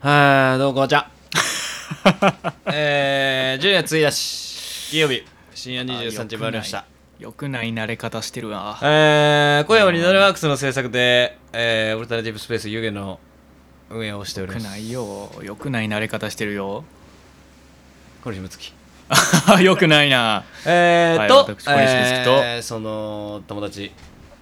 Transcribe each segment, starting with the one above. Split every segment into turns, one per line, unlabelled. はい、どうもこんにち は。えー、10月1日、金曜日、深夜23時回りました。
よくない慣れ方してるわ
えー、今夜もニドルワークスの制作で、えー、オルタナティブスペース湯気の運営をしており
よく
ます。
ないよよくない慣れ方してるよ
これ、ひむつき。
よくないな
えーと、
はい私小西睦と
えーその友達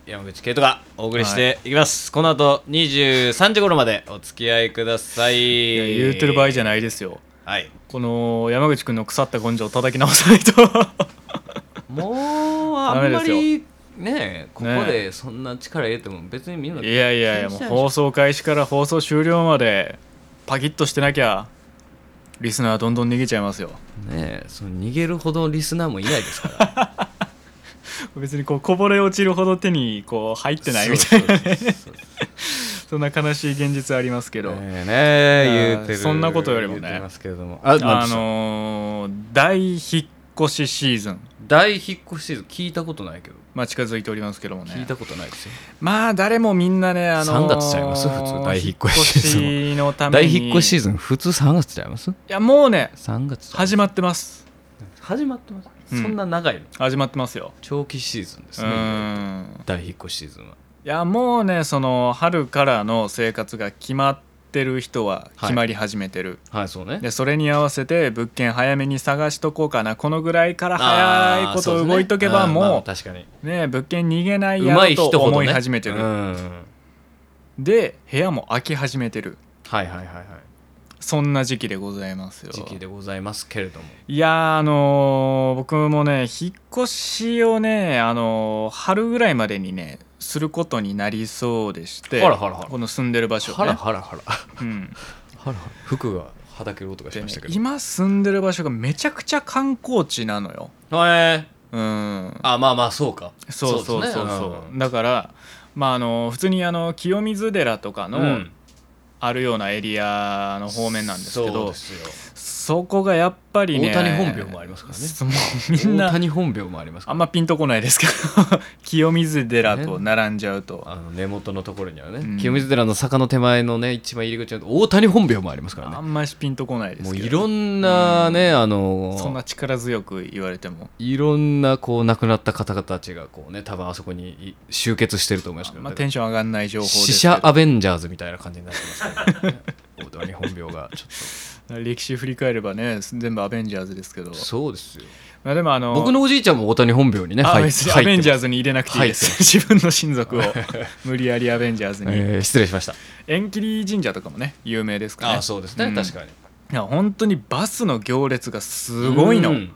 山口圭とがお送りしていきます、この後23時頃までお付き合いください
いや言うてる場合じゃ
ない
ないですよ
はい
この山口くんの腐った根性を叩き直さないと
もう
ダ
あ
メ
んま
ですよ
りねここ
ね
でそんな力入れても別にみんない
やいやいやもう放送開始から放送終了までパキッとしてなきゃリスナーどんどん逃げちゃいますよ
ねえその逃げるほどリスナーもいないです から
別にこうこぼれ落ちるほど手にこう入ってないみたい
そ
な
うそうそうそう
そんな悲しい現実ありますけど、
ねえねえ
あー
言うてる
そんなことよりもね
言うてますけれどもあ
あ
あの
のー大引っ越しシーズン
大引っ越しシーズン聞いたことないけど
まあ近づいておりますけどもね
聞いたことないですよ
まあ誰もみんなね、あ
3
の
月ちゃいます普通大引っ越しシーズンは
引っ越しのために
大引っ越しシー
い
ズン普通3月ちゃいます
やもうね
3月
始まってます
始まってます、
うん
そんな長いの
始まってますよ
長期シーズンで
う
すね
ん
大引っ越しシーズンはい
やもうねその春からの生活が決まってる人は
はい
決まり始めてる、
はいそうね
でそれに合わせて物件早めに探しとこうかなこのぐらいから早いこ
あーそうです
と
ね
動いとけば
んまあ
も
確かに
うね物件逃げないや
まい
ろ
人
と
ほど
思
ね
い始めて
う
る
ん
で部屋も空き始めてる
はいはいはいはい
そんな時期でございますよ
時期でございますけれども
いやーあのー僕もね引っ越しをね、あのー春ぐらいまでにねすることになりそうでして
はらはらはら
この住んでる場所をね
ハラハラハラ
うん
ハラハラ服がはだける音がし
で
ま
ね
したけど
今住んでる場所がめちゃくちゃ観光地なのよ
へえ
うん
あまあまあそうか
そうそうそうそう
ですねん
だからまああのー普通にあの清水寺とか
う
の
ん
あるようなエリアの方面なんですけ
そう
ど、
ですよ
そこがやっぱりね
大谷本廟もありますからね
そうもうみん
大
な
谷本廟もありますか
あ
ら
んまピンとこないですけど清水寺と並んじゃうと、
あの根元のところにはね、
うん
清水寺の坂の手前のね一番入り口の大谷本廟もありますから
あ
ね
んましピンとこないです
もう
けど
いろんなね、あ
そんな
の
力強く言われても、
いろんなこう亡くなった方々たちがこうね多分あそこにい集結してると思いますけど、ね
まあ、テンション上がんない情報です
死
けど
者アベンジャーズみたいな感じになってますからね大谷本廟がちょっ
歴史振り返ればね全部アベンジャーズですけど
と、 そうですよ
まあ、でもあの
僕のおじいちゃんも大谷本廟にね
あ
入っ
別にア
入ってます
ベンジャーズに入れなくていいです、
入
自分の親族を無理やりアベンジャーズに、
えー失礼しました、
縁切り神社とかもね有名ですから、ね、
あそうですね、
うん
確かに
いや本当にバスの行列がすごい
う
の、
ん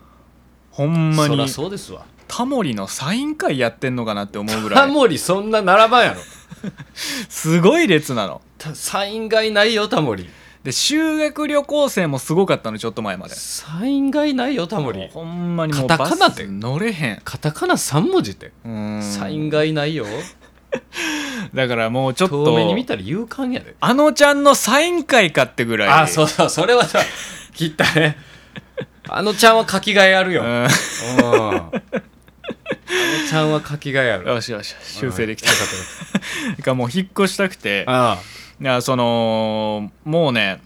ほんま
そ
に
らそうですわ
タモリのサイン会やってんのかなって思うぐら
タ
い
モリそんな並ばんやろ
すごい列なの
たサイン買いないよタモリ
で修学旅行生もすごかったのちょっと前まで
サイン買いないよタモ
もう
リ
ほんまにもう
カタ
バ
カナで
ス乗れへん
カタカナ3文字って
うーん
サイン買いないよ
だからもうちょっ
遠
と
目に見たら勇敢やで
あのちゃんのサイン会かってぐらい
あそううそうそれは さ切ったねあのちゃんは書き換えあるよ、うん、あ
ん
のちゃんは書き換えある
よしよし修正できた
よかったよかっ
かもう引っ越したくて
たあ
いやそのもうね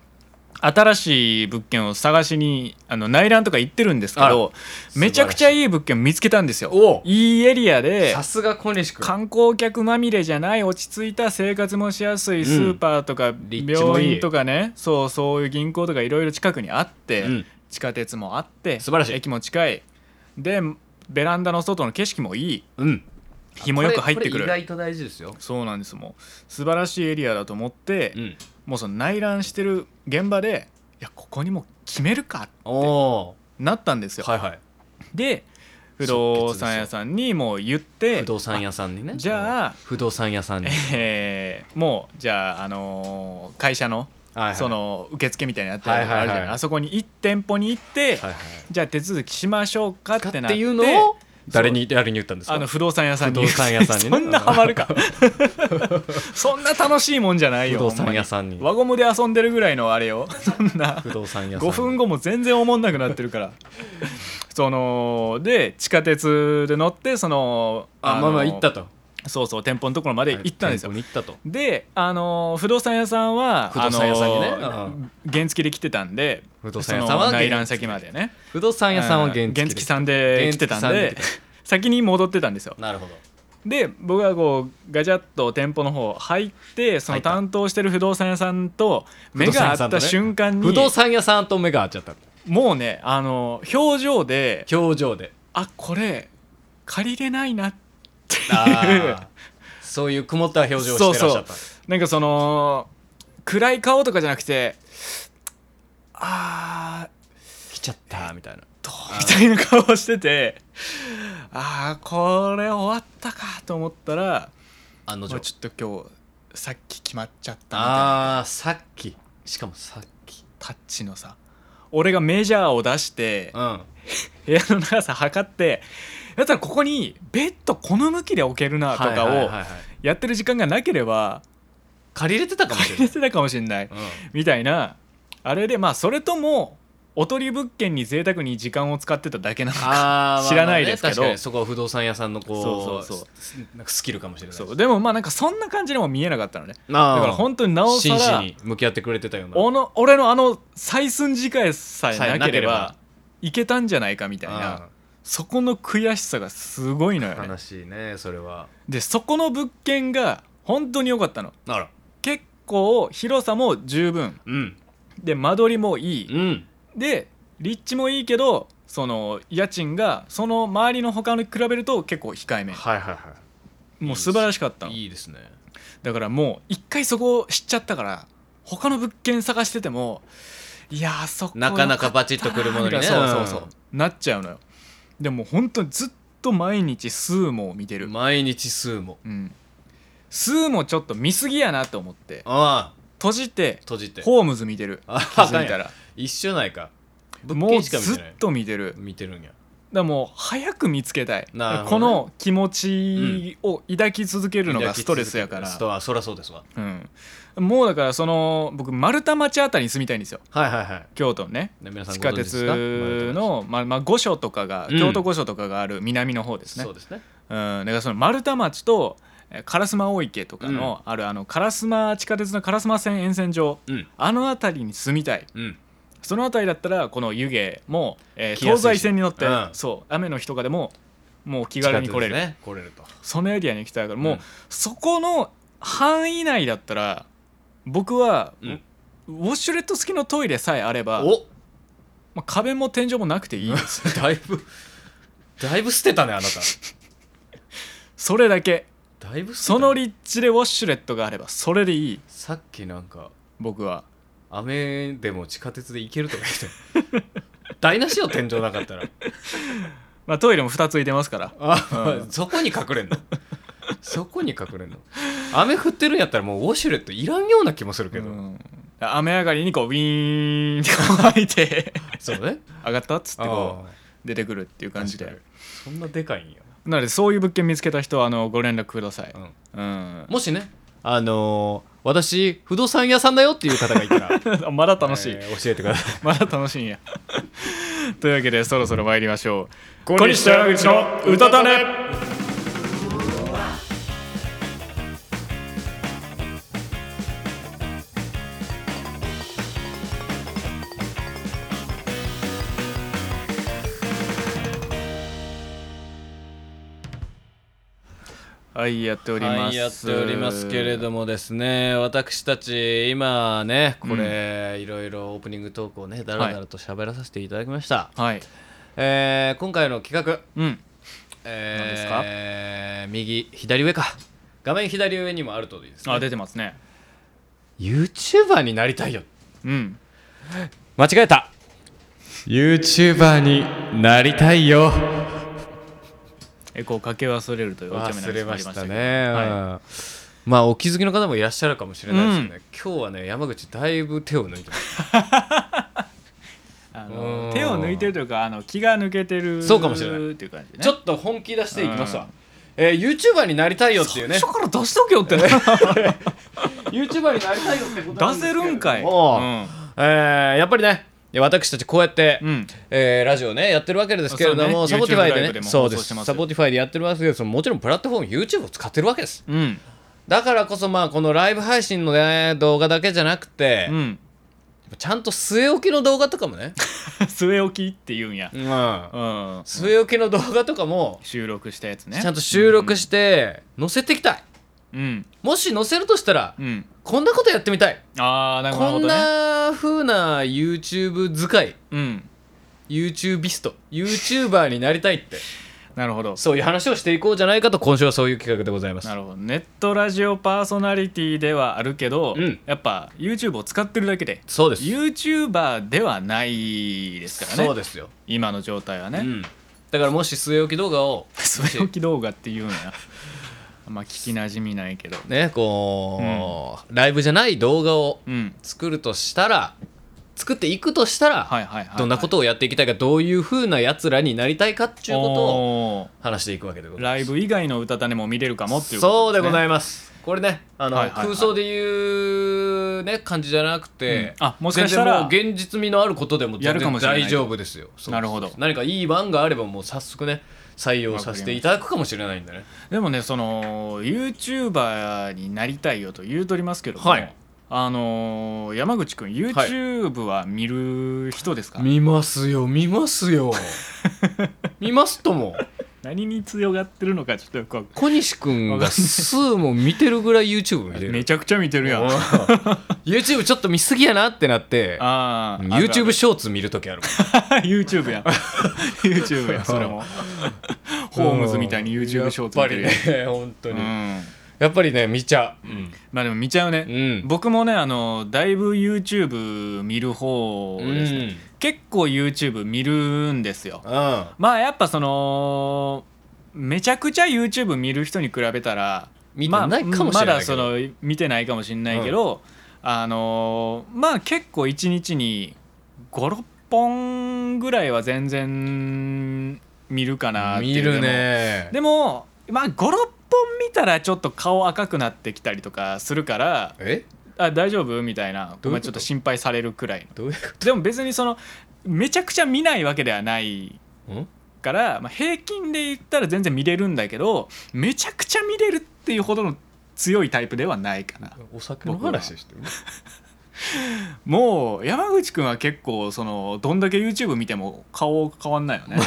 新しい物件を探しにあの内覧とか行ってるんですけ
あら
どめちゃくちゃいい物件見つけたんですよ
お
いいエリアで
さすが小西君
観光客まみれじゃない落ち着いた生活もしやすいスーパーとか
立地もいい
病院とかねそうそういう銀行とかいろいろ近くにあって、
うん
地下鉄もあって
素晴らしい
駅も近いでベランダの外の景色もいい
うん
日もよく入ってく
これこれ
る
意外と大事ですよ、
そうなんですもう素晴らしいエリアだと思って、
うん、
もうその内覧してる現場でいやここにもう決めるかって
おお
なったんですよ、
はいはい
で不動産屋さんにもう言って
不動産屋さんにね
じゃあ
不動産屋さんに
えーもうじゃあ、あのー会社の
はいはい
その受付みたいなのやってるのが
は
あるじゃない,、
いはいはい
あそこに1店舗に行って、
はいはい
じゃあ手続きしましょうかってなって
っていうのを誰に誰に言ったんですか
あの不動産屋さんに
不動産屋さんにね
そんなハ マるかそんな楽しいもんじゃないよ
不動産屋さんに
ほま輪ゴムで遊んでるぐらいのあれよそんな
不動産屋さん
5分後も全然おもんなくなってるからそので地下鉄で乗ってその
あ
の
まあまあ行ったと
そうそう店舗のところまで行ったんですよ
店舗に行ったと
であの不動産屋さんは
不動産屋さんにね
あの原付で来てたんで
不動産屋さんは
その内覧先までね
不動産屋さんは原付
原付
で
さんで来てたん
原付さん
で
で来
先に戻ってたんですよ
なるほど
で僕がこうガチャッと店舗の方入ってそ
入
の
った
担当してる不動産屋さんと目
不動産
が合
屋さ
っ
んと
た
ね
瞬間に
不動産屋さんと目が合っちゃった
もうねあの表情で
表情で
あこれ借りれないなっていう
あーそういう曇った表情をしてらっしゃった
なんかその暗い顔とかじゃなくてあー
来ちゃったみたいな
どうみたいな顔をしててああこれ終わったかと思ったら
あの
まあちょっと今日さっき決まっちゃったみたいな
ああーさっきしかもさっき
タッチのさ俺がメジャーを出して
うん
部屋の長さ測ってやったらここにベッドこの向きで置けるなとか
はいはい
を
はいはい
やってる時間がなければ
借りれてたかもしれな
出
い
てたかもしれない
うん
みたいなあれでまあそれともおとり物件に贅沢に時間を使ってただけなのか
あー
知らないですけど
まあまあね確かにそこは不動産屋さんのこう
そうそうそう
すなんかスキルかもしれない
そうでもまあなんかそんな感じでも見えなかったのねだ
だ
から本当になおさ
真摯
ら
に向き合ってくれてたような
おの俺のあの採寸時間さえな
さえな
け
け
れ
れば
ばいけたんじゃないかみたいなそこの悔しさがすごいの
うん
よね
悲しいねそれは
でそこの物件が本当に良かったの
あら
結構広さも十分
うん
で間取りもいい
うん
で立地もいいけどその家賃がその周りの他の比べると結構控えめ
はいはいは
もう素晴らしかったの
いいいですね
だからもう一回そこを知っちゃったから他の物件探しててもいやーそこ
なかなかバチッとくるものにね
良かったなみたいなそうそうそうなっちゃうのよでも本当にずっと毎日スーモを見てる
毎日数も
うんスーモちょっと見すぎやなと思って
ああ
閉じて
閉じて
ホームズ見てる
あ
気づいた
あかんや
ら
一緒ないか物
も
件
う
しか見
ず
て
っ
ない
と見てるだか
見てるんや
らもう早く見つけたい、
なるほどね
この気持ちを抱き続けるのがストレスやから、
ストアそりゃそうですわ
うん、もうだからその僕丸太町あたりに住みたいんですよ
はいはいはい
京都のね
ね皆さん
地
ご
下
存知ですか
鉄の、まあ、まあ御所とかが、
うん
京都御所とかがある南の方ですね
そうですね
うん、だからその丸太町とえー烏丸大池とかのあるあの烏丸地下鉄の烏丸線沿線上
うん
あの辺りに住みたい
うん
その辺りだったらこの湯気も、えー
来やすいし
東西線に乗って、
うん
そう雨の日とかでももう気軽に来れる、
地下鉄ね来れると
そのエリアに行きたいからもう、
うん
そこの範囲内だったら僕は、
うん
ウォッシュレット付きのトイレさえあれば、
お
まあ、壁も天井もなくていいで す
だいぶだいぶ捨てたねあな た
それだけ
だいぶ捨てた
そ
ね
の立地でウォッシュレットがあればそれでいい
さっきなんか
僕は
雨でも地下鉄で行けるとか言って た台無しよ天井なかった ら
まあトイレも2ついてますから
あ、
うん
そこに隠れんのそこに隠れんの雨降ってるんやったらもうウォシュレットいらんような気もするけど、
うん雨上がりにこうウィーンってこう開い て
そうね
上がったっつってこ
ああ
う出てくるっていう感じで
確かにそんなでかいんや、
なのでそういう物件見つけた人はあのご連絡ください、
うん
うん、
もしねあのー私不動産屋さんだよっていう方がいたら
まだ楽しい、
えー教えてください
まだ楽しいんや というわけでそろそろ参りましょう
小西と山口のうたた寝
はいやっております、
はい、やっておりますけれどもですね私たち今ねこれ、いろいろオープニングトークをねだらだらと喋らさせていただきました、
はい
えー今回の企画、
うん
えー右左上か画面左上にもあるといいですね
あ出てますね
YouTuber になりたいよ
うん
間違えた YouTuber になりたいよ
エコーかけ忘れるというお茶目な
忘れ
話もあ
ま
り
し
ました
た
けど
ね、
は
うんまあお気づきの方もいらっしゃるかもしれないですよね、今日はね山口だいぶ手を抜いてます
あ
う
の
ん
手を抜いてるというかあの気が抜けてる
そうかもしれない
っていう感じね
ちょっと本気出していきました、
うん
えー、YouTuber になりたいよっていうね
最初から出しとけよってね
YouTuber になりたいよってことな
出
んですけ
せ
れど
る
も
んかい、
えーやっぱりねいや私たちこうやって、
うんうん
えーラジオねやってるわけですけれども、
そ
サ
うね
ポティファイで
YouTube ライブ
ね
でも
そうで
放送して
す
ます
サポティファイでやってるわけですけどもちろんプラットフォーム YouTube を使ってるわけです
うん
だからこそまあこのライブ配信の、ね、動画だけじゃなくて、
う
やっ
ん
ぱちゃんと据え置きの動画とかもね、
据え置きって言うんや、
うん
うん、
据え置きの動画とかも
収録したやつね
ちゃんと収録して載せていきたい、
うん
もし載せるとしたら、
うん、うん
こんなことやってみたい
ああなる
こ
ほ
ん
どね
な風な YouTube 使い
うん
YouTubiст YouTuber になりたいって
なるほど
そういう話をしていこうじゃないかと今週はそういう企画でございます
なるほどネットラジオパーソナリティではあるけど、
うん
やっぱ YouTube を使ってるだけで
そうです、
YouTuber ではないですからね
そうですよ、
今の状態はね、
うん、だからもし据え置き動画を
据え置き動画っていうんや あんま聞きなじみないけど
ねこう、ライブじゃない動画を
うん
作るとしたら作っていくとしたら、
はいはいはい、はい、
どんなこと
を
をやっていきたいかどういう風なやつらになりたいかっていうことを
を
話していくわけでございます
ライブ以外の歌種も見れるかもっていう
そうでござ
い
いますこれねあの、
はいはいはい
空想でいうね感じじゃなくて、
うんあもしかしたら
全然もう現実味のあることでも
や
全
るか
然
もしれない
大丈夫ですよそうそうそう
なるほど
何かいい番があればもう早速ね採用させていただくかもしれないんだね
でもねその YouTuber になりたいよと言うとりますけども、
はい
あのー山口くん YouTube は見る人ですか、
見ますよ見ますよ 見ますとも
何に強がってるのかちょっとよくわか
小西君
わかん
が
ない
スーも見てるぐらい YouTube 見てる
めちゃくちゃ見てるやん
うん YouTube ちょっと見すぎやなってなって
あーあるある
YouTube ショーツ見るときある
YouTube や YouTube やそれもホームズみたいに YouTube ショート見てるや
やっぱりね
ん
本当
う
に、
ん
やっぱりね見ちゃう、
まあでも見ちゃうね、
うん
僕もねあのだいぶ YouTube 見る方ですね、
うん
結構 YouTube 見るんですよ
うん
まあやっぱそのめちゃくちゃ YouTube 見る人に比べたら
見てないかもしれないけど
まあまだその見てないかもしれないけど、あのーまあ結構1日に56本ぐらいは全然見るかなってい
見
う
るね
でもでもまあ56本見たらちょっと顔赤くなってきたりとかするから
え
あ大丈夫みたいな
ど
ご
ういうこと
めんちょっと心配されるくらいの
どういう
でも別にそのめちゃくちゃ見ないわけではない
こ
から、まあ、平均で言ったら全然見れるんだけどめちゃくちゃ見れるっていうほどの強いタイプではないかな
とお酒
の話
して
もう山口くんは結構そのどんだけ YouTube 見ても顔変わんないよね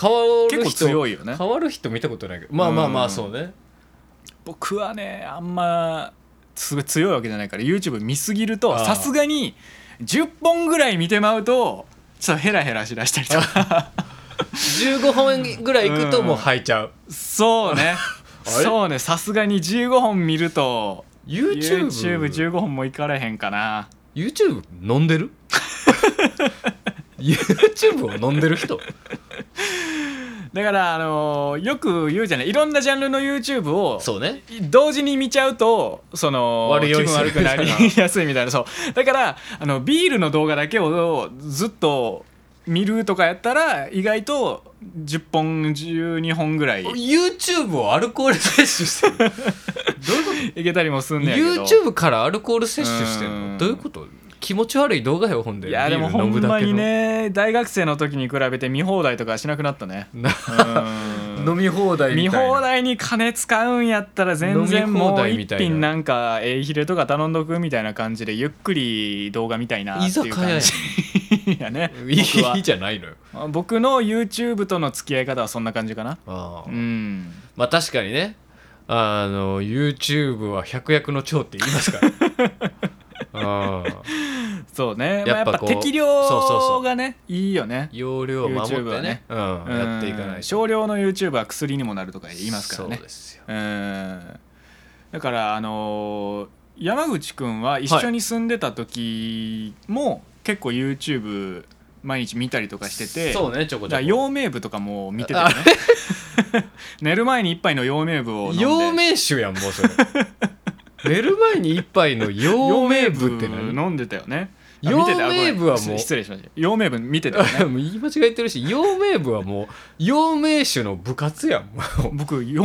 変わる人
結構強いよね
変わる人見たことないけどまあまあま
う
あ
ん
そうね
僕はねあんますごい強いわけじゃないから YouTube 見すぎると
ああ
さすがに10本ぐらい見てまうとちょっとヘラヘラしだしたりとか
15本ぐらいいくともう吐いちゃう
そうね
あれ
そうねさすがに15本見ると
YouTubeYouTube
YouTube15 本もいかれへんかな
飲んでる YouTube を飲んでる人
だから、あのーよく言うじゃないいろんなジャンルの YouTube を
そうね
同時に見ちゃうとその
悪
気
酔い
分悪く なり
するみ
やすいみたいなそうだからあのビールの動画だけをずっと見るとかやったら意外と10本12本ぐらい
YouTube をアルコール摂取 してるどういうこと
いけたりもすんねやけど
YouTube からアルコール摂取してる
う
の
ん
どういうこと気持ち悪い動画よほんで
いや
ビ
で
ー
も
ル
ほ
飲
ん
むだ
ま
けの
にね大学生の時に比べて見放題とかしなくなっ たね
な
うん
飲み放題み
見
たいな
放題に金使うんやったら全然
飲み放
もう
題み
一
たいな
品なんかえいひれとか頼んどくみたいな感じでゆっくり動画見たいなっていう感
居酒
じやね僕
い
はい
じゃないのよ
僕の YouTube との付き合い方はそんな感じかな
ああ
うん
まあ確かにねあの YouTube は百薬の長って言いますから ああ
そうねま
や
あや
っ
っ
ぱ
ぱ
こう
適量
そうそうそう
がねいいよね
容量を守って
YouTube は
ね
ね
うん、やっていかな
うん
い
少量の YouTube は薬にもなるとか言いますからね
そうですよ
うんだからあのー山口くんは一緒に住んでた時も結構 YouTube 毎日見たりとかしてて
そうねちょこ
だ
ち
か
ょ
ら
こ
陽明部とかも見ててね 寝る前に一杯の陽明部を飲んで
陽明酒やんも うそれ寝る前に一杯の陽明部って何
飲んでたよねあ
陽
見てたあごめん
明部はもう
失礼しました陽明部見てたよね
もう言い間違えてるし陽明部はもう陽明酒の部活やんも
僕陽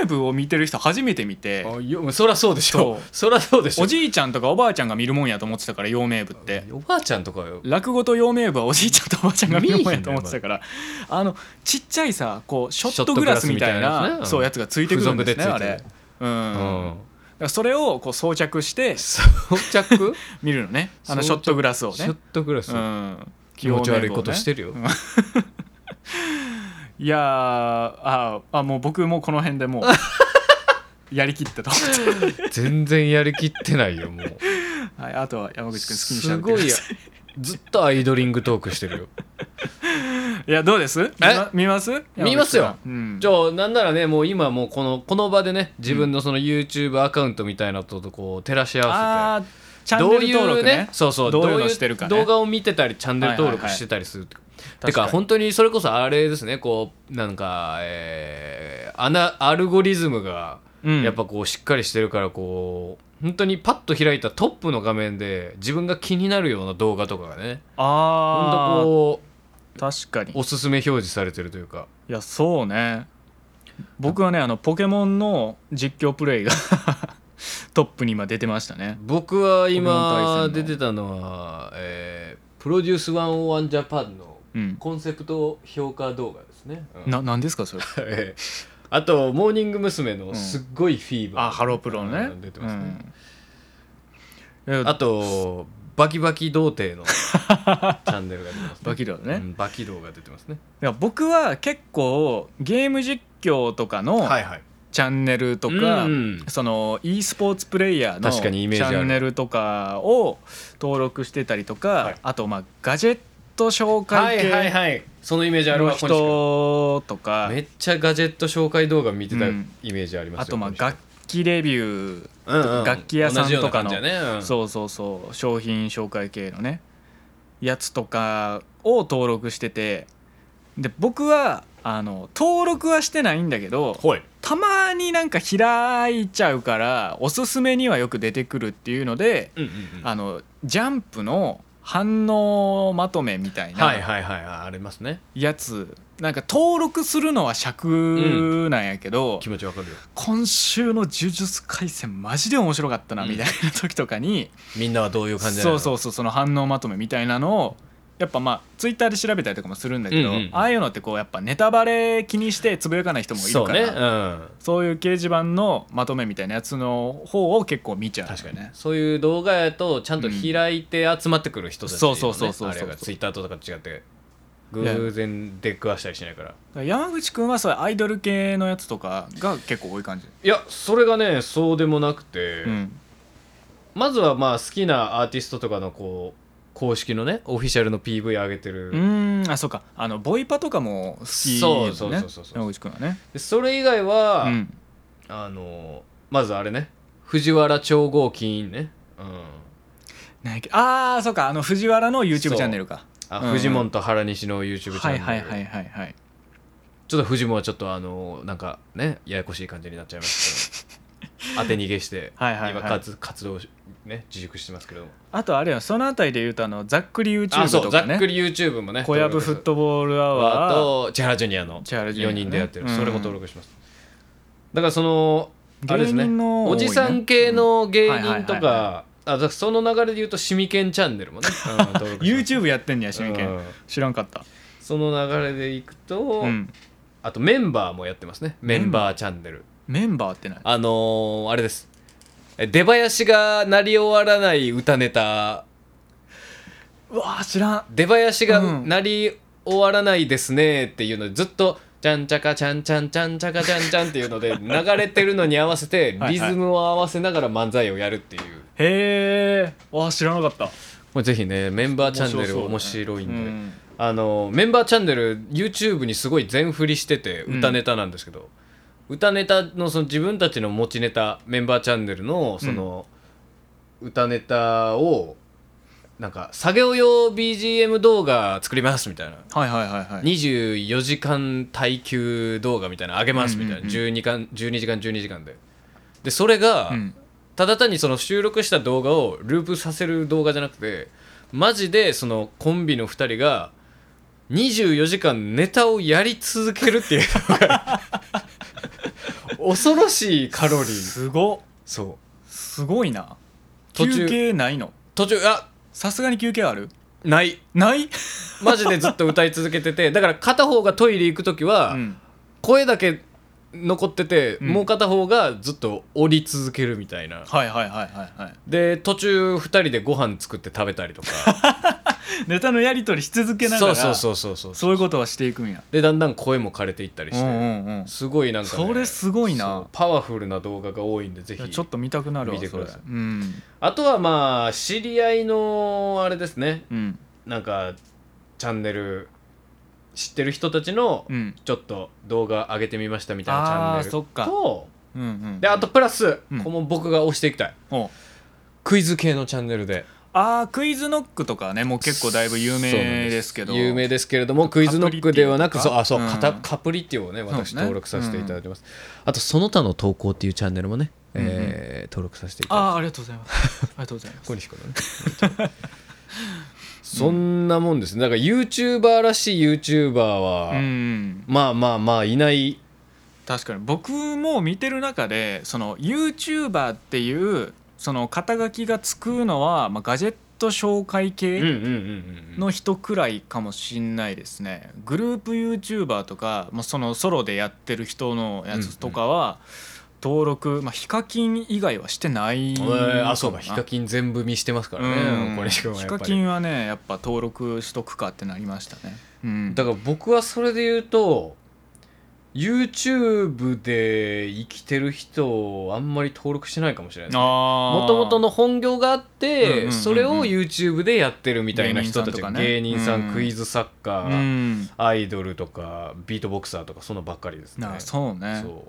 明部を見てる人初めて見て
うあよそらそうでしょそらそうでしょ
おじいちゃんとかおばあちゃんが見るもんやと思ってたから陽明部って
おばあちゃんとかよ
落語と陽明部はおじいちゃんとおばあちゃんが見るもんやと思ってたからあのちっちゃいさこうショットグラスみたい
ショットグラスみたいなや
な
つね
そうやつがついてくるんですね
付
あ
属で
れ
ついてる
うん
う
だからそれをこう装着して
装着
見るのねあの
装着
ショットグラスを
ショ
ね
ットグラス
うん
気持ち悪いことしてるよ
陽明部をね うんいやーああもう僕もこの辺でもう やりきったと思って
全然やりきってないよもう
はい、あとは山口くん好きにしゃ
す
べってく
ご
ださ
い
い
やずっとアイドリングトークしてるよ
いやどうです見ま見ます
見ますよ
山口さんうん
じゃあなんならねもう今もうこのこの場でね自分のその YouTube アカウントみたいなととこう照らし合わ
あーチ
せて
ャンネル登録ね
そうそう
どういう
どう
の
いう
してるかね
動画を見てたりチャンネル登
はいはい
録
はい
してたりするて
確
か
かに
本当にそれこそあれですねこうなんかえーアナアルゴリズムが
うん
やっぱこうしっかりしてるからこう本当にパッと開いたトップの画面で自分が気になるような動画とかがね本
あ
当
ー
こ
確かに
うおすすめ表示されてるというか
いやそうね僕はねあのポケモンの実況プレイが トップに今出てましたね
僕は今
ポケモン対
出
戦
て
の
たのは、えープロデュース101ジャパンの
うん
コンセプト評価動画ですね、うん
ななんですかそれ
えーあとモーニング娘。のすっごいフィーバー、
あハロプロのね
うん出てますね、
うんいや
あとバキバキ童貞のチャンネルが出てます、ね、
バキだよね、
う
い
んバキ童が出てますね
や僕は結構ゲーム実況とかの
はいはい
チャンネルとか、
うん
その e スポーツプレイヤーの
確かにイメージ
チ
ある
ャンネルとかを登録してたりとか、
はい
あとまあガジェット紹
は
介
いはい
系
はいそのイメージある
の
わ小西君
人とか、
めっちゃガジェット紹介動画見てた
うん
イメージありま
あ
すよ、
とまあ
小西
楽器レビュー、
君うんうん
楽器屋さんとか
同
の
じような感じやね、うん
そうそうそう商品紹介系のねやつとかを登録しててで僕はあの登録はしてないんだけど
ほい
たまになんか開いちゃうからおすすめにはよく出てくるっていうので
うんうんうん
あのジャンプの反応まとめみた
は
い
い
な
はいはいはいありますね
やつ、なんか登録するのは尺なんやけど、
気持ちわかるよ
今週の「呪術廻戦」マジで面白かったな
うん
みたいな時とかに、
みんなはどういう感じな
そ
の
うそううそうその反応まとめみたいなのをやっぱまあツイッターで調べたりとかもするんだけど、
うんうん
ああいうのってこうやっぱネタバレ気にしてつぶやかない人もいる
そう
か
ねう
らそう,、
ん
いう掲示板のまとめみたいなやつの方を結構見ちゃうよ
確かにねそういう動画やとちゃんと開いて集まってくる人たちよね
そうそうそうそうそう
あれがツイッターとかと違って偶然出くわしたりしないから
だから山口君はそういうアイドル系のやつとかが結構多い感じ、
いやそれがねそうでもなくて、
うん
まずはまあ好きなアーティストとかのこう公式のねオフィシャルの PV 上げてる、
うーんあそうかあのボイパとかも好きよ
そ
ね
うそうそうそうそう
山口君はね
でそれ以外は、
うん
あのまずあれね藤原超合金ね、うん、
なんやっけああそうかあの藤原の YouTube チャンネルか
あ、
うんうん
フジモンと原西の YouTube チャンネル、
はいはいはいはいはい
ちょっとフジモンはちょっとあのなんかねややこしい感じになっちゃいま したけど当て逃げして
はいはいはい
今活活動をしね自粛してますけども
あとあれよそのあたりで言うとあのざっくり
あ
YouTube
そ
と
うざ
か
っく
ね
り YouTube もね
小籔フットボールア
あ
ワー
と千原ジュニアの
千原ジュニア
4
のね
人でやってる、
うん
それも登録しますだからそのあれですね
芸人の多い
お
ね
じさん系の芸人と
うんはいはいはい
かあだからその流れで言うとシミケンチャンネルもね、うん登録します
YouTube やってんねやしみけ
うん
ん知らんかった
その流れでいくと、
うん
あとメンバーもやってますねメンバーチャンネル
メンバーってない
あのーあれですえ出囃子が鳴り終わらない歌ネタ
うわー知らん
出囃子が
うん
鳴り終わらないですねっていうのでずっと「ちゃんちゃかちゃんちゃんちゃんちゃかちゃんちゃん」っていうの で流れてるのに合わせて
はい
リズムを合わせながら漫才をやるっていう
へえわー知らなかった
もうぜひねメンバーチャンネル面
面
白
白
い
い
んで、
うん
あのメンバーチャンネル YouTube にすごい全振りしてて
うん
歌ネタなんですけど、歌ネタのその自分たちの持ちネタメンバーチャンネルのその、歌ネタをなんか作業用 BGM 動画作りますみたいな
はいはいはいはい
24時間耐久動画みたいなの上げますみたいな、
うんうんうん
12間12時間12時間ででそれが、
うん
ただ単にその収録した動画をループさせる動画じゃなくてマジでそのコンビの2人が24時間ネタをやり続けるってい うのが恐ろしいカロリー
すご
そう
すごいな
途中
休憩ないの
途中あ
さすがに休憩ある
ない
ない
マジでずっと歌い続けててだから片方がトイレ行く時は、
うん
声だけ残ってて、
うん
もう片方がずっと降り続けるみたいな
はいはいはいはいはい
で途中2人でご飯作って食べたりとか
ネタのやり取りし続けなが
そう
ら
そうそうそうそう
そういうことはしていくんや
でだんだん声も枯れていったり
う
し
ん
て、
うんうん
すごいなんか、ね、
それすごいな
そうパワフルな動画が多いんでぜ
いや
ひ
ちょっと見たくなるわ
見てください
それうん
あとはまあ知り合いのあれですね
うん
なんかチャンネル知ってる人たちの
うん
ちょっと動画上げてみましたみたいなチャン
あ
ネ
あ
ル
そっか
と
うんうん
であとプラス、
うん
この僕が推していきたい
おう
クイズ系のチャンネルで
ああクイズノックとかねもう結構だいぶ有名
そうなん
ですけど
有名ですけれどもクイズノックではなく
カプ
そう
リ
あそう、
うん
カタカプリティをね私
そうね
登録させていただいてます、あとその他の投稿っていうチャンネルもね、
うんうん
えー登録させていただいて
ああありがとうございますありがと うございます
小西君だね そんなもんですねだから YouTuber らしい YouTuber は、
うんうん
まあまあまあいない
確かに僕も見てる中でその YouTuber っていうその肩書きがつくのは、まあ、ガジェット紹
うん
介
うん
系
うんうんうん
の人くらいかもしんないですね、グループ YouTuber とか、まあ、そのソロでやってる人のやつとかは、登録、まあ、ヒカキン以外はしてない
え
の
ーあそう
も
か
な
ヒカキン全部見してますから
う
ね
ん
小西君はや
ヒ
っぱ
カ
り
キンはねやっぱ登録しとくかってなりましたね、うん、
だ
か
から僕はそれで言うと YouTube で生きてる人をあんまり登録してないかもしれないも
も
ともと
の
の本業があっ
うんうんうん
て
うん
それを YouTube でやってるみたいな人たちが芸人
芸人
さ
さんとか
ん
ねうん
クイズ作
う
家
ん
アイドルとかビートボクサーとかそのばっかりですね
なそうね
そ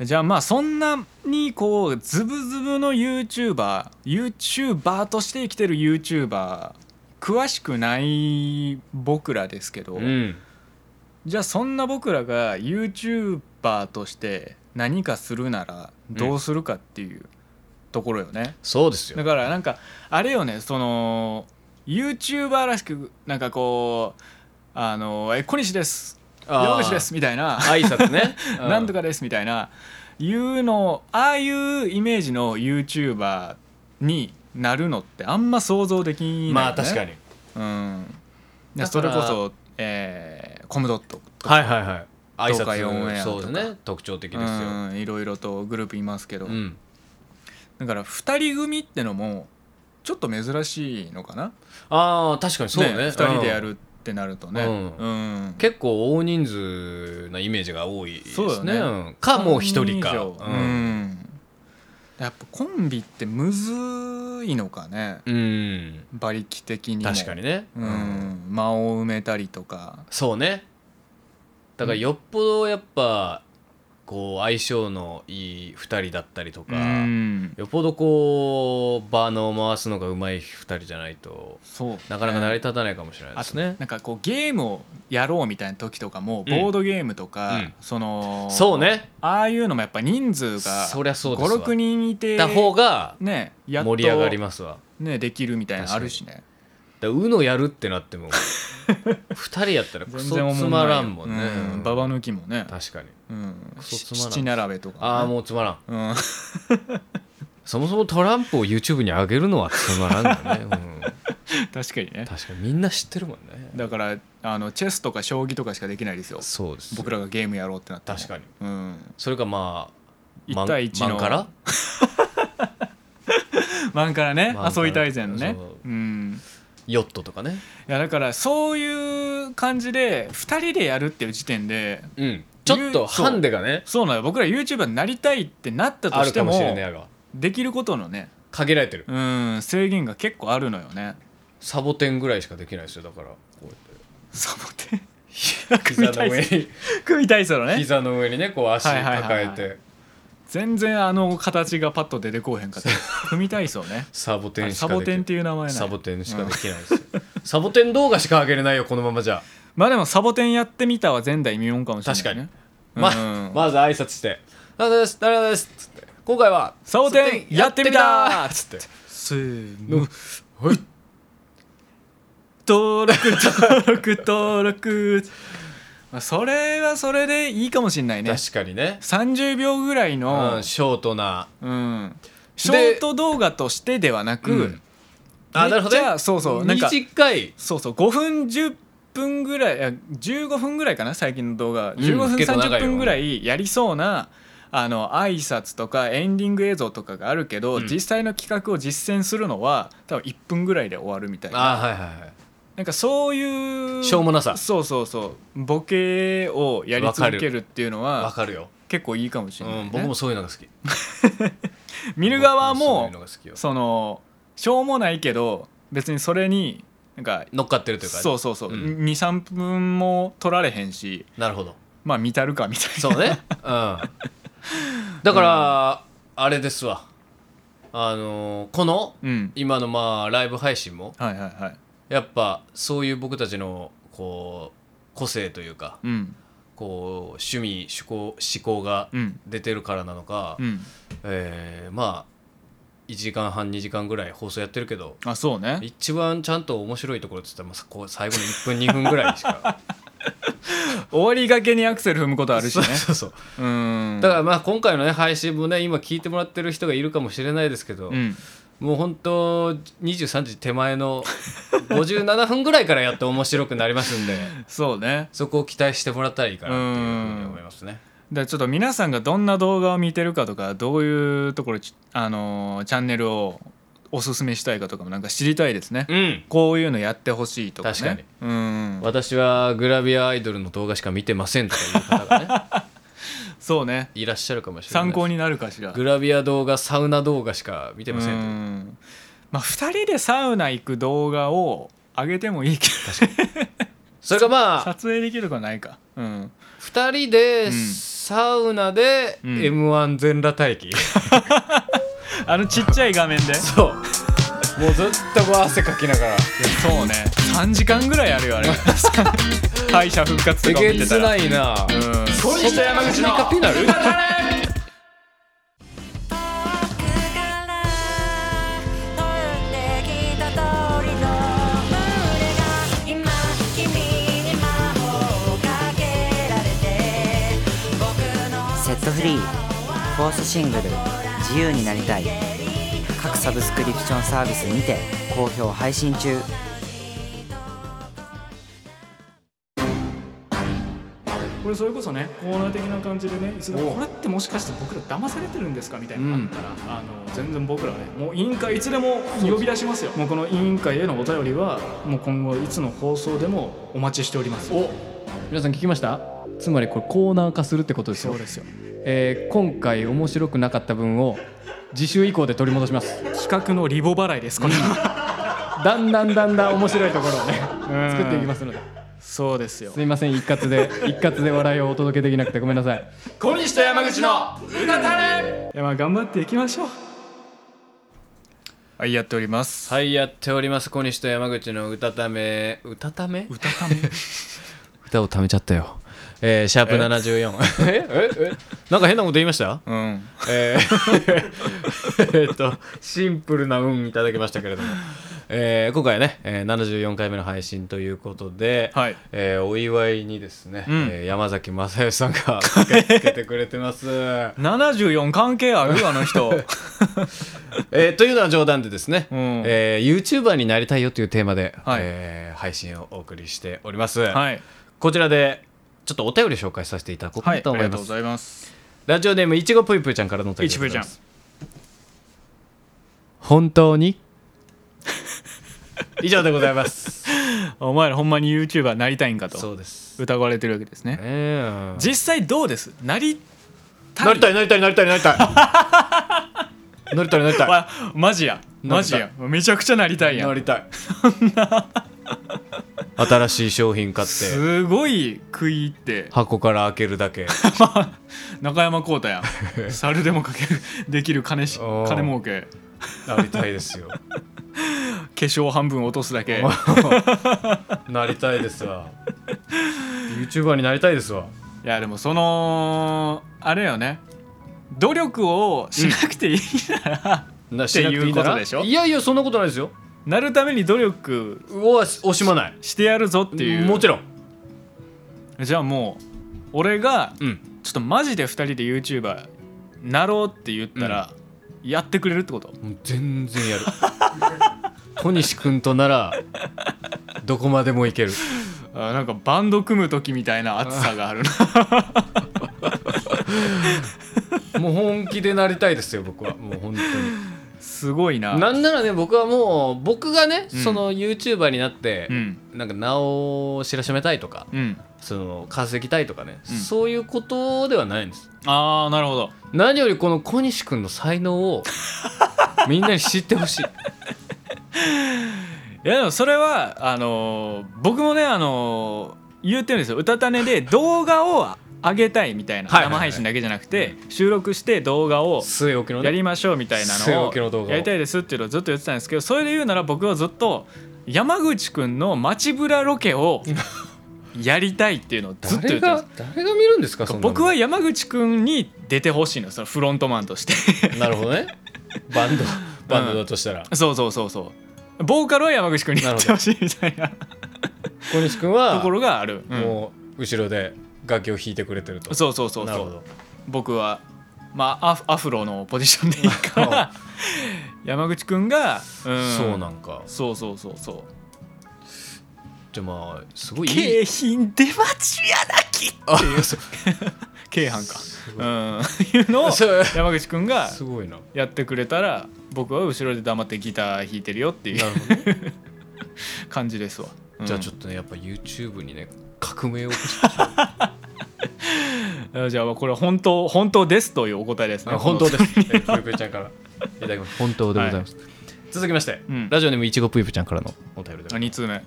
う
じゃあまあそんなにこうズブズブの YouTuberYouTuber として生きてる YouTuber 詳しくない僕らですけど、
うん
じゃあそんな僕らが YouTuber として何かするならどうするかっていうところよね、
そうですよ
だからなんかあれよねその YouTuber らしくなんかこう「あのえ小西です
あー
山口です」みたいな
挨拶ねう
なんとかですみたいないうのああいうイメージの YouTuber になるのってあんま想像できない、ね、
まあ確かに
うんで
だから
それこそ、えーコムドット
はいはいはい挨
東海オン
拶
エアと
そう
か
ですね特徴的ですよ
うんいろいろとグループいますけど、
うん
だから2人組ってのもちょっと珍しいのかな
ああ確かにそうね
2人でやるってなるとね、
うん
うん
結構大人数なイメージが多いです
そうだ
ね
ね
うんかもう一人か、
三人以上うんやっぱコンビってむずいのかね
うん、
馬力的にも
確かにね、
うん、間を埋めたりとか
そうねだからよっぽどやっぱこう相性のいい2人だったりとか、
うん
よっぽどこうバーの回すのがうまい2人じゃないと
そう
なかなか成り立たないかもしれないで
あ
す
と
ね
ね、なんかこうゲームをやろうみたいな時とかも
うん
ボードゲームとか、
うん
その
そうね
ああいうのもやっぱ人数が
そりゃそうですわ
56人いて
だ方が
ねやっと
盛り上がりますわ
ねできるみたいなのあるしね
だから UNO やるってなっても2人やったらクソつまらんもんね、
うんババ抜きもね、
確かに
うん、
クソつまらん
七並べとか、ね、
ああもうつまらん
うん、 うん、
そもそもトランプを YouTube に上げるのはつまらんだね、うん、
確かにね
確かにみんな知ってるもんね
だからあのチェスとか将棋とかしかできないですよ
そうです
僕らがゲームやろうってなったら
確かに
うん、
それかまあ
1対1の
マンマンから
マンからね
マンから
遊びたいぜのね
そう
うん
ヨットとかね
いやだからそういう感じで2人でやるっていう時点で
うんちょっとハンデがね
そうなのよ僕ら YouTuber になりたいってなったと
あ
し
る
て
かも
も
しれないが
できることのね
限られてる
うん制限が結構あるのよね
サボテンぐらいしかできないですよだからこうやっ
サボテン
て膝の上に
組体操のね
膝の上にねこう足
はいはいはい
抱
はい
えて
全然あの形がパッと出てこうへんかった組体操ね
サボテンしか
サボテンっ
でき
ていう名前
ない
なんや
サボテンしかできないですよ、 サボテン動画しか上げれないよこのままじゃ、
まあでもサボテンやってみたは前代未聞かもしれない、
確
ね、
かに
うん
ままず挨拶して「ありがとうございますありがとうございます」つって今回は
サボテンやってみた
やってみたつって
せー
の
の登録登録登録 まあそれはそれでいいかもしんないね
確かにね、
30秒ぐらいうの
ん、、ショートな
うん、ショート動画としてではなく、
うんあなるほどね
じゃあそうそうなんか
短い
そうそう5分10分ぐらいいや15分ぐらいかな最近の動画、15分
結構長いよ
30分ぐらいやりそうなあの挨拶とかエンディング映像とかがあるけど、
うん
実際の企画を実践するのは多分1分ぐらいで終わるみたいな
あはいはいはい
なんかそういう
しょうもなさ
そうそうそうボケをやり続けるっていうの
わ
は
かるよ、
結構いいかもし
う
れない、ね
ん、僕もそういうのが好き
見る側
そういう
も
のが好きよ
そのしょうもないけど別にそれになんか
乗っかってるというか
そうそうそう、
うん
23分も取られへんし
なるほど
まあ見たるかみたいな
そうねうんだから、あれですわあのーこの
うん
今のまあライブ配信も
はいはいはい
やっぱそういう僕たちのこう個性というか
うん
こう趣味趣向思考が
うん
出てるからなのか、
うん
えーまあ1時間半2時間ぐらい放送やってるけど
あそうね
一番ちゃんと面白いところって言ったらまあこう最後の1分2分ぐらいしか
終わりがけにアクセル踏む ことあるしね
そうそうそう
うん
だからまあ今回のね配信もね今聞いてもらってる人がいるかもしれないですけど、
うん
もう本当23時手前の57分ぐらいからやっと面白くなりますんで
そうね
そこを期待してもらったらいいかなっていうふうに思いますね
だからちょっと皆さんがどんな動画を見てるかとかどういうところちあのーチャンネルをおすすめしたいかとかもなんか知りたいですね
うん
こういうのやってほしいとかね
確かに
うん
私はグラビアアイドルの動画しか見てませんとかいう方が ね
そうね
いらっしゃるかもしれない
参考になるかしら
グラビア動画サウナ動画しか見てませ
うん
と
んまあ2人でサウナ行く動画を上げてもいいけ
それか
ど
まあ
撮影できるかないかうん
2人で
ん
サウナで
うん
m 1全裸待機、
あのちっちゃい画面でそ
そうもうずっとこう汗かきながら
うね3時間ぐらいあるよあれ 敗者復活
え
とかを見
げ
て
つ
た
な
ら
いな
うん
そんな山口のピナル
遠くから飛んできた通りの胸が今君に魔法をかけられて僕の
セットフリーフォースシングル「自由になりたい」各サブスクリプションサービスにて好評配信中
これそれこそねコーナー的な感じでねいつでもこれってもしかして僕ら騙されてるんですかみたいなのがあったら、あの全然僕らはねもう委員会いつでも呼び出しますよもうこの委員会へのお便りはもう今後いつの放送でもお待ちしております
お皆さん聞きましたつまりこれコーナー化するってことですよ
そうですよ
えー今回面白くなかった分を次週以降で取り戻します
企画のリボ払いですこれは
だんだんだんだん面白いところをね作っていきますので
そうですよ
すいません一括で一括で笑いをお届けできなくてごめんなさい
いやまあ頑張っていきましょうはいやっております
はいやっております小西と山口の歌ため歌ため
歌ため
歌をためちゃったよえー、シャープ74えええなんか変なこと言いました
うん
えー えーっとシンプルな運いただきましたけれども、えー今回はね、えー74回目の配信ということで、
はい
えーお祝いにですね、
ん
えー山崎正義さんが駆けつけてくれてます。 え
74関係あ るあの人
ーというのは冗談でですね、
うん
えー、YouTuber になりたいよというテーマで、
はい
えー配信をお送りしております。
はい
こちらでちょっとお便り紹介させていただこう
は
か
い
と
あ
思
り
い
が
ま
とう
す。
ございます
ラジオネームいちごぷいぷいちゃんからのお便り
いちぷいちゃん
でございます本当に 以上でございます
お前らほんまに YouTuber になりたいんか
そ
と
うです
疑われてるわけですね
ね
実際どうですなりたい
なりたいなりたいなりたいなりた いなりたいなりた
わマジやマジやめちゃくちゃなりたい
い
や
なんりたい新しい商品買って
すごい食い入って
箱から開けるだけ
中山浩太や 猿でもかけるできる金し
おー
金儲け
なりたいですよ
化粧半分落とすだけ
なりたいですわ YouTuber になりたいですわ
いやでもそのあれよね努力をしなくていいなら、
な
ていうことでしょ
いやいやそんなことないですよ
なるために努力
うわ惜しまない
してやるぞっていう
もちろん
じゃあもう俺が
うん
ちょっとマジで2人で YouTuber なろうって言ったら、やってくれるってこと
もう全然やる小西君とならどこまでもいける
あなんかバンド組む時みたいな熱さがあるな
もう本気でなりたいですよ僕はもう本当に
すごいな
なんならね僕はもう僕がね、
うん
その YouTuber になって、
うん
なんか名を知らしめたいとか
うん
その稼ぎたいとかね、
うん
そういうことではないんです
ああなるほど
何よりこの小西君の才能をみんなに知ってほしい
いやでもそれはあのー僕もねあのー言ってるんですよ「うたた寝」で動画を上げたいみたいな
はいはい
生
はい
配信だけじゃなくて収録して動画を
据え置きの
や
ね
りましょうみたいな
据え
の
置きの動画
を
を
やりたいですっていうのをずっと言ってたんですけどそれで言うなら僕はずっと山口くんの街ぶらロケ をやりたいっていうのをずっと言
誰
ってます
が誰が見るんですかそんなの
僕は山口くんに出てほしいのそのフロントマンとして
なるほどねバンドバンドだとしたら、
そうそうそうそうボーカルは山口くんにやってほしいみたいな
小西君は
ところがある、うん
もう後ろで楽器を弾いてくれてると
そうそうそう
な
そ
る
う
ほど
僕は、まあ、アフアフロのポジションでいいから 山口くんが、うん
そうなんか
そうそうそうそう
じゃあまあすごいいい
景品出待ちやなきっていう京阪かうん いうのを
そう
山口くんが
すごいな
やってくれたら僕は後ろで黙ってギター弾いてるよっていう
なるほどね、
感じですわ、
じゃあちょ
っ
っとねやっぱ YouTube にね革命を起こし
とじゃあこれは本当本当ですというお答えですね
た本当 ですえーぷよぷよちゃんからいただきます本当でございます、続きまして、
うん
ラジオネームいちごぷよぷよちゃんからのお便りで
2通目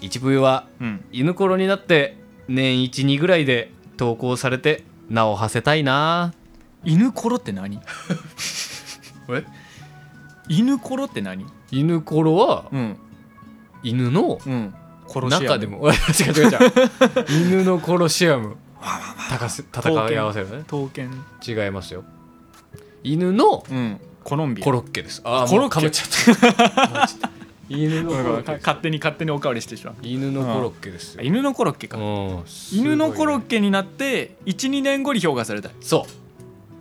一ぷよは
うん
犬頃になって年12ぐらいで投稿されて名を馳せたいな
犬コロって何
え
犬コロって何
犬頃は
うん
犬の
うん殺し屋
中でも 違う違う違う犬のコロシアム高せ戦い合わせるね
刀剣
違いますよ犬の
うんコロンビア
コロッケですあー
コ
も
ロッケ
うかぶっちゃったかぶっち ゃった犬のコ
う
ロ
ん
ッケ
か
です
勝手に勝手におかわりしてしまう
犬のコロッケですよ
犬のコロッケか
うん
犬のコロッ
す
ケになって12年後に評価されたい
ごいねそう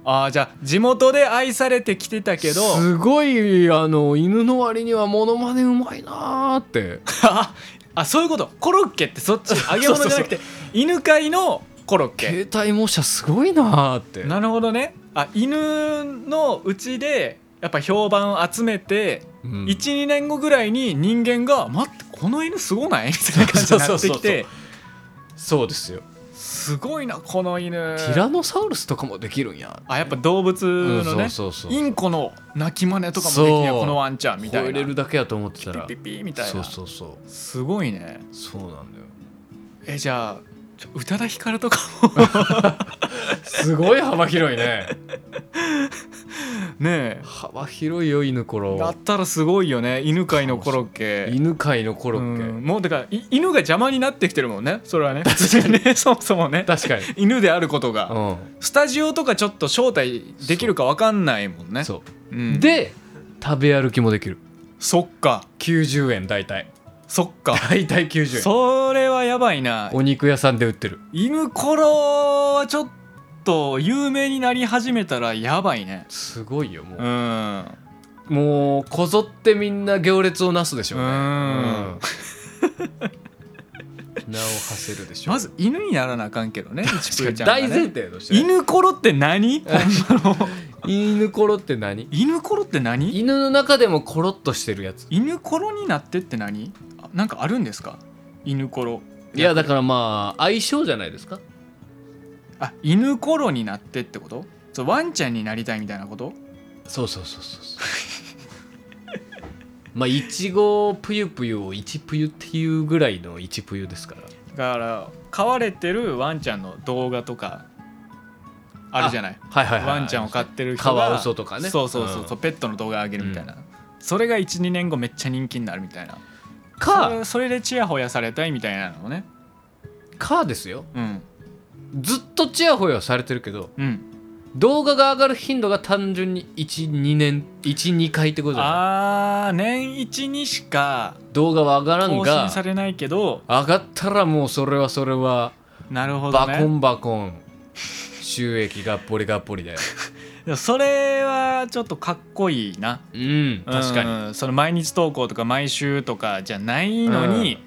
あーじゃあ地元で愛されてきてたけど
すごいあの犬の割にはモノマネうまいなーって
あ あそういうことコロッケって そっち揚げ物じゃなくて犬飼いのコロッケ
携帯模写すごいなーって
なるほどねあ犬のうちでやっぱ評判を集めて、
うん
12年後ぐらいに人間が「待ってこの犬すごない?」みたいな感じになって
そうそうそ
き
うそ
て
うそうですよ
すごいなこの犬
ティラノサウルスとかもできるんや
あやっぱ動物のね、
うんそうそうそう
インコの鳴き真似とかもできる
そう
このワンちゃんみたい
吠え
な
れるだけやと思ってたら
ピピピみたいな
そうそうそ
すごいね
うそうなんだよ
えじゃあちょ宇多田ヒカルとか
すごい幅広いね
もね
幅広いよ犬コ
えだ
ロ
ったらすごいよね犬飼いのコロッケ
犬界のコロ
うん
ッケ
もうだからい犬が邪魔になってきてるもんねそれ はね確かにね そもそもね
確かに
犬であることが、
う
スタジオとかちょっと招待できるかわかんないもんね、、
んそううんで食べ歩きもできる
そっか
90円大体
そっか
大体90円
それはやばいな
お肉屋さんで売ってる
犬コロはちょっと有名になり始めたらやばいね
すごいよも
う
うんもうこぞってみんな行列をなすでしょうね
う
うん ん名を馳せるでしょう
まず犬にならなあかんけどね一ちゃんが
大
ね
前提としてね
犬コロって何ほんまの
犬コロって何
犬コロって何
犬の中でもコロッとしてるやつ
犬コロになってって何あなんかあるんですか犬コロ
いやだからまあ相性じゃないですか
あ犬コロになってってことそうワンちゃんになりたいみたいなこと
そうそうそうそうそう まあいちごぷゆぷゆをいちぷゆっていうぐらいのいちぷゆですから
だから飼われてるワンちゃんの動画とかあるじゃない
はいはいはい
ワンちゃんを飼ってる人
カ
が
ワウソとかね
そうそうそう、
ん
そうペットの動画あげるみたいな、それが12年後めっちゃ人気になるみたいなそ
か
れそれでチヤホヤされたいみたいなのをね
かですよ
うん
ずっとチヤホヤされてるけど
うん
動画が上がる頻度が単純に12年12回ってことだ
あー年1にしか
動画は上がらん
更新
が
されないけど
上がったらもうそれはそれは
なるほど
バコ
ね
ンバコン収益がっぽりがっぽりだよ
でもそれはちょっとかっこいいな
うん確かに
うんその毎日投稿とか毎週とかじゃないのに、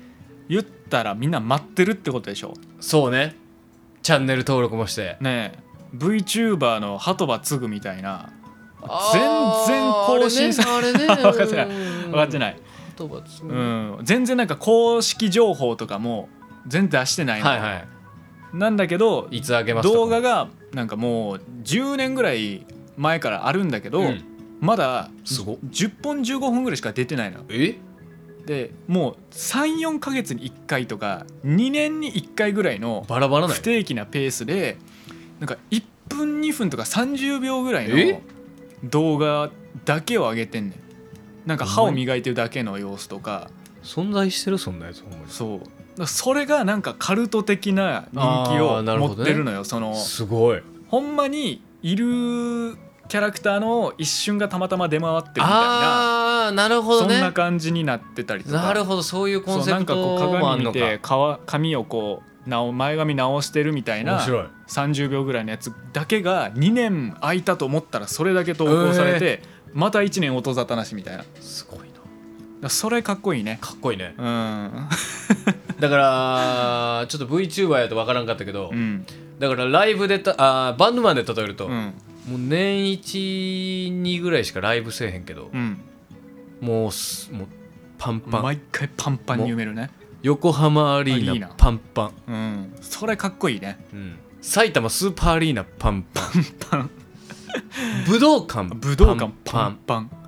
言ったらみんな待ってるってことでしょ
そうねチャンネル登録もして
ねえ VTuber の鳩場つぐみたいな
あー
全然更新さ
あれね
分かってない分かって
い
ない、う
は
ん全然なんか公式情報とかも全然出してない
い
の
は
なんだけど
いいつ上げますとか
動画がなんかもう10年ぐらい前からあるんだけど、
うん
まだ
すごっ
10本15分ぐらいしか出てないの
え
でもう34ヶ月に1回とか2年に1回ぐらいの
バラバラない
不定期なペースでなんか1分2分とか30秒ぐらいの
え
動画だけを上げてんねんなんか歯を磨いてるだけの様子とか
存在してるそんなやつほんまに
そうだからそれがなんかカルト的な人気
あー
を
なる
持
ほど
っ
ね
てるのよその
すごい
ほんまにいるキャラクターの一瞬がたまたま出回ってるみたいな
ああーなるほ
そ
ど
ん
ね
な感じになってたりとか
なるほどそういうコン
そう
セ
なん
プ
か
ト
こう
もあん
鏡
の
見
か
てか髪をこう直前髪直してるみたいな
面白い
30秒ぐらいのやつだけが2年空いたと思ったらそれだけ投稿されて、また1年音沙汰なしみたいなだか
すごいな
らそれかっこいいね
かっこいいね
うん
だから ちょっと VTuber やと分からんかったけど、
うん
だからライブでたあーバンドマンで例えると、
う
も
ん
う年12ぐらいしかライブせえへんけど
う、ん
もうすもうパンパン
毎回パンパンに埋めるね
横浜アリ
アリ
ー
ーナ
ナパンパン、
うんそれかっこいいね
うん、埼玉スーパーアリーナパンパン
パン
武道館
武道館
パ
パ
ン
ン
パン
パン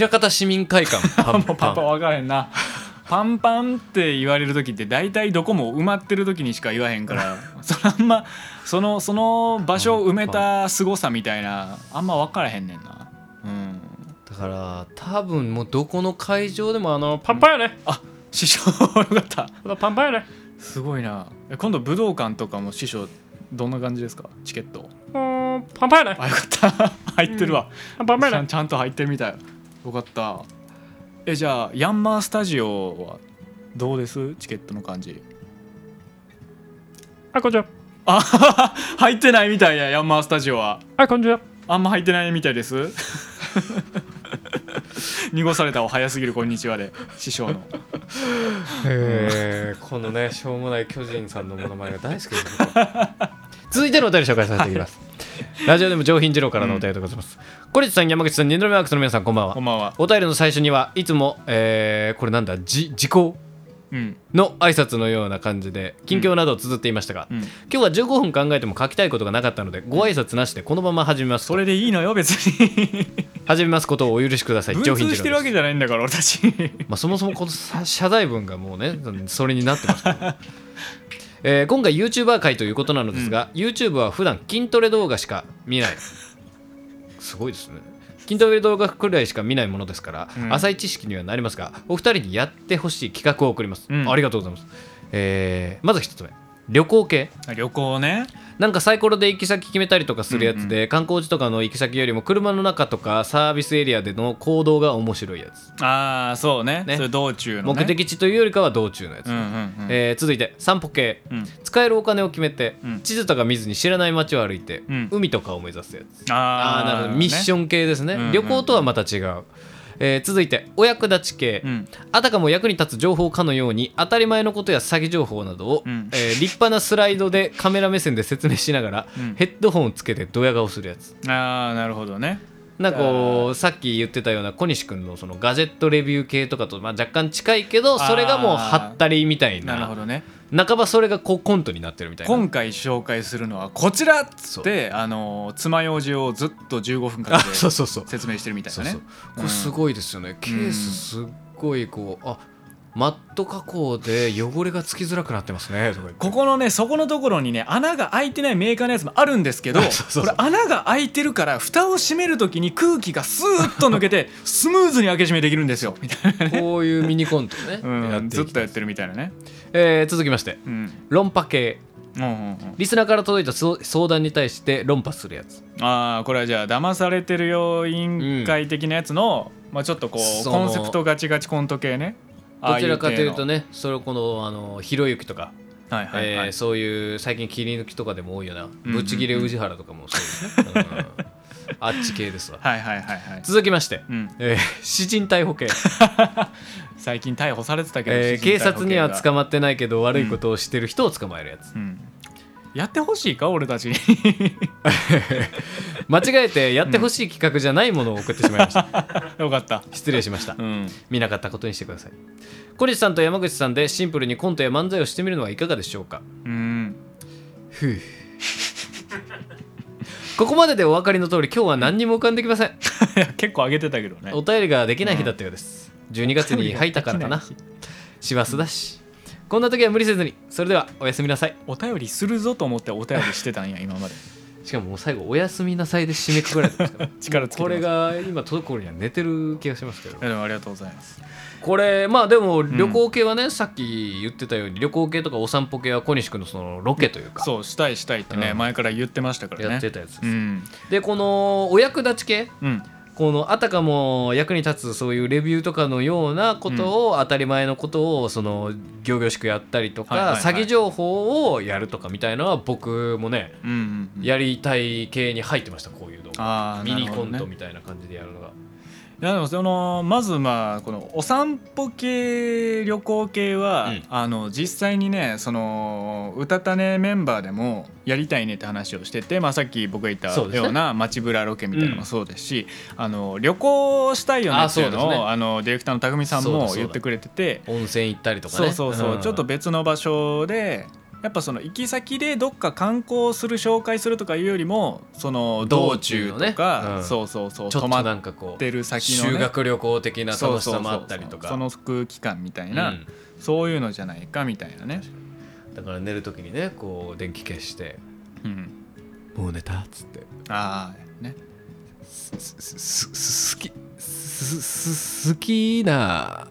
枚方市民会館 パンパン
パンパン分からへんなパンパンって言われる時って大体どこも埋まってる時にしか言わへんからそのあんまそのその場所を埋めた凄さみたいなあんま分からへんねんなうん
だから多分もうどこの会場でもあのパンパンやね
あ師匠よかった
パンパンやね
すごいなえ今度武道館とかも師匠どんな感じですかチケット
パンパンやね
あよかった入ってるわ、
パンパン
ち
や
ゃん
ね
ちゃんと入ってるみたいよかったえじゃあヤンマースタジオはどうですチケットの感じ
あこんにちは
あ入ってないみたいやヤンマースタジオは
あこんにちは
あんま入ってないみたいです 濁されたお早すぎるこんにちはで師匠の
えーこのねしょうもない巨人さんのものまねが大好きです僕は続いてのお便り紹介させていただきます、ラジオでも上品二郎からのお便りでございます、小西さん山口さん二度目ワークスの皆さんこんばんは
こんばんは
お便りの最初にはいつも、えーこれなんだじ時効
うん
の挨拶のような感じで近況などを綴っていましたが、
うん
今日は15分考えても書きたいことがなかったのでご挨拶なしでこのまま始めます
それでいいのよ別 に
始めますことをお許しください
文
上品
通
二
してる
郎
わ
で
け
す
じゃないんだから俺たち
まあ、そもそもこのさ謝罪文がもうねそれになってますから、 えー今回 YouTuber 会ということなのですが、YouTube は普段筋トレ動画しか見ないすごいですね筋トレ動画くらいしか見ないものですから、
うん
浅い知識にはなりますがお二人にやってほしい企画を送ります、
うん
ありがとうございます、えーまず1つ目 旅行系
旅行ね
なんかサイコロで行き先決めたりとかするやつで、観光地とかの行き先よりも車の中とかサービスエリアでの行動が面白いやつ、
ああそうね
ね
それ道中の、ね、
目的地というよりかは道中のやつ、
うんうんうん、
えー続いて散歩系、
うん
使えるお金を決めて、
うん
地図とか見ずに知らない街を歩いて、
うん
海とかを目指すやつあ
あ
あ
ー
なるほどミッシ
ン、
ョン系ですね、
うんうん
旅行とはまた違う、えー続いてお役立ち系、
うん、
あたかも役に立つ情報かのように当たり前のことや詐欺情報などを、
うん
えー立派なスライドでカメラ目線で説明しながら、
うん
ヘッドホンをつけてドヤ顔するやつ
ああなるほどね
なんかこうさっき言ってたような小西君のそのガジェットレビュー系とかと、まあ、若干近いけどそれがもう
あー
はったりみたい
なるほ
な
どね
半ばそれがこうコントになってるみたいな
今回紹介するのはこちらっつってあの爪楊枝をずっと15分か
あ
け
そう
て
そうそう
説明してるみたい
そう
な
そう
ね
これすごいですよね、ケースすっごいこうあマット加工で汚れがつきづらくなってますねとか言って
ここのねそこのところにね穴が開いてないメーカーのやつもあるんですけど
そうそうそう
これ穴が開いてるから蓋を閉めるときに空気がスーッと抜けてスムーズに開け閉めできるんですよみたいな、
こういうミニコントをね、や
う
っ
ん、
て
ず
い
っ
き
とやってるみたいなね
えー続きまして
うん
論破系
うんうんうん
リスナーから届いたそ相談に対して論破するやつ
ああこれはじゃあ騙されてるよ委員会的なやつの、まあちょっとこう
そ
コ
の
ンセプトガチガチコント系ね
どちらかというと
ね
ねそれこのあのひろゆきとか、
はいはいはい、
えーそういう最近切り抜きとかでも多いよな、
うん
ぶち切れ宇治原とかもそうですね、うん あっち系ですわ
はいはいはいはい
続きまして、
うん
えー詩人逮捕 系
最近逮捕されてたけど、
えー
新
警
陳代謝
察には
が
捕まってないけど悪いことをしてる人を捕まえるやつ、
うんやってほしいか俺たちに
間違えてやってほしい企画じゃないものを送ってしまいました、
よかった
失礼しました、
うん
見なかったことにしてください小西さんと山口さんでシンプルにコントや漫才をしてみるのはいかがでしょうか
うん
ふうここまででお分かりの通り今日は何にも浮かんできません
いや 結構上げてたけどね
お便りができない日だったようです12月に入ったからか な師走だしこんな時は無理せずにそれではおやすみなさい
お便りするぞと思ってお便りしてたんや今まで
しかももう最後「おやすみなさい」で締めくくられてますから
力つけ
こ
てます
れが今届く頃には寝てる気がしますけど
いやでもありがとうございます
これまあでも旅行系はね、さっき言ってたように旅行系とかお散歩系は小西君のそのロケというか、
そうしたいしたいってね、
うん
前から言ってましたからね
やってたやつです、
うん
でこのお役立ち系
うん
このあたかも役に立つそういうレビューとかのようなことを、当たり前のことをその行々しくやったりとか、
はいはいはい
詐欺情報をやるとかみたいなのは僕もね
うんうんうん
やりたい系に入ってましたこういう動画
あー
ミニコント
なるほどね
みたいな感じでやるのが。
いやでもそのまずまあこのお散歩系旅行系は、
うん
あの実際にねそのうたたねメンバーでもやりたいねって話をしてて、まあ、さっき僕が言った
そうですね
ような街ぶらロケみたいなの
うん
もそうですし、あの旅行したいよねっていうの
あそう
を
で
あ
すね
のディレクターの匠さん
そうだ
も
そうだ
言ってくれてて
温泉行ったりとか
そう,、
ね
そうそうちょっと
別
別の場所で。やっぱその行き先でどっか観光する紹介するとかいうよりもその道中
道
と
中の
か、
ねうん
そうそうそう
ちょっと
泊まっ
なんかこ
って
う
る先の、ね、
修学旅行的な
そう
楽
そ
し
う
さ
そう
もあったりとか
その空気感みたいな、
うん
そういうのじゃないかみたいなね、
だから寝る時にねこう電気消して
うん、
「もう寝た」っつって
ああね
「すすす好きすす好きな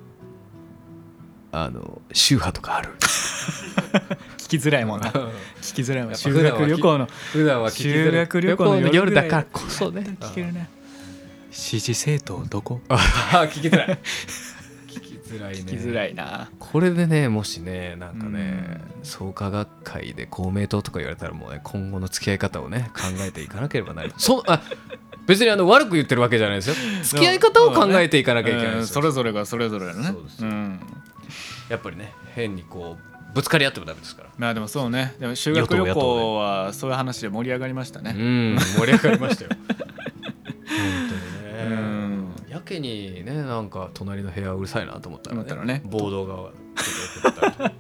あの宗派とかある」
聞きづらいもんな聞きづらいもん
やっぱ
修学旅行の
普段は
聞きづらい修学旅行の夜
夜だからこそね
聞けるね支持政党どこ
ああ聞きづらい聞きづらいね
聞きづらいな
これでねもしねなんかね、
う
創価学会で公明党とか言われたらもうね今後の付き合い方をね考えていかなければなり そあ別にあの悪く言ってるわけじゃないですよ付き合い方を考えていかなきゃいけないです
う
よ
んそれぞれがそれぞれのね
そうですよ
ん、
やっぱりね変にこうぶつかり合ってもダメですから
まあでもそうねでも修学旅
与党野党
行はそういう話で盛り上がりました
う
ね
ん盛り上がりま したよ本当
う
にね
ん
やけにねなんか隣の部屋うるさいなと思ったらね
思ったらね
暴動が起こったりとか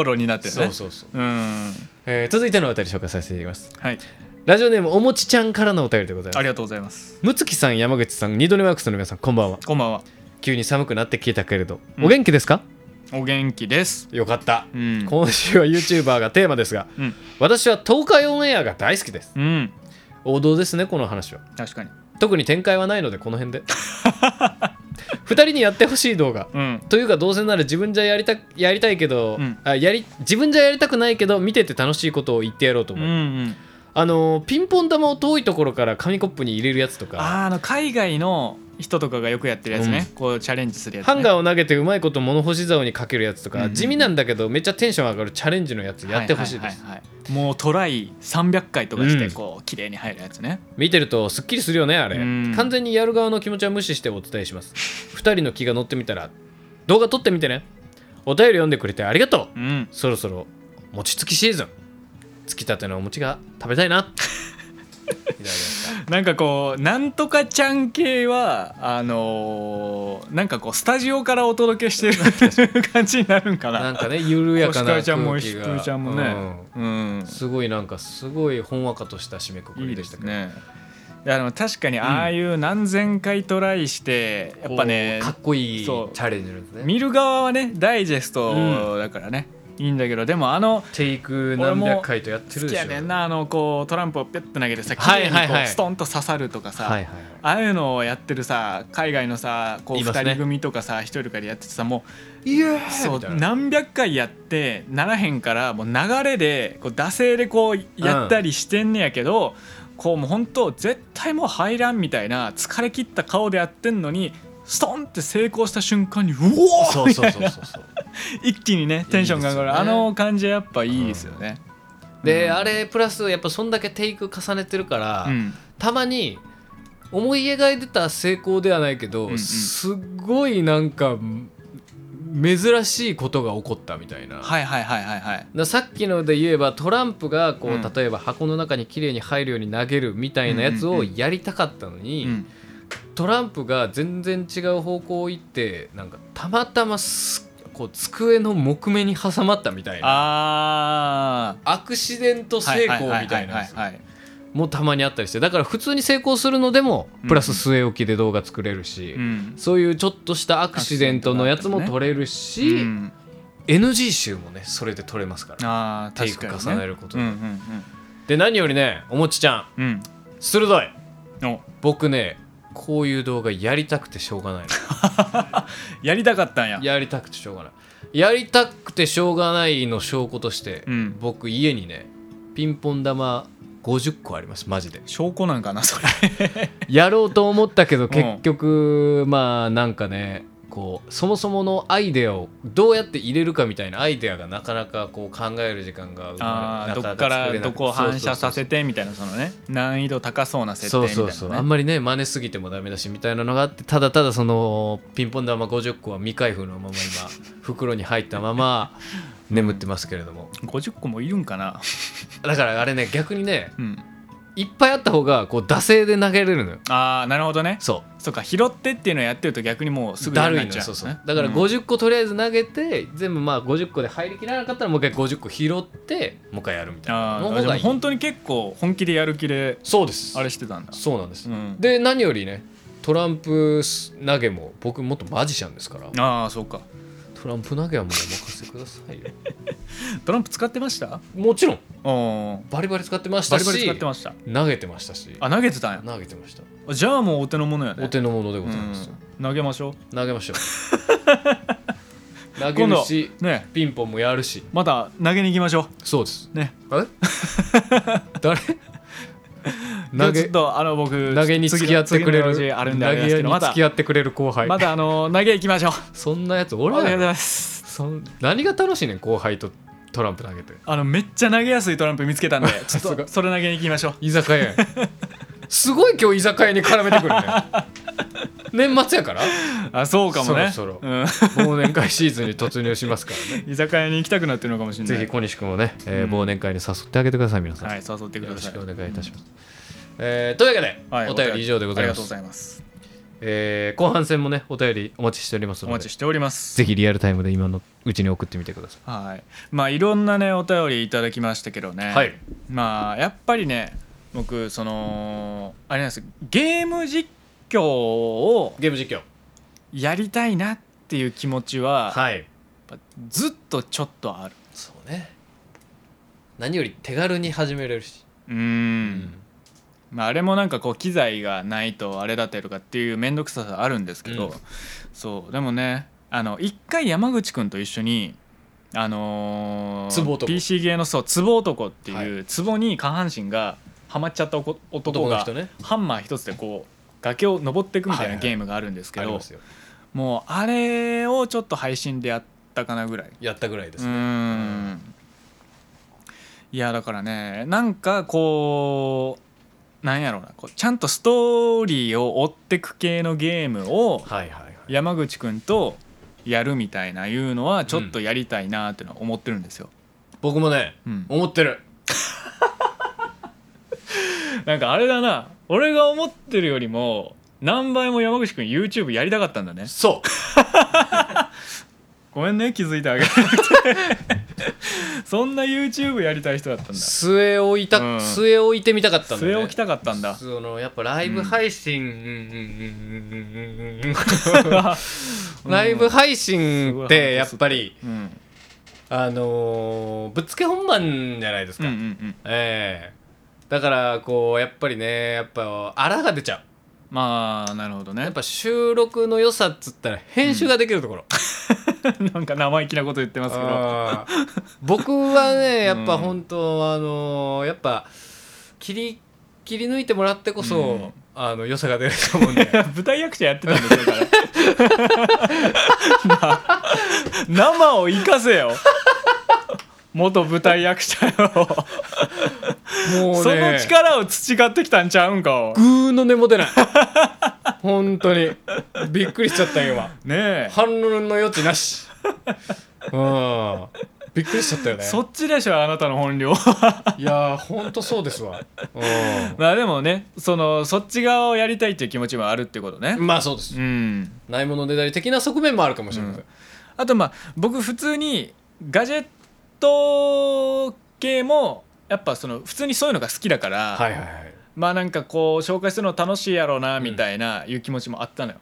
討論になってるね
そうそうそう、
うん
えー続いてのお便り紹介させていただきます
はい
ラジオネームおもちちゃんからのお便りでございます
ありがとうございます
むつきさん山口さん二度寝ワークスの皆さんこんばんは
こんばんは
急に寒くなって聞いたけれど、
うん
お元気ですか
お元気です
よかった、
うん
今週は YouTuber がテーマですが
うん
私は東海オンエアが大好きです
うん
王道ですねこの話は
確かに
特に展開はないのでこの辺で二人にやってほしい動画
うん
というかどうせなら自分じゃやりたやりたいけど、
うん
あやり自分じゃやりたくないけど見てて楽しいことを言ってやろうと
うん
思
う
う、
ん
あのーピンポン玉を遠いところから紙コップに入れるやつとか
あーあの海外の人とかがよくやってるやつね、こうチャレンジするやつ、ね、
ハンガーを投げてうまいこと物干し竿にかけるやつと
うん
か、
うん
地味なんだけどめっちゃテンション上がるチャレンジのやつやってほしいです、
はははいはいもうトライ300回とかして
うん
こう綺麗に入るやつね
見てるとすっきりするよねあれ
うん
完全にやる側の気持ちは無視してお伝えします2人の気が乗ってみたら動画撮ってみてねお便り読んでくれてありがとう
うん
そろそろ 餅つきシーズンつきたてのお餅が食べたいないただきました
なんかこうなんとかちゃん系はあのーなんかこうスタジオからお届けしてる感じになるんか
な
なん
かね緩やかな空気が
星川ちゃんも石川ちゃんもね、うん
うんすごいなんかすごいほんわかとした締めくく
いい
り
で
でし
す
たけど
ねいやでも確かにああいう何千回トライしてやっぱね
こうかっこいいチ
そう
ャレンジなんですね
見る側はねダイジェストだからね、いいんだけどでもあの
テイク何百回とやって
好
る
き
でし
や
ょ
ねんなあのこうトランプをピュッと投げてさ綺
はい
麗に
はい
こ
は
う
い
ストンと刺さるとかさ、
はいはい
ああいうのをやってるさ海外のさこう
います
2
ね
人組とかさ1人とかでやっててさも
いや
う
そ
そうう何百回やってならへんからもう流れでこう惰性でこうやったりしてんねやけど、こうもう本当絶対もう入らんみたいな疲れ切った顔でやってんのにストンって成功した瞬間にうおー
そうそうそうそうそう
一気にねテンションが上がる
いいですよ
あ
ね
の感じはやっぱいいですよね。
であれプラスやっぱそんだけテイク重ねてるから、
うん
たまに思い描いてた成功ではないけど、
んうん
すっごいなんか珍しいことが起こったみたいな、
はいはいはいはいはい。
ださっきので言えばトランプがこう、
うん
例えば箱の中に綺麗に入るように投げるみたいなやつ
うんう
を
んうん
やりたかったのに、
うん
トランプが全然違う方向行ってなんかたまたますこう机の木目に挟まったみたいな
ああ。
アクシデント成功みたいなやつ
はははいはいはい
もたまにあったりしてだから普通に成功するのでもプラス据え置きで動画作れるし、
うん
そういうちょっとしたアクシデントのやつも撮れるし、
うん、
NG 集もねそれで撮れますから。
ああ
テイ
確
ク
かに、ね、
重ねること
う
で,、
ん
で何よりねおもちちゃん
うんうん
鋭い
うんお
僕ねこういう動画やりたくてしょうがない
やりたかったんや
のやりたくてしょうがないやりたくてしょうがないの証拠として、
うん
僕家にねピンポン玉50個ありますマジで
証拠なんかなそれ
やろうと思ったけど結局、まあなんかねこうそもそものアイデアをどうやって入れるかみたいなアイデアがなかなかこう考える時間が生ま
あ
れな
あどっ
な
から
作れなくて
どこを反射させ
て
てみたいなそのね難易度高そうな設定
そ
み
う
たいな、ね、
そうそうあんまりね真似すぎてもダメだしみたいなのがあってただただそのピンポン玉50個は未開封の まま今袋に入ったまま眠ってますけれども
50個もいるんかな
だからあれね逆にね
うん
いっぱいあった方がこう惰性で投げれるのよ
ああなるほどね
そう
そうか拾ってっていうのをやってると逆にもうすぐ
だ
やん
る
ないっ
の
ち
よ
ゃう
そうそう
ね
だから
うん
50個とりあえず投げて、全部まあ50個で入りきらなかったらもう一回50個拾ってもう一回やるみたい
あ
なの
あ
方
で
が
も
いい
本当に結構本気でやる気で
そうです
あれしてたんだ
そうなんです、
うん
で何よりねトランプ投げも僕もっとマジシャンですから
ああそうか
トランプ投げはもうお任せくださ いよ
トランプ使ってました
もちろん
おお
バリバリ使ってまし
バ
た
リ
し
バリ使ってました
投げてましたし
あ投げてたん
投げてました
やじゃあもうお手の物やね
お手の物でございますよ、
うん投げましょ
投げま しょう投
う
げ
今
る
度
し
ね
ピンポンもやるし
また投げに行きましょ
そうです
うね
え誰
投
投
げちょっ
げ
とあの僕
投げに付き合ってくれる
次の用事あるんであ
投
れです
げ
け
に
どま
付
だ
き合ってくれる後輩、
まだあの投げ行きましょう
そんなやつお
ありが
らん
とうござい
やろ
ます
そん何が楽しいねん後輩とトランプ投げて
あのめっちゃ投げやすいトランプ見つけたんでち
す
ょっ
ご
と
い
それ投げに行きましょう
居酒屋やんすごい今日居酒屋に絡めてくるね年末やから
あそうかもね
そろそろ
うん
忘 年会シーズンに突入しますからね
居酒屋に行きたくなってるのかもしれない
ぜひ小西君をね、えー
うん
忘年会に誘ってあげてください皆さん、
はい誘ってく
よ
だ
ろ
さ
し
い
くお願いいたします、えーというわけで、
はい
お便り以上でござい
あ
ま
りがとうご
す
ざいます
えー後半戦もねお便りお待ちしております
お
の
待
で
ちしております
ぜひリアルタイムで今のうちに送ってみてくださ
はい、まあいろんなねお便りいただきましたけどね、
はい
まあやっぱりね僕そのあれなんですゲーム実況を
い。ゲーム実況。
やりたいなっていう気持ちは、
はい。
やっぱずっとちょっとある
そうね。何より手軽に始めれるし。
うん、
うん。
まあ、あれもなんかこう機材がないとあれだったりとかっていう面倒くささあるんですけど、
うん
そうでもねあの一回山口くんと一緒にあのー
壺男
PC ゲーのそうツボ男っていう、ツボに下半身がはまっちゃった男男
男の
が
人ね。
ハンマー一つでこう崖を登っていくみたい
はい
な
はい
ゲームがあるんですけ
あ
ど、
りますよ。
もうあれをちょっと配信でやったかなぐらい
やったぐらいです
う
ね。
ーんいやだからねなんかこうなんやろうなこうちゃんとストーリーを追ってく系のゲームを
はいはいはい。
山口くんとやるみたいないうのはちょっとやりたいなっていうのは思ってるんですよ。
僕もね、
うん
思ってる。
なんかあれだな俺が思ってるよりも何倍も山口くん YouTube やりたかったんだね
そう
ごめんね気づいてあげ られなくてそんな YouTube やりたい人だったんだ
据え置いた、
うん
据え置いてみたかったんだ
据
よ
え
ね
置きたかったんだ
そのやっぱライブ配信、うんうんうんうんうんうんうんライブ配信ってやっぱり
うんうん
あのーぶっつけ本番じゃないです
うんう
か、
ん
ええだからこうやっぱりねやっぱあらが出ちゃ
まあなるほど
うや
ね
っ ぱ収録の良さっつったら編集ができるところ、
なんか生意気なこと言ってますけど
あー僕はねやっ
う
ぱ
ん
本当あのーやっぱ切り切り抜いてもらってこそ、
うん
あの良さが出ると 思うんで
舞台役者やってたんだよだから な生を生かせよ元舞台役者よ
もう
その
ね
力を培ってきたんちゃうんか
ぐーの根も出ない 本当にびっくりしちゃったよ今
ねえ
反論の余地なしうんびっくりしちゃったよね
そっちでしょあなたの本領
いやー本当そうですわ、う
まあでもねそのそっち側をやりたいっていう気持ちもあるってことね
ん、まあそうです、
うん
ないものねだり的な側面もあるかもしれません、
あとまあ僕普通にガジェット系もやっぱその普通にそういうのが好きだから、
はいはいはい
まあなんかこう紹介するの楽しいやろうなみたいないう気持ちもあったのよ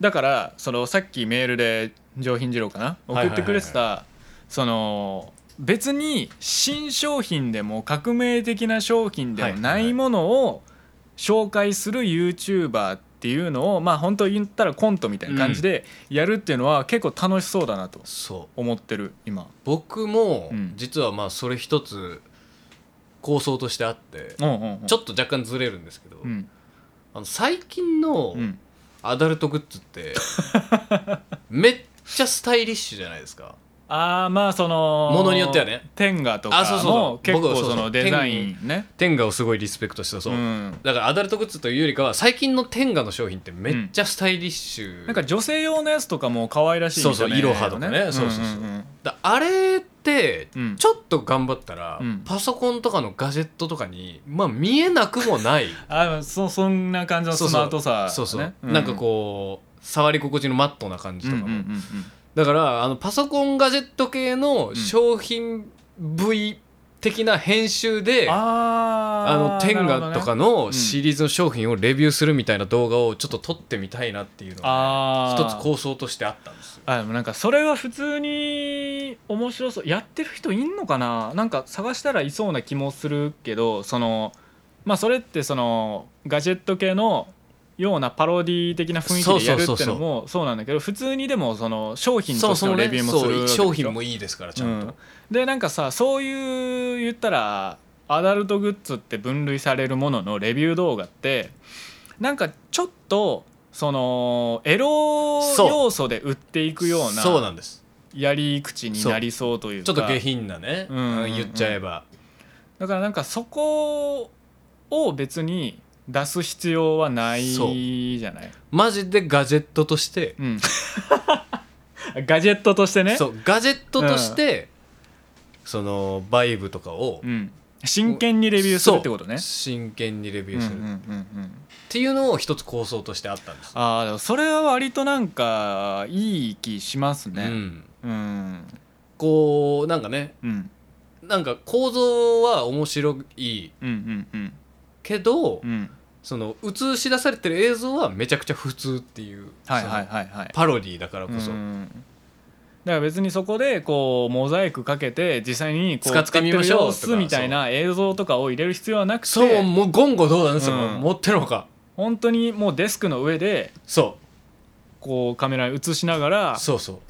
だからそのさっきメールで上品二郎かな
はいはい
送ってくれてたその別に新商品でも革命的な商品でも
は
ない
はい
いものを紹介する YouTuber っていうのをまあ本当言ったらコントみたいな感じでやるっていうのは結構楽しそうだなと
そう
思ってる今
僕も
うん
実はまあそれ一つ構想としてあって、
うんうんうん
ちょっと若干ずれるんですけど、
うん
あの最近の
うん
アダルトグッズって めっちゃスタイリッシュじゃないですか
ああまあその
ものによってはね
天下とか
あそうそうそ
も
う
結
僕
構
はそうそう
そのデザインね
天下をすごいリスペクトしてそう、
うん
だからアダルトグッズというよりかは最近の天下の商品ってめっちゃスタイリッシュ、
なんか女性用のやつとかも可愛らしい
そうそう
見た目
イロハとかねそうそうそう
うん
だあれって
うん
ちょっと頑張ったら、
うん
パソコンとかのガジェットとかに、まあ、見えなくもない
あそそんな感じのス
そうそう
マートさ
そうそう、
ね
なんかこう触り心地のマットな感じ
うん
と
うん
か
う
も、
んうん
だからあのパソコンガジェット系の商品部位的な編集で、あ
あ
の
ー
天
なるほど
下
ね
とかの
ん
シリーズの商品をレビューするみたいな動画をちょっと撮ってみたいなっていうのが
あ
一
ー
つ構想としてあったんですよ
あでもなんかそれは普通に面白そうやってる人いんのかななんか探したらいそうな気もするけどそのまあそれってそのガジェット系のようなパロディ的な雰囲気でやる
そうそうそ
って
うそう
のもそうなんだけど普通にでもその商品として
そ
の
う
レビューもするわけでしょ
商品もいいですからちゃんと、
うんでなんかさそういう言ったらアダルトグッズって分類されるもののレビュー動画ってなんかちょっとそのエロ
そう
要素で売っていくような
そうなんです
やり口になりそうという
ちょ
か
っと下品なね、
うんうんうん
言っちゃえば
だからなんかそこを別に出す必要はない
そう
じゃない、
マジでガジェットとして、
うん、 ガジェットとしてね
そうガジェットとして、そのバイブとかを
うん、真剣にレビューするってことね
そう真剣にレビューする、
うんう
っ
んうんうん
ていうのを一つ構想としてあったんです、
ああでもそれは割となんかいい気します
う
ね
ん
うん
こうなんかね
うんうん
なんか構造は面白い
うんうん
けど、
うん
その映し出されてる映像はめちゃくちゃ普通っていう、
はいはい
その
はいはい
パロディーだからこそ、
うんだから別にそこでこうモザイクかけて実際にこう
使ってみましょうとか
使ってる様子みたいな映像とかを入れる必要はなく
そう
て
もう言語道断ですよ、
うん
持ってるのか
本当にもうデスクの上で
そ
こうカメラに映しながら
うそうそう
っ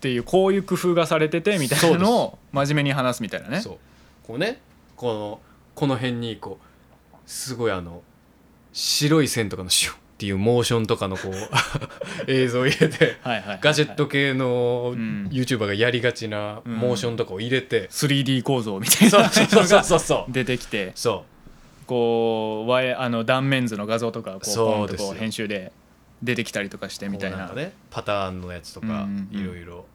ていうこういう工夫がされててみたいなのを真面目に話すみたいなね
そうこうねこのこの辺にこうすごいあの白い線とかのシュッっていうモーションとかのこう 映像を入れて
はいはいはいはい
ガジェット系の
うん
YouTuber がやりがちなモーションとかを入れて、
3D 構造みたい
そう
な
そうそうそうそう
出てきて
そ
こうワイあの断面図の画像とかこうポ
そ
ン
う
と
です
こ
よ
う編集で出てきたりとかして
う
みたい
こう
なん
かねパターンのやつとか
うんうんうん
いろいろ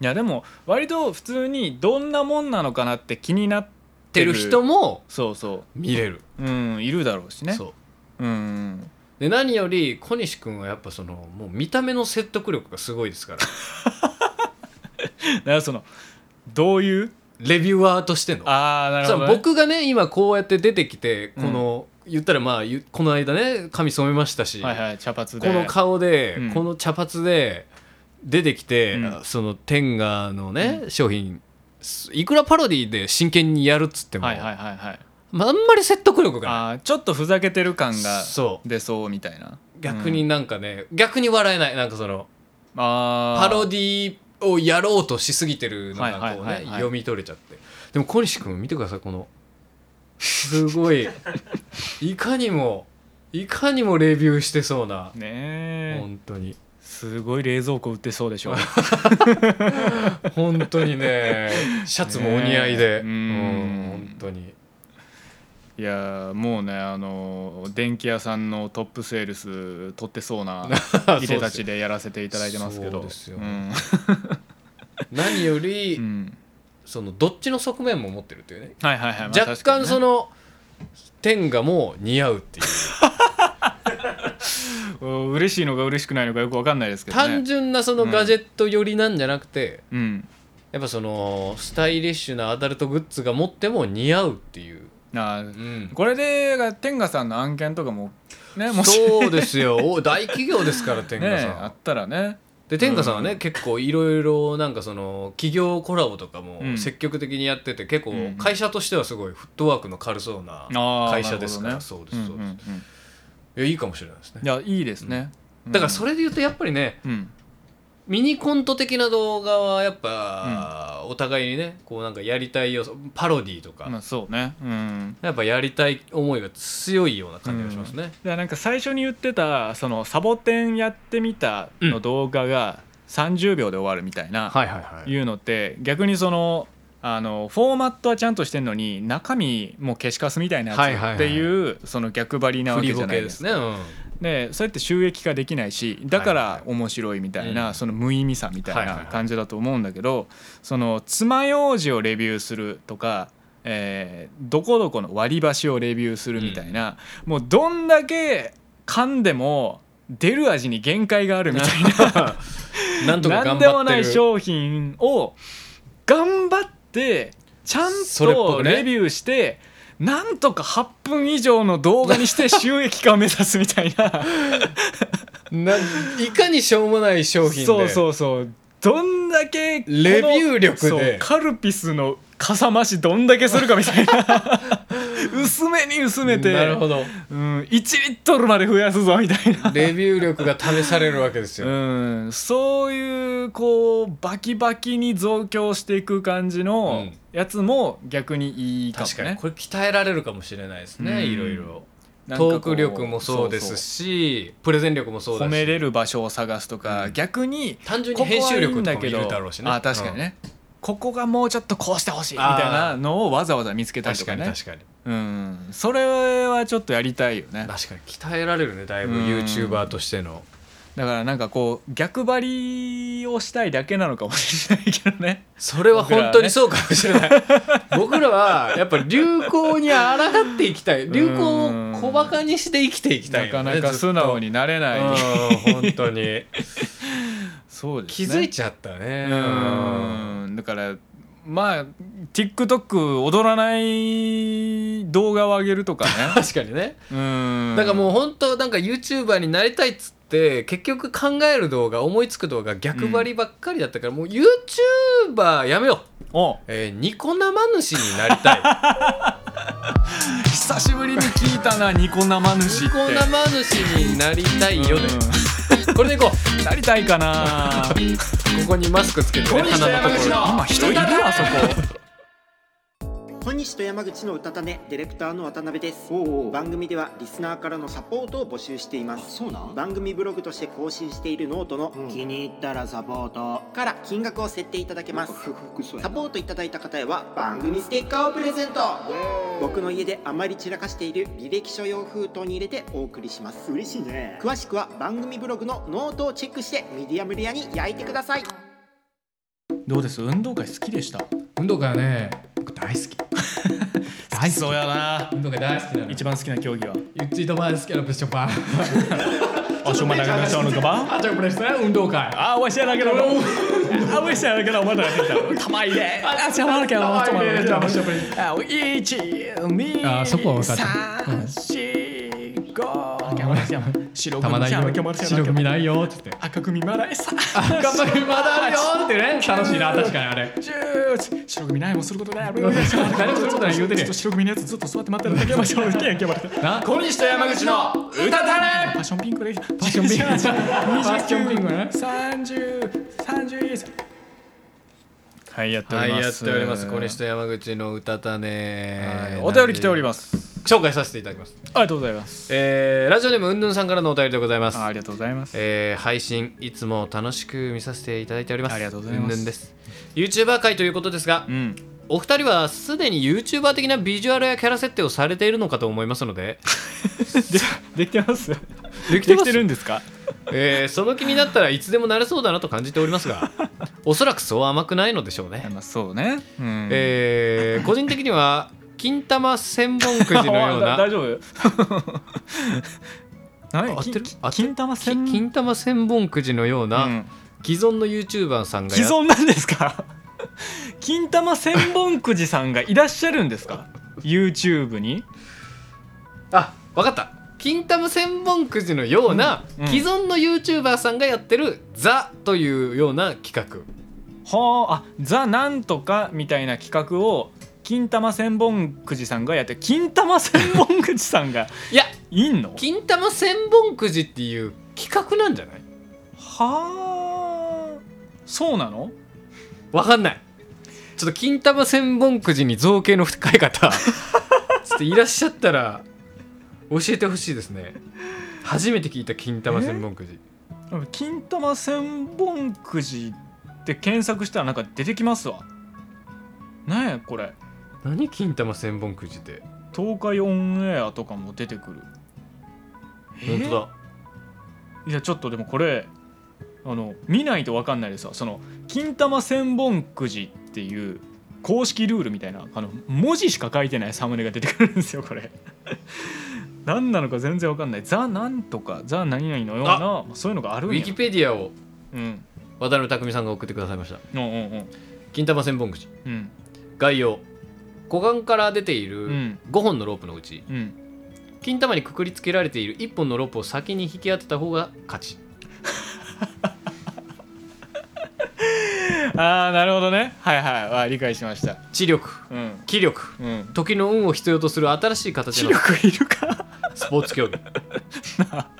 いやでも割と普通にどんなもんなのかなって気になっ
ってる人も
そうそ
見れる、
ううんいるだろうしね
そう
うん
で何より小西君はやっぱそのもう見た目の説得力がすごいですから
だからそのどういう
レビュアーとしての
ああなる
さ
ほど、
あ
ね、
僕がね今こうやって出てきて
う
こ
ん
の、言ったらまあゆこの間ね髪染めましたし、
はいはい茶髪で
この顔で、
うん
この茶髪で出てきて、
うん
その天下のね、商品すいくらパロディで真剣にやるっつっても、
はいはいはいはい
まあ、あんまり説得力がない
あーちょっとふざけてる感が
そう
出そうみたいな
逆になんかね、逆に笑えないなんかその
あ
パロ
デ
ディをやろうとしすぎてるのがこう
はいはいは
ね
いはい
読み取れちゃってでも小西君見てくださいこのすご いいかにもいかにもレビューしてそうな
ィねえ
本当に
すごい冷蔵庫売ってそうでしょ
本当にねシャツもお似合いで、
ねえ
うん
う
本
ん
当 に
いやーもうねあのー電気屋さんのトップセールス取ってそ うないでたちでやらせていただいてますけ
そ
ど
うですよ
ん
何より、
うん
そのどっちの側面も持ってるっていうね
はいはいはい、まあ
若
確か
干
にね
その天がもう似合うっていう
うん嬉しいのか嬉しくないのかよくわかんないですけどね
単純なそのガジェット寄りなんじゃなくて、
うん
やっぱそのスタイリッシュなアダルトグッズが持っても似合うっていう、
あーこれで天下さんの案件とかもねもし
そうですよお大企業ですから天下
ね
さん、
あったらね
で天下さんはね、結構いろいろなんかその企業コラボとか
う
も
ん
積極的にやってて、結構
うん
会社としてはすごいフットワークの軽そうな
あー
会社ですから、
なる
そ
ほ
う
ど
ですそうです、
んんうん
いやいいかもしれないですね
いやいいですね、
だからそ
れ
れで言うとやっぱりね
うん
ミニコント的な動画はやっぱ、お互いにねこうなんかやりたい要素パロディとか、
まあそうねうん
やっぱやりたい思いが強いような感じがしますね、
だからなんか最初に言ってたそのサボテンやってみたの動画が30秒で終わるみたいな、
いはいはい
いうのって逆にそのあのフォーマットはちゃんとしてるのに中身もう消しカスみたいな
はいはいは
や
い
つっていうその逆張りなわ
振り
けじゃ
ボ
ない
ケ
で
ですす
か
ね、うん、
でそうやって収益化できないしだ
は
か
い
ら
はい
面白いみたいうなんその無意味さみたい
はいはい
な
はい
感じだと思うんだけどその爪楊枝をレビューするとかえーどこどこの割り箸をレビューするみたいなもうどんだけ噛んでも出る味に限界があるみた いな
なんとか
何
頑
でもな
張
い
ってる
商品を頑張ってちゃん
それっぽ
と
くね
レビューしてなんとか8分以上の動画にして収益化を目指すみたいな。
ないかにしょうもない商品で
そうそうそうどんだけこの
レビュー力で
そうカルピスのかさ増しどんだけするかみた いな薄めに薄めて
なるほど
うん、1リットルまで増やすぞみたいな、
レビュー力が試されるわけですよ、
うん、そういうこうバキバキに増強していく感じ
う
の
ん
やつも逆にいいかも
確かに
ね
これ鍛えられるかもしれないですね、
うん
いろいろ
なんかこう
トーク力もそうです
そ
しプレゼン力もそうう
そう
だし
褒めれる場所を探すとか、
うん
逆に
単純に編集力とかもいるだろうしね
あ確かにね、ここがもうちょっとこうしてほしいみたいなのをわざわざ見つけ
うん
たり
確
と
か
か
に
ね
確かに
うんそれはちょっとやりたいよね
確かに鍛えられるねだいぶ
うん
YouTuber としての
だからなんかこう逆張りをしたいだけなのかもしれないけどね
それは本当にそうかもしれない 僕らはやっぱ流行に抗っていきたい流行を小バカにして生きていきたい
な
よ
か
ね、
なか素直
に
になれない、
本当に
そうで す
気
ね
づいちゃったねうん
うんだからまあ TikTok 踊らない動画を上げるとか ね
確かにね
うん
だからもう本当なんか YouTuber になりたいっつって結局考える動画思いつく動画逆張りばっかりだったから、もう YouTuber やめよう、
お
えーニコ生主になり たい
久しぶりに聞いたなニコ生主
ニ
って
コ生主になりたいよね、これでいこう
うんなりたいかな
ここにマスクつけてね鼻のところに
今人いるあそこ
小西と山口の歌たねディレクターの渡辺です番組ではリスナーからのサポートを募集しています
そうなん
番組ブログとして更新しているノートの、
うん
気に入ったらサポートから金額を設定いただけます
ふふふそうや
サポートいただいた方へは番組ステッカーをプレゼント僕の家であまり散らかしている履歴書用封筒に入れてお送りします
嬉しいね
詳しくは番組ブログのノートをチェックしてミディアムレアに焼いてください
どうです運動会好きでした
運動会はね僕大好き
大好きそうやな
運動会大好きなの
一番好きな競技は
ゆっちと前好きなプッションパン
あしょまなくなっちゃうのかば
あちゃこれしたら運動会
あおいしやだけど あおいしやだけどお前らが出てきたたまいであしゃまだけど
たまいで
たまあ一二
あそこは分かった
三四五白
たまないよ白組ないよって言って
赤組まだえさ
頑張るまだあるよってね楽しいな確かにあれ
ジュー白組ないもんすることない。
誰もそんなことない言うてね
ちょっと白組のやつずっと座って待ってるだけましょう。けやけま
な小西と山口の歌たれ
パッションピンクで。パッ
ションピンク
二十
パッションピンクね
三十三十一。はいやってお
は
ります。
いやっております小西と山口の歌たね
お便り来ており
す
ます。
紹介させていただきます
ありがとうございます。
えーラジオネームうんぬんさんからのお便りでございます
あありがとうございます。
えー配信いつも楽しく見させていただいております
ありがとうございます
んぬんです YouTuber 界ということですが、
うん。
お二人はすでに YouTuber 的なビジュアルやキャラ設定をされているのかと思いますので
できてます。
で
できてるんですか。
えーその気になったらいつでもなれそうだなと感じております がおそらくそう甘くないのでしょうね、
まあそうね。うん。
えー個人的には金玉千本くじのよう
あ大
な
丈 夫。何
合ってる
き
合ってる
金玉
き
千
金玉千本くじのような、
うん
既存の YouTuber さんが
既
や
存なんですか 金玉千本くじさんがいらっしゃるんですか YouTube に
あわかった金玉千本くじのような、
うんうん
既存の YouTuber さんがやってる「ザ」というような企画
はああザなんとかみたいな企画を金玉千本くじさんがやって金玉千本くじさんが
いや
いんの
金玉千本くじっていう企画なんじゃない
はあそうなの
わかんないちょっと金玉千本くじに造形の深い 方ちょっといらっしゃったら教えてほしいですね初めて聞いた金玉千本くじ
金玉千本くじって検索したらなんか出てきますわなんやこれ
何金玉千本くじって
東海オンエアとかも出てくる
本当だ
いやちょっとでもこれあの見ないと分かんないですわその「金玉千本くじ」っていう公式ルールみたいなあの文字しか書いてないサムネが出てくるんですよこれ 何なのか全然分かんない「ザなんとか」「ザ何々」のようなそういうのがある
ウ
ん
ィ
や
キペディアを
うん
渡辺匠さんが送ってくださいました
うんうんうん
金玉千本くじ
うん
概要股間から出ていうる
ん
5本のロープのうち
うん
金玉にくくりつけられている1本のロープを先に引き当てた方が勝ち
ああなるほどねはいはいわあ理解しました
知力
うん
気力
うん
時の運を必要とする新しい形
知
の
力いるか
スポーツ競 技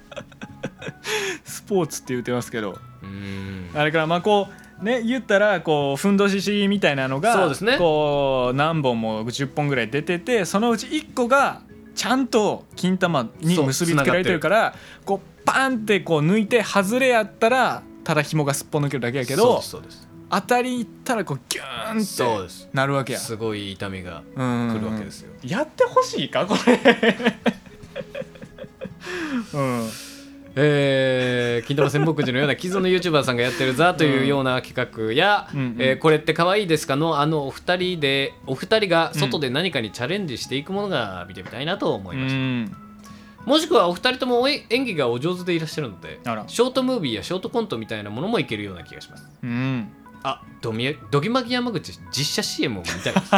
スポーツって言ってますけど
うーん
あれからまあこうね言ったらこうふんどししみたいなのが
そうですね
こう何本も10本ぐらい出ててそのうち1個がちゃんと金玉に
そう
結びつけられてるからこうパンってこう抜いて外れやったらただ紐がすっぽ抜けるだけやけ
そう
ど
ですそうです
当たりいったらこうギュー
そう
ンっ
で
て
す
なるわけや。
すごい痛みが
来
来るわけですよ
やってほしいかこれうん
えー金玉千本くじのような既存の YouTuber さんがやってる「ザ」というような企画や「
うんうん
えーこれって可愛いですかの」あのお二人でお二人が外で何かにチャレンジしていくものが見てみたいなと思
う
いました、
ん
もしくはお二人ともおえ演技がお上手でいらっしゃるので
あら
ショートムービーやショートコントみたいなものもいけるような気がします
うん
あドミドギマギ山口実写 CM を見たいです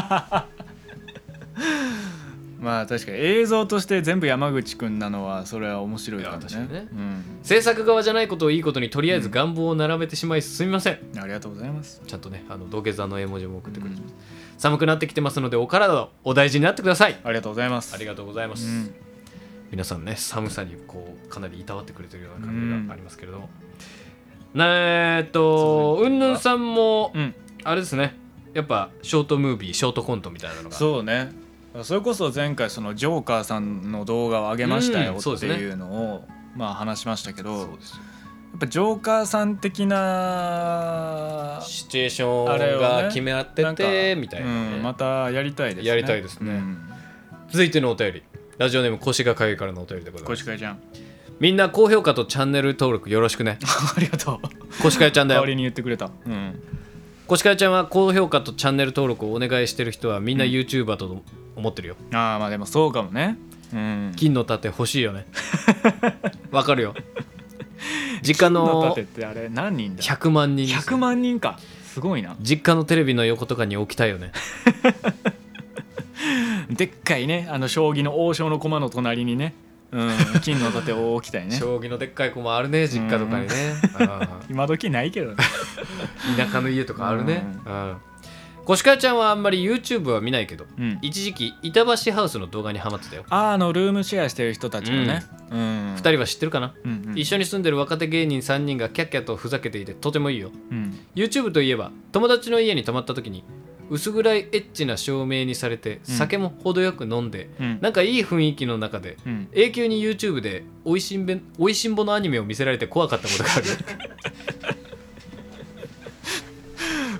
まあ確かに映像として全部山口くんなのはそれは面白いから
い
ね
や確かにね
うん、
制作側じゃないことをいいことにとりあえず願望を並べてしまいすみません、
ありがとうございます
ちゃんとねあの土下座の絵文字も送ってくれてます、寒くなってきてますのでお体をお大事になってください
ありがとうございます
ありがとうございます、
うん
皆さんね寒さにこうかなりいたわってくれてるような感じがありますけれども、なえーっとうんぬんさんも、
うん
あれですねやっぱショートムービーショートコントみたいなのが
そうねそれこそ前回そのジョーカーさんの動画を上げましたよ
うんそうで
っ
す
て
ね
いうのをまあ話しましたけど、
そう
や
です
っぱジョーカーさん的な
シチュエーション
あれを
が
ね
決め合って
なんか
て、みたいなね、
うんまたやりたいですね
やりたいですね
うん、
続いてのお便りラジオネーム腰がかゆいからのお便りでござい
小
ます
石会ちゃん
みんな高評価とチャンネル登録よろしくね
ありがとう
腰かゆちゃんだ
代わ
よ
りに言ってくれた、うん、
コシカヤちゃんは高評価とチャンネル登録をお願いしてる人はみんな YouTuber と思ってるよ、
ああまあでもそうかもねうん
金の盾欲しいよねわかるよ実家
金
の
盾ってあれ何人だ
100万人です
100万人かすごいな
実家のテレビの横とかに置きたいよね
でっかいねあの将棋の王将の駒の隣にね、うん、金の盾を置きた いね
将棋のでっかい子もあるね実家とかにねあ
今時ないけどね
ー田舎の家とかあるね
う
うんコシカヤちゃんはあんまり YouTube は見ないけど、
うん
一時期板橋ハウスの動画にハマってたよ、
あーあのルームシェアしてる人たちのね、うん
二人は知ってるかな、
うんうん
一緒に住んでる若手芸人3人がキャッキャとふざけていてとてもいいよ
うん
YouTube といえば友達の家に泊まった時に薄暗いエッチな照明にされて
うん
酒も程よく飲んで、
うん
なんかいい雰囲気の中で
うん
永久に YouTube でおいしんべんおいしんぼのアニメを見せられて怖かったこと がある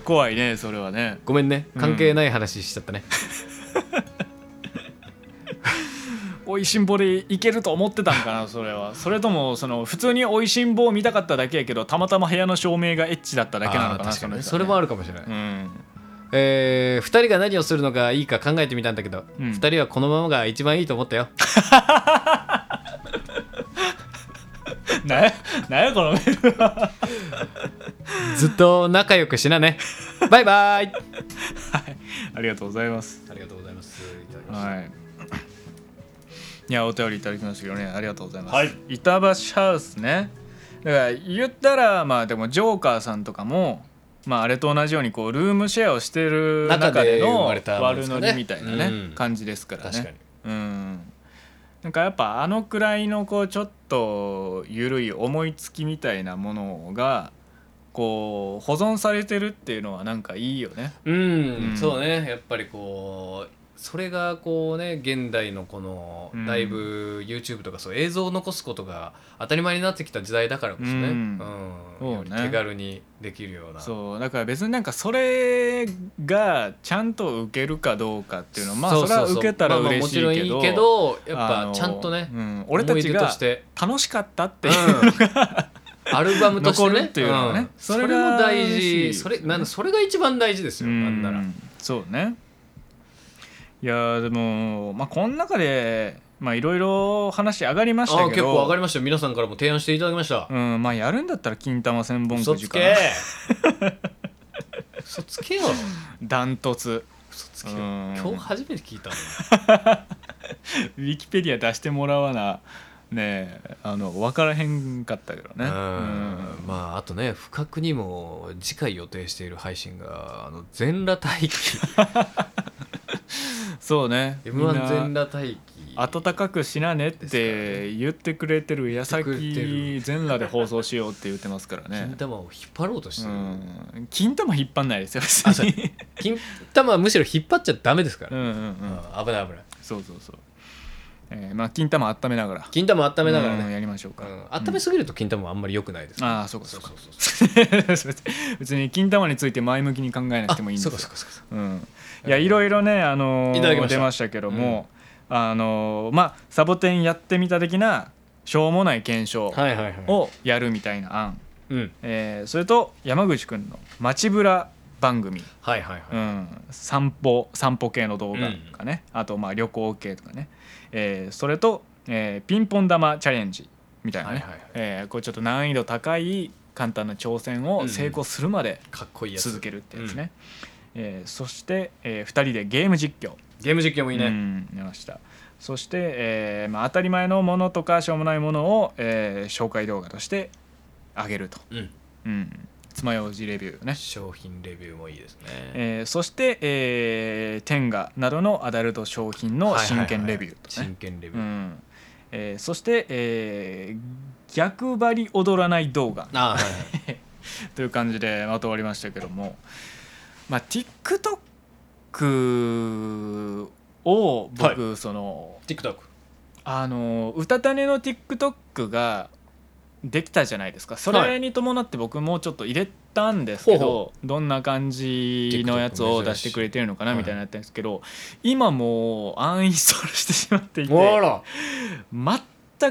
怖いねそれはね
ごめんね
うん
関係ない話しちゃったね、
おいしんぼでいけると思ってたんか なそれはそれともその普通においしんぼを見たかっただけやけどたまたま部屋の照明がエッチだっただけなのか
あ
な
ー確かにね
人
そ
はね
れもあるかもしれない、
うん
え2人が何をするのがいいか考えてみたんだけど、
う
二
ん
2人はこのままが一番いいと思ったよ
なんやなんやこのメールは
ずっと仲良くしなねバイバ イ
ありがとうございます
ありがとうございますいただきました
はいいやお便りいただきましたけどねありがとうございます、板橋ハウスねだから言ったらまあでもジョーカーさんとかもまああれと同じようにこうルームシェアをしてる中
中
で
で生
の
まれたもので
悪
すか
ノ
ね
リみたいなね、
うん
感じですからね
確かに
うんなんかやっぱあのくらいのこうちょっと緩い思いつきみたいなものがこう保存されてるっていうのはなんかいいよね
うん、
うん
そうねやっぱりこうそれがこうね現代のこの
うん
だいぶ YouTube とかそう映像を残すことが当たり前になってきた時代だからこそね、う
うんんそうね
より手軽にできるような
そうだから別になんかそれがちゃんと受けるかどうかっていうのはまあそれは
ううう
受けたら
まあまあ
嬉しいけど,、
もちろんいいけどやっ
あ
ぱ
の
ちゃんとね、
うん俺た
思い
ち
出と
が
して、
楽しかったって
う
い
ん
う、
アルバムとして
残る
ね
っていうのはね
んそ
そ
れ
れ
も
が
大
嬉しい
事それなんだそれが一番大事ですよ、
うん
なんなら
そうねいやーでもまあこの中でまあいろいろ話上がりましたけ
あ
ど
結構上がりましたよ皆さんからも提案していただきました、
うんまあやるんだったら金玉千本
嘘
くじ
つ
か
け
な
嘘つけよ
ダントツ
嘘つけよ
う
今
ん
日初めて聞いたの
ウィキペディア出してもらわなねえあの分からへんかったけどねうん
うんまああとね不覚にも次回予定している配信があの全裸 待機
そうね
m 1
み
全
んな
裸待機
暖かくしなね
で
っ
すから
て言ってくれてる
言
矢
ってくれて
先
る
全裸で放送しようって言ってますから
金
ね
玉を引っ張ろうとして
う
る、
ん金玉引っ張んないですよ別
あそう
に
金玉はむしろ引っ張っちゃダメですか
うん
ら、
うん
う
うん
ん危ない危ない
そうそうそうえーまあ金玉温めながら
金玉温めながら
うん
ね、
やりましょう
う
か
ん、温めすぎると金玉はあんまり良くないです、
ああそうかそうか
そう
別に金玉について前向きに考えなくてもいいんです
そう
よ
かそうかそうか
うん、いやいろいろね、あのー
いただきました
出ましたけども、あのーまあサボテンやってみた的なしょうもない検証
はいはいはい
をやるみたいな案、
うん
えーそれと山口くんの「街ぶら」番組、
はいはいはい、
うん、散歩散歩系の動画とかね、あとまあ旅行系とかね、えーそれと、えーピンポン玉チャレンジみたいなね、
はいはいはい
えーこれちょっと難易度高い簡単な挑戦を成功するまで、
かっこいいやつ
続けるってやつね、えーそして、え2人でゲーム実況
ゲーム実況もいいね、
うんやりましたそして、えーまあ、当たり前のものとかしょうもないものを、えー紹介動画として上げると、
うん
うん、爪楊枝レビューね、
商品レビューもいいですね。
えーそして、えー天下などのアダルト商品の真剣レビューとね
真剣レビ
う
ュー。
んえーそして、えー逆張り踊らない動画
ああ、はい はい
という感じでまとまりましたけども、まあ、TikTok を僕、その
TikTok。
あのうたた寝の TikTok ができたじゃないですかそ
は
れ
い
に伴って僕もちょっと入れたんですけど、
ほう
どんな感じのやつ
TikTok
を
珍しい
出してくれてるのかな
はい
みたいになったんですけど、今もうアンインストールしてしまっていて
あら。
全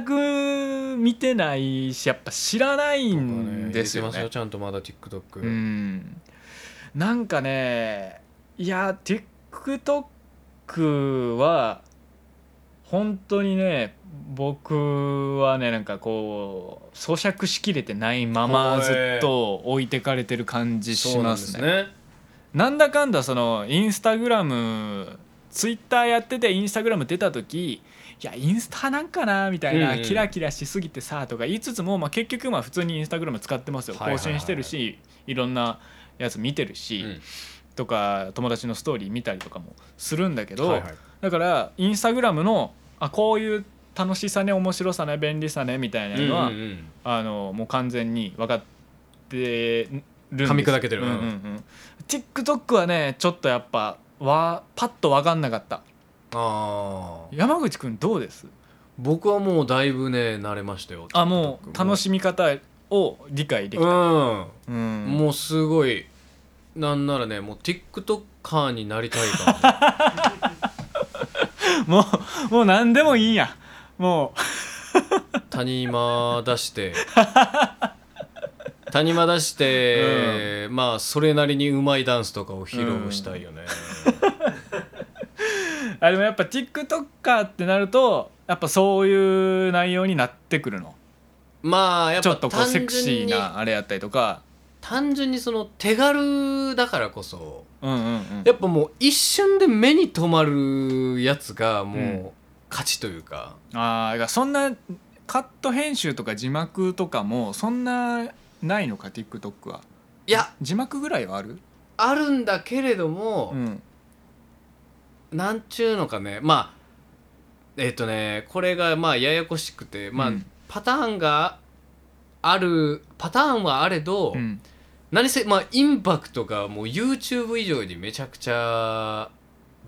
く見てないしやっぱ知らないんですよ
僕は入れてま
ね
よ。ちゃんとまだ
う
TikTok。
んなんかねいや TikTok は本当にね僕はねなんかこう咀嚼しきれてないままずっと置いてかれてる感じし
そうなん
ま
ですす
ね。
ね
なんだかんだそのインスタグラムツイッターやっててインスタグラム出た時いやインスタなんかなみたいな、
うんうん
キラキラしすぎてさとか言いつつも、まあ、結局まあ普通にインスタグラム使ってますよ
はいはい
更
はい
新してるし、いろんなやつ見てるし、
うん
とか友達のストーリー見たりとかもするんだけど、
はいはい
だからインスタグラムのあこういう楽しさね面白さね便利さねみたいなのは、
うんうんうん
あのもう完全に分かってるんです
噛み砕けてる
うんうんうん、TikTok はねちょっとやっぱわパッと分かんなかった
ああ
山口くんどうです
僕はもうだいぶね慣れましたよ
あもう楽しみ方を理解でき
う
た、
ん
うん
もうすごいなんならねもう TikToker になりたいかも
もうもう何でもいいんやも
谷間出して 谷間出して、まあそれなりにうまいダンスとかを披露したいよね、
うあでもやっぱ TikToker ってなるとやっぱそういう内容になってくるの
まあやっ
ちょ
ぱ
っとこう
単
セ
純
クシー
に
なあれやったりとか
単純にその手軽だからこそ
うんうんうん
やっぱもう一瞬で目に留まるやつが
うん
もう勝ちというか、
ああだからそんなカット編集とか字幕とかもそんなないのか TikTok はい
や
字幕ぐらいはある
あるんだけれども、
うん
なんちゅうのかねまあえっ、とねこれがまあややこしくてまあ、
うん
パターンがあるパターンはあれど、
うん
何せまあインパクトがもう YouTube 以上にめちゃくちゃ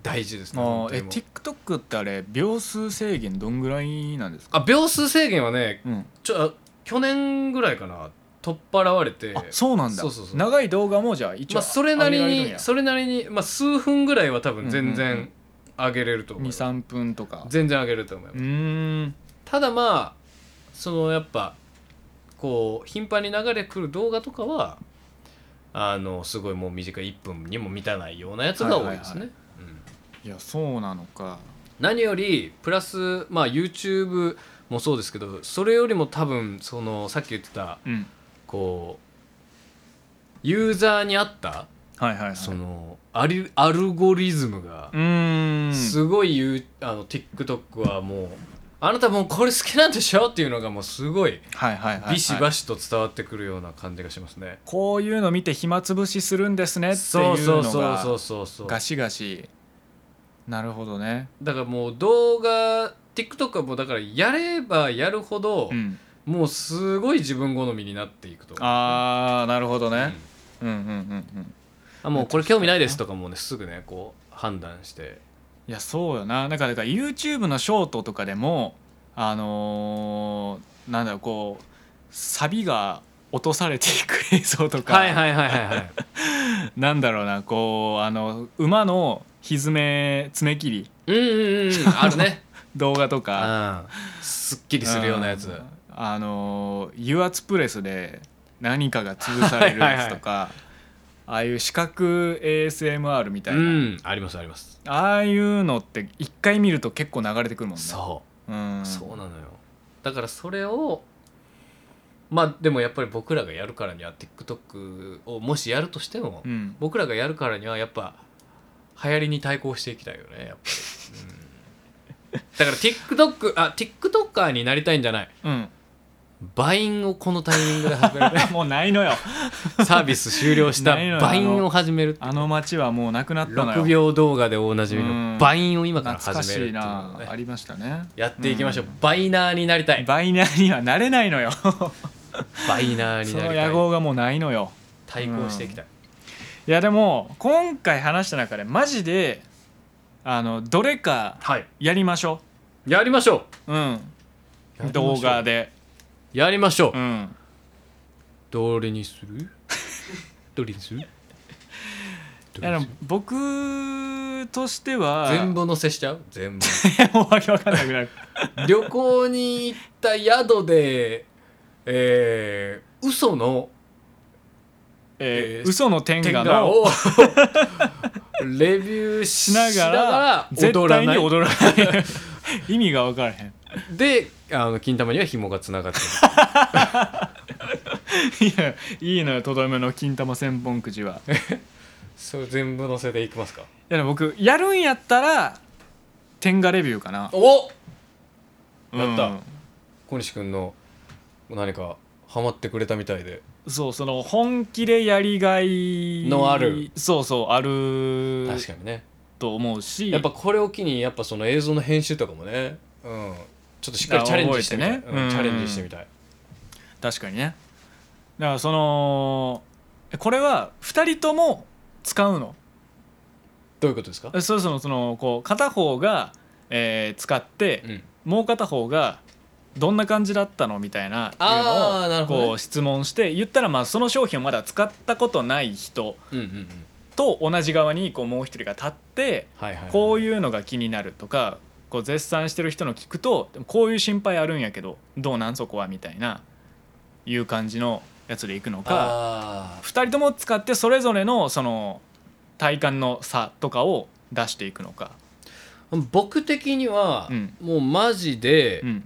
大事ですね
あ
本当
ーえ
にもう
TikTok ってあれ秒数制限どんぐらいなんですか
あ秒数制限はね
うん
ちょあ去年ぐらいかな取っ払われて
あそうなんだ
そうそうそう
長い動画もじゃあ一
ま
応
あ、それなり
上げられるん
に
や
それなりに、まあ、数分ぐらいは多分全
うんうん
然上げれると思います、
23分とか
全然上げれると思います
うーん
ただまあそのやっぱこう頻繁に流れくる動画とかはあのすごいもう短い1分にも満たないようなやつが多いですね、
はい
うん
いやそうなのか
何よりプラスまあ YouTube もそうですけどそれよりも多分そのさっき言ってた
うん
こうユーザーに合った
はいはいはい
そうのアリアルゴリズムが
ーん
すごい言うあの TikTok はもうあなたもうこれ好きなんでしょっていうのがもうすごい
はいはいはいはい
ビシバシと伝わってくるような感じがしますね。
こういうの見て暇つぶしするんですねっていうの
そうそうそ
が
うそうそうそう。
ガシガシなるほどね
だからもう動画 TikTok はもうだからやればやるほど、
うん
もうすごい自分好みになっていくと。
あーなるほど
うん
ね、うん、うんうんうん
あもうこれ興味ないですとかもねすぐねこう判断して。
いやそうよななんかだから YouTube のショートとかでもあのーなんだろうこうサビが落とされていく映像とか、
はいはいはいはいはい。
なんだろうなこうあの馬のひづめ爪切り
うんうんうんある ね。
動画とか
うん。すっきりするようなやつ。
んあのー油圧プレスで何かが潰されるやつとかああいう視覚 ASMR みた
う
いな、
んありますあります。
ああいうのって一回見ると結構流れてくるもんね
そう。
う,、ん、
そうなのよだからそれをまあでもやっぱり僕らがやるからには TikTok をもしやるとしても、
うん
僕らがやるからにはやっぱ流行りに対抗していきたいよねやっぱり、うんだから TikTok あ TikToker になりたいんじゃない
うん、
バインをこのタイミングで始める
もうないのよ
サービス終了した
ないのよ
バインを始めるって
あの街はもうなくなったのよ
6秒動画でおなじみ
うん
のバインを今から
懐か
始めるっ
してい
いうの
な
を、ね
ありましたね
やっていきましょう、
ん
バイナーになりたい
バイナーにはなれない のよ
バイナーに
そ
なり
の
たい
野望がもうないのよ
対抗していきたい、
いやでも今回話した中でマジであのどれか
はい
やりましょ
やりましょ
ううん
う
動画で
やりましょう、
うん
どれにす るどれにする
いやでも僕としては
全部乗せしちゃう全部
も うわけわかんなくなる
旅行に行った宿でえー、嘘の
えー
えー
嘘の天
天
下
下
の
をレビューし
しな
な
がら
がら
絶
踊
対
ら
に
ない
踊 らない意味が分からへん
であの金玉には紐がつながってる
いやいいのよとどめの金玉千本くじは い
それ全部載せていきますか
やでも僕やるんやったら天下レビューかな
お
うん
やった小西君の何かハマってくれたみたいで
そうその本気でやりがい
のある
そうそうある
確かにね
と思うし
やっぱこれを機にやっぱその映像の編集とかもね、うん、ちょっとしっかりチャレンジしてみたい、
あ覚えてね
うん
うん
チャレンジしてみたい
確かにねだからそのこれは2人とも使うの
どういうことですか、
そろそろそのこう片方が、えー使って、
うん、
もう片方がどんな感じだったのみたいないう
あーなる
のを
ほどね
こう質問して言ったらまあその商品をまだ使ったことない人
うんうんうん
と同じ側にこうもう一人が立って
はいはい、はい、
こう
う
いうのが気になるとかこう絶賛してる人の聞くとでもこういう心配あるんやけどどうなんそこはみたいないう感じのやつでいくのか
か
2人とも使ってそれぞれのその体感の差とかを出していくのか。
僕的には、
うん
もうマジで、
うん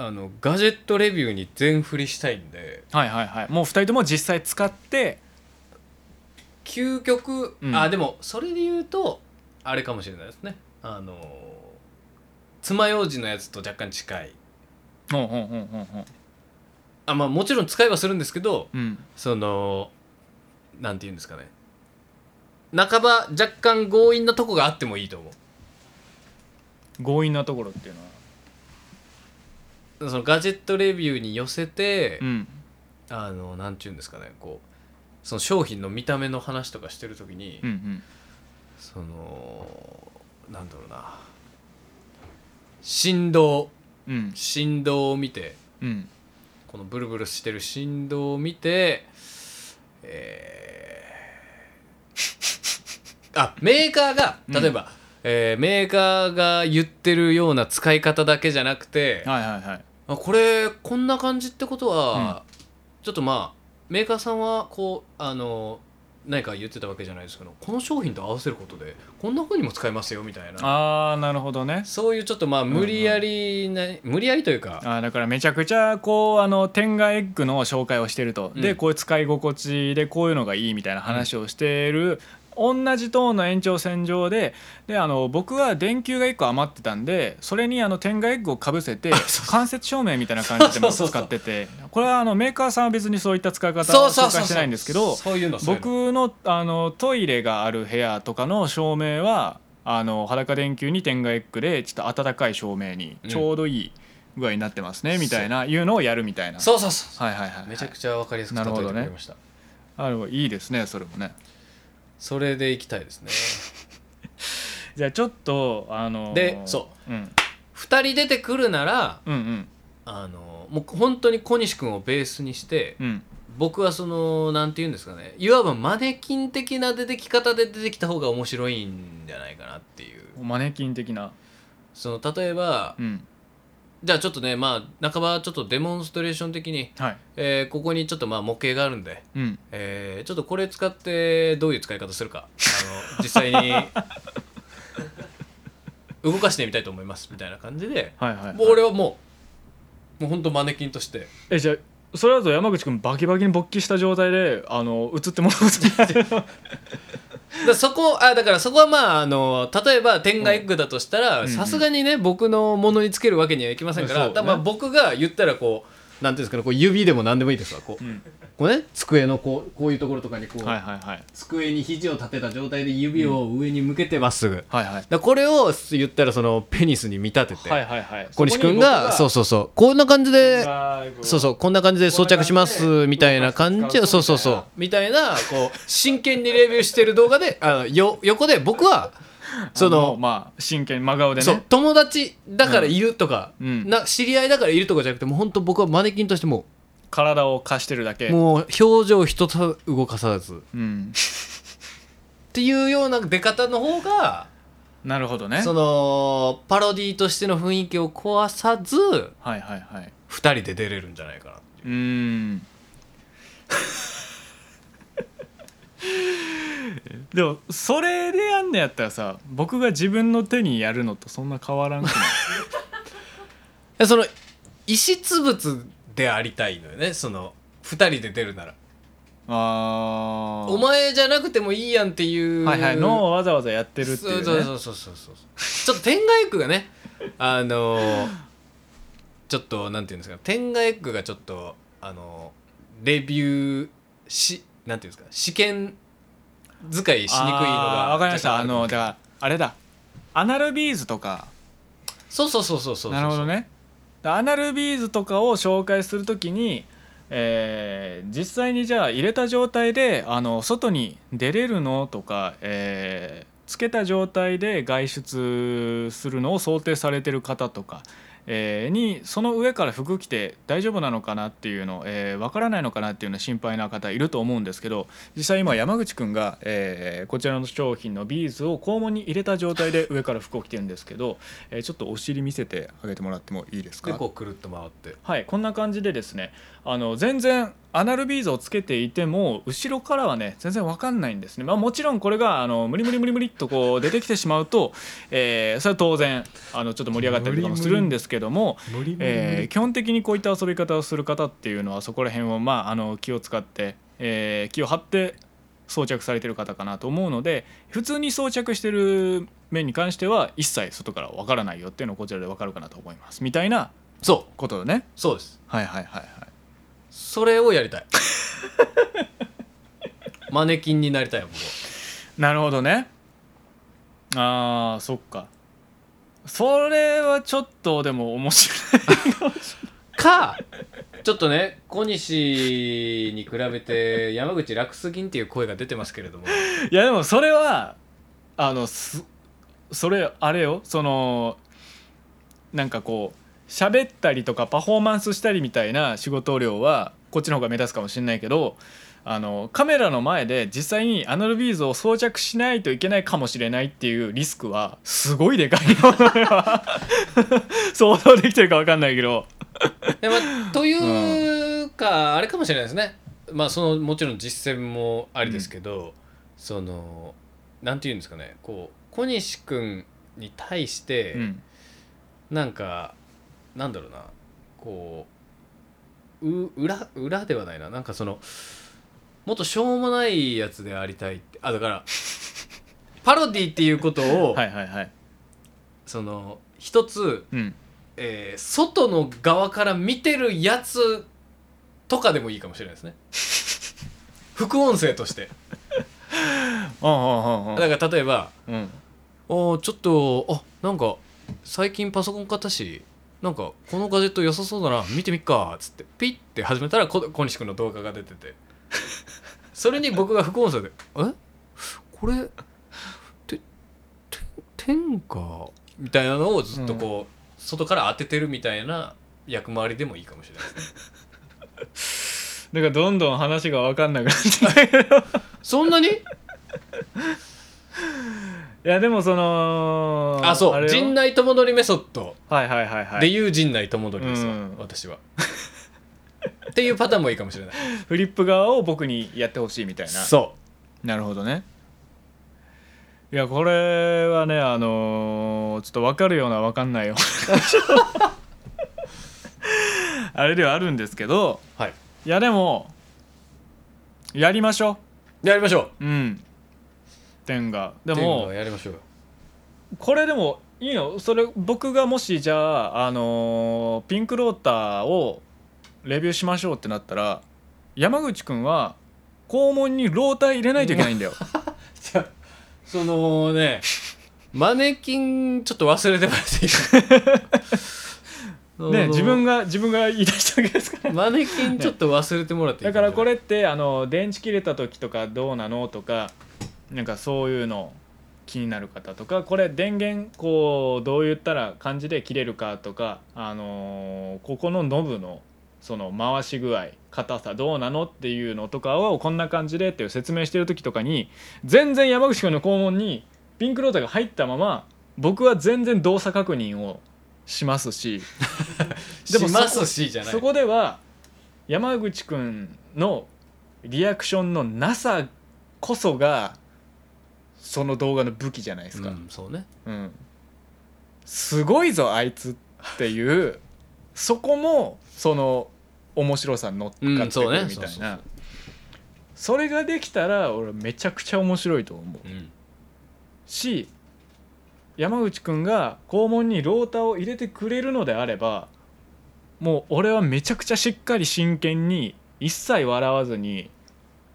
あのガジェットレビューに全振りしたいんで
はいはいはい、もう2人とも実際使って
究極、
うん
あでもそれで言うとあれかもしれないですねあの爪楊枝のやつと若干近い
ほうほうほうほうほう
あまあもちろん使いはするんですけど
うん
そのなんて言うんですかね半ば若干強引なとこがあってもいいと思
強引なところっていうのは、
うそのガジェットレビューに寄せて、
ん、
あのなんて言うんですかねこうその商品の見た目の話とかしてる時に、
うんうん
そのなんだろうな振動
うん
振動を見て
うん
このブルブルしてる振動を見てえーあメーカーが例えば、えーメーカーが言ってるような使い方だけじゃなくて
はいはいはい
あこれこんな感じってことは、ちょっとまあメーカーさんはこうあの何か言ってたわけじゃないですけどこの商品と合わせることでこんな風にも使えますよみたいな
あーなるほどね
そういうちょっとまあ無理やりな、無理やりというか
あーだからめちゃくちゃこうあの天下エッグの紹介をしてると、
うん
でこういう使い心地でこういうのがいいみたいな話をしてる、同じトーンの延長線上でであの僕は電球が1個余ってたんでそれにあの天下エッグをかぶせ て間接照明みたいな感じでも使
そうそうそう
っててこれはあのメーカーさんは別にそういった使い方を
そうそう
紹
そう
介してないんですけど
そういうのそういうの
僕のあのトイレがある部屋とかの照明はあの裸電球に天外エッグでちょっと暖かい照明に
うん
ちょうどいい具合になってますね、みたいないうのをやるみたいな
そうそうそう
はいはいはい
めちゃくちゃわかりやすく例えてくれました、
あのいいですねそれもね
それでいきたいですね
じゃあちょっとあの、
でそう
うん、
2人出てくるなら
うんうん
あのもう本当に小西君をベースにして、
うん
僕はそのなんて言うんですかねいわばマネキン的な出てき方で出てきた方が面白いんじゃないかなっていう
マネキン的な
その例えば、
うん
じゃあちょっとねまあ半ばちょっとデモンストレーション的に、
はい
えーここにちょっとまあ模型があるんで、
うん
えーちょっとこれ使ってどういう使い方するかあの実際 に動かしてみたいと思いますみたいな感じで、
はいはい、はい、
もう俺はもうもうほんとマネキンとして
えじゃあそれだと山口君バキバキに勃起した状態であの映ってもらうことに
だそこあだからそこはまああの例えば天外エッグだとした
う
ら
ん
さすがにね僕のものにつけるわけにはいきませんから、
そうね
だからまあ僕が言ったらこうなんていうんですかねこう指でも何でもいいですわこう,、こうね机のこうこういうところとかにこう、
はいはいはい
机に肘を立てた状態で指を上に向けてまっすぐ、だか
はいはい
らこれを言ったらそのペニスに見立てて、
はいはいはい
小西君がそうそう
そ
そうこんな感じで
う
そうそうこんな感じで装着しますみたいな感じ
こんな感じで
でそうそうそうみたいなこう真剣にレビューしてる動画であのよ横で僕はそ
あ
の
まあ真剣に真顔でね
そう友達だからいるとか、
うん
な知り合いだからいるとかじゃなくてもう本当僕はマネキンとしても
体を貸してるだけ
うもう表情一つ動かさずっ
うん、
ていうような出方の方が
なるほどね
そのパロディとしての雰囲気を壊さず
はいはいはい
2人で出れるんじゃないかな
うーん でもそれでやんねやったらさ僕が自分の手にやるのとそんな変わらんくない
えその遺失物でありたいのよねその2人で出るなら
あー
お前じゃなくてもいいやんっていう
はいはいのをわざわざやってるっていう、ね、
そうそうそうそうそうそうちょっと天外区がねあのーちょっとなんていうんですか天外区がちょっとあのーレビューしなんていうんですか試験使いしにくいの
あー
が
わかりましたあ
若干
のだからあれだアナルビーズとか
そうそうそうそうそうそう
なるほどねだアナルビーズとかを紹介するときに、えー実際にじゃあ入れた状態であの外に出れるのとか、えーつけた状態で外出するのを想定されてる方とか、えーにその上から服着て大丈夫なのかなっていうのわ、えーわからないのかなっていうの心配な方いると思うんですけど実際今山口くんが、えーこちらの商品のビーズを肛門に入れた状態で上から服を着てるんですけど、えーちょっとお尻見せてあげてもらってもいいですか
でこうくるっと回って
はい、こんな感じでですねあの全然アナルビーズをつけていても後ろからはね全然わかんないんですね、まあ、もちろんこれがあの無理無理無理無理っとこう出てきてしまうと、えーそれは当然あのちょっと盛り上がったりとかもするんですけどもえー基本的にこういった遊び方をする方っていうのはそこら辺を、まあ、あの気を使って、えー気を張って装着されてる方かなと思うので普通に装着してる面に関しては一切外からわからないよっていうのをこちらでわかるかなと思いますみたいな
そう
ことをね
そうです
はいはいはいはい
それをや りたいマネキンになりたい僕は
なるほどねあーそっかそれはちょっとでも面白い
かちょっとね小西に比べて山口楽すぎんっていう声が出てますけれども
いやでもそれはあのすそれあれよそのなんかこう喋ったりとかパフォーマンスしたりみたいな仕事量はこっちの方が目立つかもしれないけどあのカメラの前で実際にアナルビーズを装着しないといけないかもしれないっていうリスクはすごいでかいよ 俺は想像できてるか分かんないけど。
で、まあ、というか、あれかもしれないですねまあそのもちろん実践もありですけど、そのなんていうんですかねこう小西君に対して、
うん
なんかなんだろうなこうう裏裏ではないななんかそのもっとしょうもないやつでありたいってあだ からパロディっていうことを、
はいはいはい。
その一つ、
うん。
えー外の側から見てるやつとかでもいいかもしれないですね 副音声として
うんうんうん
だから例えば
うん。うん。
ああちょっとあなんか最近パソコン買ったしなんかこのガジェット良さそうだな見てみっかっつってピッて始めたらこ小西君の動画が出てて それに僕が副音声で「えこれてて天下?」みたいなのをずっとこう、外から当ててるみたいな役回りでもいいかもしれないですね
だからどんどん話が分かんなくなってきたけどい
そんなに
やでもその
あそ
れ
う
よ
陣内友取メソッド
はいはいはいは
で
い
いう陣内友取ですわ、
うん
私はっていうパターンもいいかもしれない
フリップ側を僕にやってほしいみたいな
そう
なるほどねいやこれはねあのーちょっと分かるような分かんないような あれではあるんですけど
はい
いやでもやりましょ
やりましょ
ううん点が
う
で
っていうの
も
をやりましょうよ
これでもいいのそれ僕がもしじゃあ、あのーピンクローターをレビューしましょうってなったら山口くんは肛門にローター入れないといけないんだよ
じゃあそのね マネキンちょっと忘れてもら っていいか
ね自分
が
が自分が言い出したわけですから
マネキンちょっと忘れてもらっていい
だからこれってあの電池切れた時とかどうなのとかなんかそういうの気になる方とかこれ電源こうどう言ったら感じで切れるかとか、あのーここのノブのその回し具合硬さどうなのっていうのとかをこんな感じでっていう説明してる時とかに全然山口君の肛門にピンクロータが入ったまま僕は全然動作確認をしま すし
でも
そこ
ますしじゃない
そこでは山口くんのリアクションのなさこそがその動画の武器じゃないですか、
うん、そうね
うん、すごいぞあいつっていうそこもその面白さに乗っか
う
っ
ん
て
そう
く
ね
るみた
そう
い
そうそ
なそれができたら俺めちゃくちゃ面白いと思う
うん
し山口くんが肛門にローターを入れてくれるのであればもう俺はめちゃくちゃしっかり真剣に一切笑わずに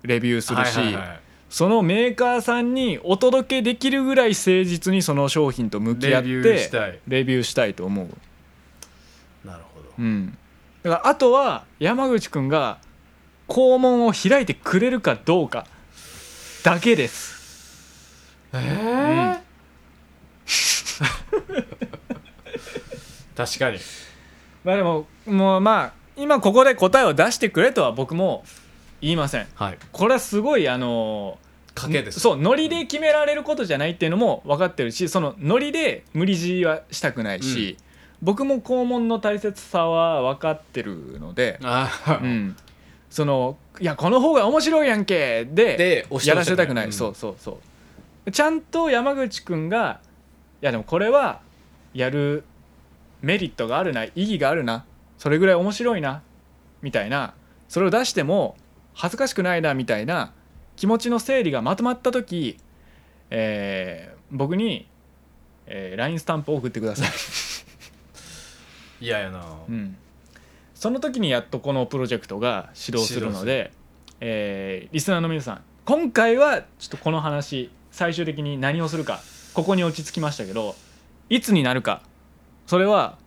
レビューするし、
はいはいはい
そのメーカーさんにお届けできるぐらい誠実にその商品と向き合っ
レ
て
ビューしたい
レビューしたいと思う、
なるほど
うん、だからあとは山口くんが肛門を開いてくれるかどうかだけです
ええ確かに
まあでももうまあ今ここで答えを出してくれとは僕も言いません
はい
これはすごいあの
賭けです
そうノリで決められることじゃないっていうのも分かってるしそのノリで無理強いはしたくないし、僕も肛門の大切さは分かってるので、
あ
う
ー
ん、そのいやこの方が面白いやんけで
で押し通したくない
やらせたくない、
うん
そうそうそうちゃんと山口くんがいやでもこれはやるメリットがあるな意義があるなそれぐらい面白いなみたいなそれを出しても恥ずかしくないなみたいな気持ちの整理がまとまった時、えー僕に、えー LINE スタンプを送ってください、
嫌やな
うん、その時にやっとこのプロジェクトが始動するので、えーリスナーの皆さん今回はちょっとこの話最終的に何をするかここに落ち着きましたけどいつになるかそれは、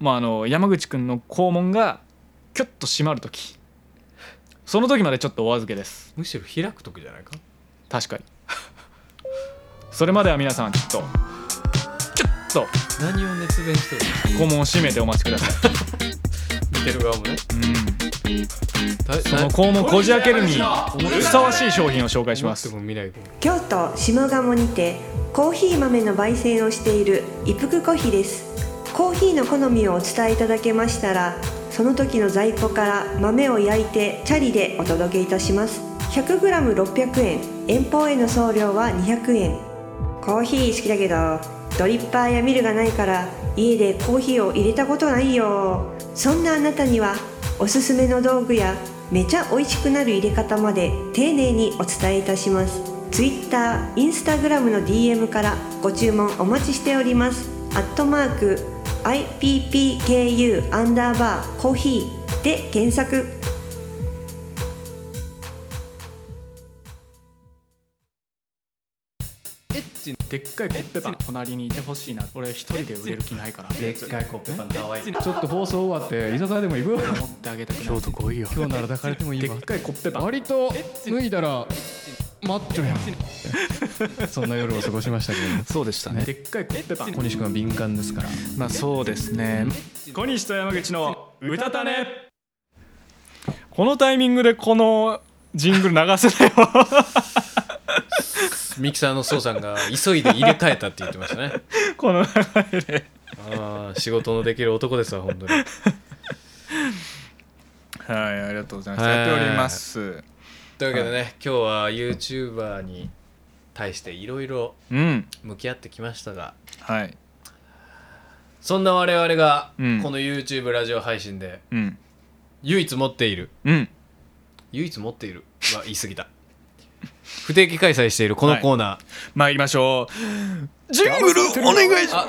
まあ、あの山口くんの肛門がキュッと閉まる時その時までちょっとお預けです
むしろ開く時じゃないか
確かにそれまでは皆さんちょっとキュッと
何を熱弁してる
肛門を閉めてお待ちください、
見てる側もね
うん
そ
その肛門をこじ開けるにふさわしい商品を紹介します
も見ない
京都下鴨にてコーヒー豆の焙煎をしている一服コーヒーですコーヒーの好みをお伝えいただけましたらその時の在庫から豆を焼いてチャリでお届けいたします 100g600 円遠方への送料は200円コーヒー好きだけどドリッパーやミルがないから家でコーヒーを入れたことないよそんなあなたにはおすすめの道具やめちゃ美味しくなる入れ方まで丁寧にお伝えいたします Twitter、Instagram の DM からご注文お待ちしておりますアットマーク IPPKU アンダーバーコーヒーで検索
でっかいコッペパン隣にいてほしいな俺一人で売れる気ないから
でっかいコッペパン可愛い
ちょっと放送終わって居酒屋でも行くよ
持ってあげたくない
来いよ今日なら抱かれてもいい
でっ
わ
かいコッペパン
割と脱いだらマッチョや んそんな夜を過ごしましたけど
そうでした
ね
でっかいコッペパン
小西君は敏感ですから
まあそうですね小西と山口の歌たねこのタイミングでこのジングル流せなよ
ミキサーのソウさんが急いで入れ替えたって言ってましたね
この流れで
ああ仕事のできる男ですわ本当に
はいありがとうございます
はい
やっております
というわけでね、今日は YouTuber に対していろいろ
うん
向き合ってきましたが
はい
そんな我々がこ
うん
の YouTube ラジオ配信で
うん
唯一持っている
うん
唯一持っているは言い過ぎた 不定期開催しているこのコーナー、
参りましょうジングルお願いします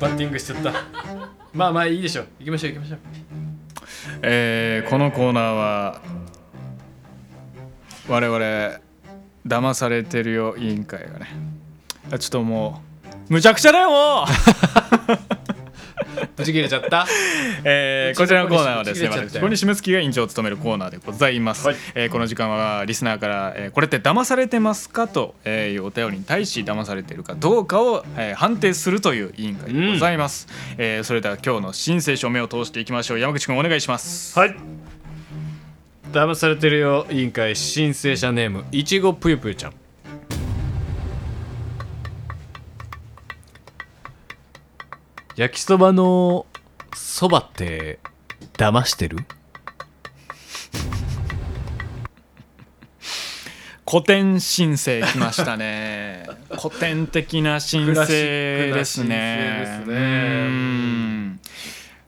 バッティングしちゃった まあまあいいでしょう行きましょう行きましょう
えーこのコーナーは我々騙されてるよ委員会がねあちょっともうむちゃくちゃだよもう、
ぶち切れちゃった
えーこちらのコーナーはですね
ぶち切れちゃった
私
よ
小西睦月が委員長を務めるコーナーでございます、えーこの時間はリスナーから、えーこれって騙されてますかとえーいうお便りに対し騙されてるかどうかを、えー判定するという委員会でございます、えーそれでは今日の申請書を目を通していきましょう山口君お願いします
はい騙されてるよ委員会申請者ネームいちごぷゆぷゆちゃん焼きそばのそばって騙してる
古典申請きました ね古典的な申請ですね
クラシックな申請ですね
うん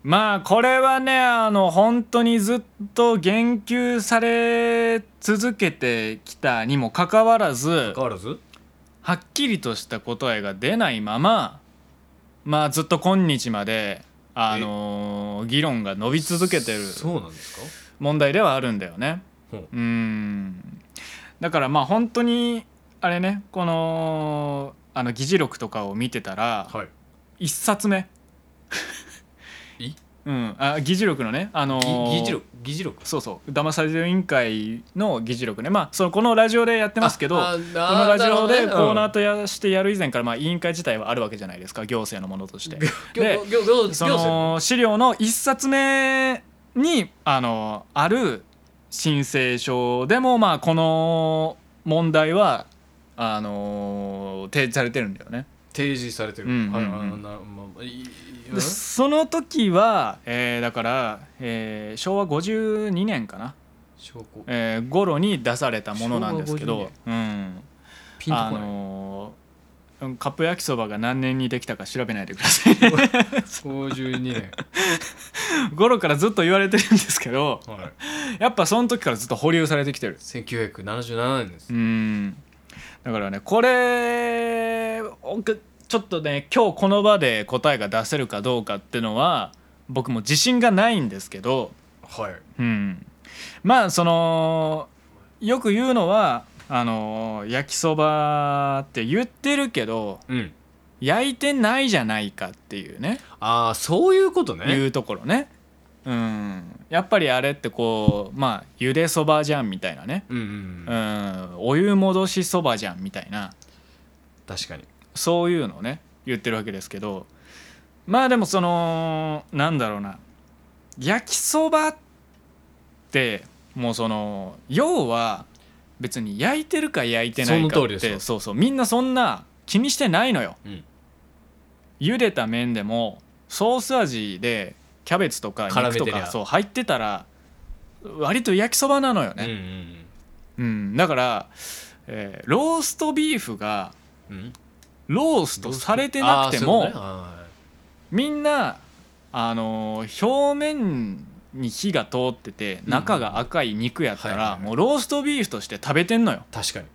まあこれはねあの本当にずっと言及され続けてきたにもかかわらず
変わらず
はっきりとした答えが出ないまままあずっと今日まであの議論が伸び続けてる
そうなんですか
問題ではあるんだよね。
ほう
うんだからまあ本当にあれねこのあの議事録とかを見てたら、
はい
一冊目
い
うん、あ議事録のね、あのー
ぎ議事録議事録
そうそう騙されてる委員会の議事録ねまあそのこのラジオでやってますけど
ああ
このラジ
な
オで
るほどね
コーナーとやしてやる以前からまあ委員会自体はあるわけじゃないですか行政のもの として。で
行行行
そ
行政
の資料の一冊目にあのある申請書でもまあこの問題はあの提示されてるんだよね。
提示されてる、
うんうんうん
はいはいはいなまあいいいい
でその時は、えーだから、えー昭和52年かな、
証拠
えー頃に出されたものなんですけど、うん、
ピンとこ
あ
ない、
のーカップ焼きそばが何年にできたか調べないでください
52年
頃からずっと言われてるんですけど
はい
やっぱその時からずっと保留されてきてる
1977年です、
うんだからねこれおくちょっとね今日この場で答えが出せるかどうかっていうのは僕も自信がないんですけど、
はい
うん、まあそのよく言うのはあのー焼きそばって言ってるけど
うん
焼いてないじゃないかっていうね
ああそういうこと
い
ね
うところねうんやっぱりあれってこうまあゆでそばじゃんみたいなね
うんうん、う、
うんんお湯戻しそばじゃんみたいな
確かに
そういうのをね言ってるわけですけどまあでもそのなんだろうな焼きそばってもうその要は別に焼いてるか焼いてない
そ
か
の
っ
通りで
て
すよ
そうそうみんなそんな気にしてないのよ、
うん
茹でた麺でもソース味でキャベツとか
絡め
肉
て
と
りゃ
かそう入ってたら割と焼きそばなのよね、うんだから、えーローストビーフが
うんうんうん
ローストされてなくても、
あーそういうことねは
みんなあのー表面に火が通ってて
ん
中が赤い肉やったら、
はいはいはい
もうローストビーフとして食べてんのよ
い確かに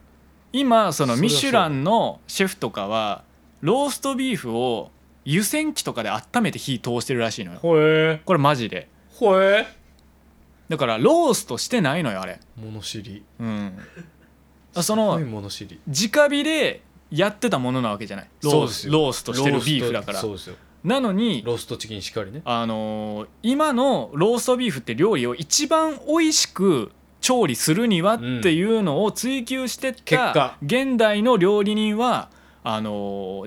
今その
そりゃ
ミ
そう
シュランのシェフとかはローストビーフを湯煎機とかで温めて火通してるらしいのよ
ほえ
これマジで
ほえ
だからローストしてないのよあれ
物知り
うんあそ
はい
の
物知り
直火でやってたものなわけじゃない
そ
ロ
う
ー
です
ス
よ
ローストしてるビーフだか
ロースト
ら
そうですよ
なのに
ローストチキンしかりね
あのー今のローストビーフって料理を一番美味しく調理するにはっていうのを追求してっ
結
た
果
現代の料理人はあの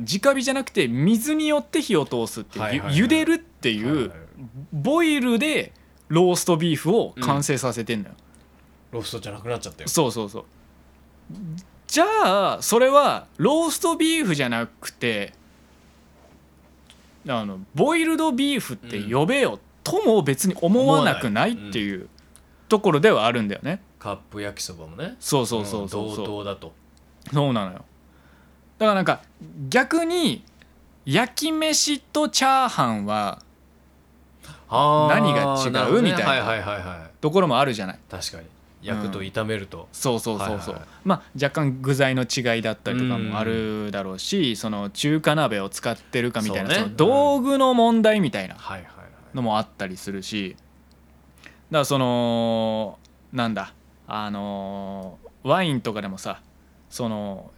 ー直火じゃなくて水によって火を通すっていう、
はいはいはい
ゆ茹でるっていう、
はいはい
ボイルでローストビーフを完成させてんのよ、
ローストじゃなくなっちゃったよ
そうそうそうじゃあそれはローストビーフじゃなくてあのボイルドビーフって呼べよ、とも別に思わなくないっていううところではあるんだよね、
カップ焼きそばもね
そうそうそうそ
ん
うそう、
同等だと
そうなのよだからなんか逆に焼き飯とチャーハンは
あー
何が違う
るほどね
みたいな
はいはいはいは
ところもあるじゃない
い確かに焼くと炒めると、
そうそうそうそ
は
う、
いはいはい
まあ若干具材の違いだったりとかもあるだろうし、その中華鍋を使ってるかみたいな
そうね
その道具の問題みたいな
はいはいはい
のもあったりするしだからそのなんだあのワインとかでもさその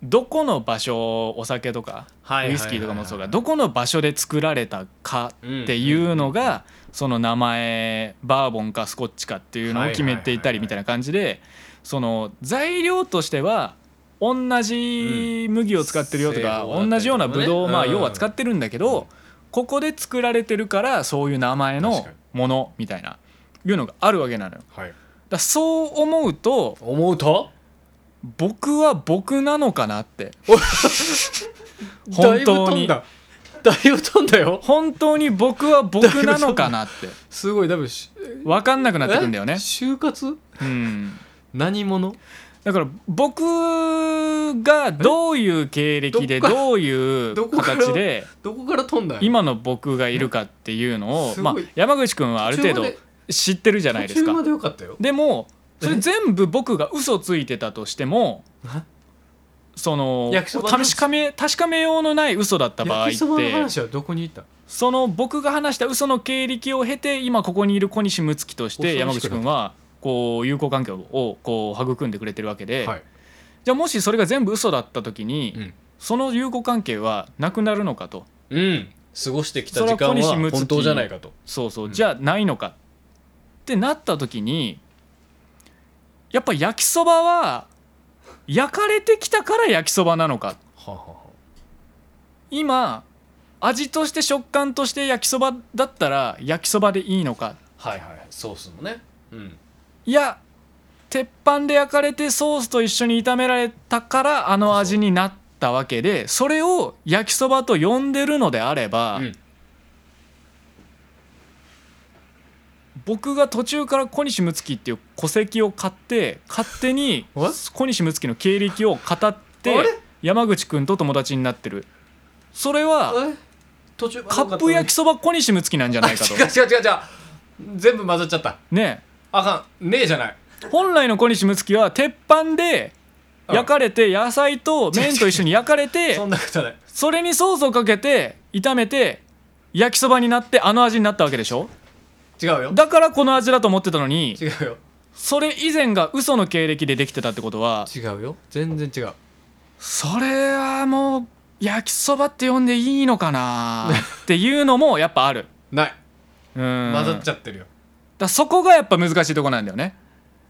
どこの場所お酒とか
はいはいはいはい
ウイスキーとかもそうがどこの場所で作られたか
っ
っていうのがその名前バーボンかスコッチかっていうのを決めていたりみたいな感じでその材料としては同じ麦を使ってるよとか
うん製法だったりとかね
同じようなブドウをまあ
うん
要は使ってるんだけ
うん
どここで作られてるからそういう名前の
確かに
ものみたいないうのがあるわけなのよ。だか
はい
らそう思うと
思うと
僕は僕なのかなって
だい
本
ぶ
当
飛ん
に
だだいぶ飛んだよ
本当に僕は僕なのかなって
すごいだいぶし
分かんなくなってくんだよね
え。就活
うん
何者
だから僕がどういう経歴で
どっから
どういう
どこから
形で
どこから飛んだんや
今の僕がいるかっていうのを、
すご
ま
い
あ、山口君はある程
途
度
中まで
知ってるじゃないです
途中ま
か。
でよかったよ
でもそれ全部僕が嘘ついてたとしても
え
その
焼きそばの話
確かめ確かめようのない嘘だった場合っ
焼き
て
そばの話はどこに行った
その僕が話した嘘の経歴を経て今ここにいる小西睦月として
恐
山
ろしく
口
なった
君はこう友好関係をこう育んでくれてるわけで、
はい
じゃあもしそれが全部嘘だった時に、
うん
その友好関係はなくなるのかと
うん過ごしてきた
それ
時間
は小西
は
睦月
本当じゃないかと
そうそう、
うん
じゃあないのかってなった時にやっぱ焼きそばは焼かれてきたから焼きそばなのか
はあはあはあ
今味として食感として焼きそばだったら焼きそばでいいのか
はいはいソースもねうん
いや鉄板で焼かれてソースと一緒に炒められたからあの味になったわけでそれを焼きそばと呼んでるのであれば、
うん
僕が途中から小西睦月っていう戸籍を買って勝手に
What？
小西睦月の経歴を語っ
あ
て
れ
山口君と友達になってるそれは
え途中
カップ焼きそば小西睦月なんじゃないかと
あ違う違う違う違う全部混ざっちゃった
ね
あかんねえじゃない
本来の小西睦月は鉄板で焼かれて野菜と麺と一緒に焼かれて
そんなことない
それにソースをかけて炒めて焼きそばになってあの味になったわけでしょ
違うよ
だからこの味だと思ってたのに
違うよ
それ以前が嘘の経歴でできてたってことは
違うよ全然違う
それはもう焼きそばって呼んでいいのかなっていうのもやっぱある
ない
うん
混ざっちゃってるよ、
だからそこがやっぱ難しいとこなんだよね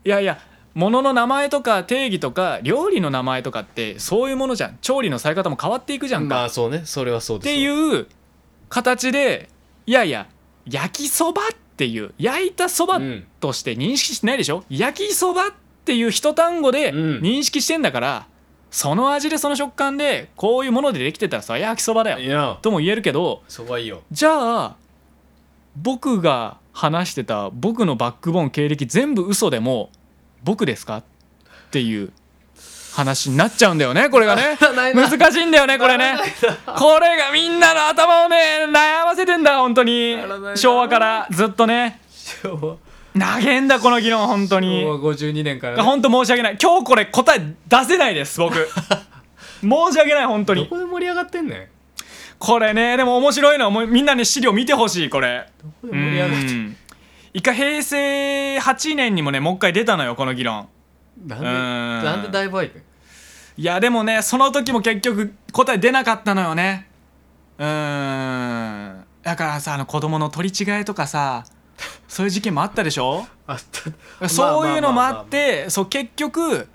いやいや物の名前とか定義とか料理の名前とかってそういうものじゃん調理のされ方も変わっていくじゃんか、
まあそうねそれはそう
っ
です
ていう形でいやいや焼きそばっていう焼いたそば
うん
として認識してないでしょ、焼きそばっていう一単語で
うん
認識してんだから、その味でその食感でこういうものでできてたらそれは焼きそばだ
い
よ
や
とも言えるけど
そこはいいよ
じゃあ僕が話してた僕のバックボーン経歴全部嘘でも僕ですかっていう話になっちゃうんだ よねこれがね難しいんだよねこれねこれがみんなの頭をね悩ませてんだ本当に
ならないな
昭和からずっとね
今日は
投げんだこの議論本当に
昭和52年から、ね、
本当申し訳ない今日これ答え出せないで す僕申し訳ない本当
ど
に
こで盛り上がってんねん
これねでも面白いのはもうみんなね資料見てほしいこれ
どこで盛り上がってん
うん一回平成8年にもねもう一回出たのよこの議論
なん
う
で
ん
なんでだいぶ入ってん
いやでもねその時も結局答え出なかったのよねうーんだからさあの子供の取り違えとかさそういう事件もあったでしょ
あった
そういうのもあっ
ま
てそう結局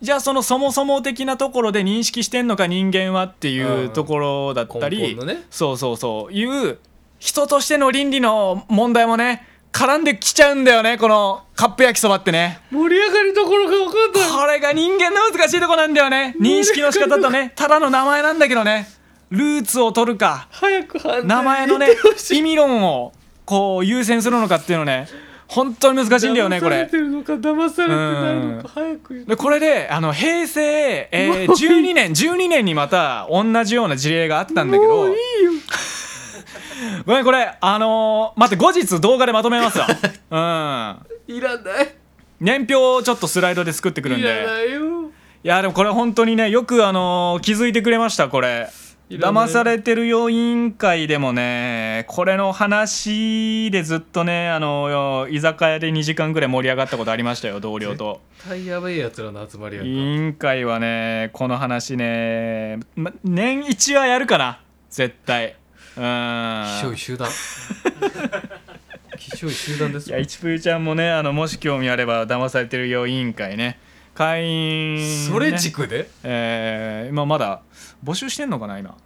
じゃあそのそもそも的なところで認識してんのか人間はって
うん
いううんところだったり、
根本のね
そうそうそういう人としての倫理の問題もね絡んできちゃうんだよねこのカップ焼きそばってね
あまあ盛り上がりどころか分かんない
これが人間の難しいとこなんだよね認識の仕方 とねただの名前なんだけどねルーツを取るか
早く反対
名前のね意味論をこう優先するのかっていうのね本当に難しいんだよねこ
騙さ
れ
れて。るのか騙されてないの
うん
か早く言って
でこれであの平成、えー12年12年にまた同じような事例があったんだけど ごめんこれあのー、待って後日動画でまと めますわうん
いらない
年表をちょっとスライドで作ってくるん
い
で
らないよ
いやでもこれ本当にねよくあのー気づいてくれましたこれ
いらない
騙されてるよ委員会でもねこれの話でずっとねあのー居酒屋で2時間ぐらい盛り上がったことありましたよ同僚と
絶対やばいやつらの集まりや
委
んか
員会はねこの話ね、ま年一はやるかな絶対うん
気象い集 団気象い集団です
い
よ
や一風ちゃんもねあのもし興味あれば騙されてるよ委員会ね会員ね、
それ軸で
えー今まだ募集してんのかな今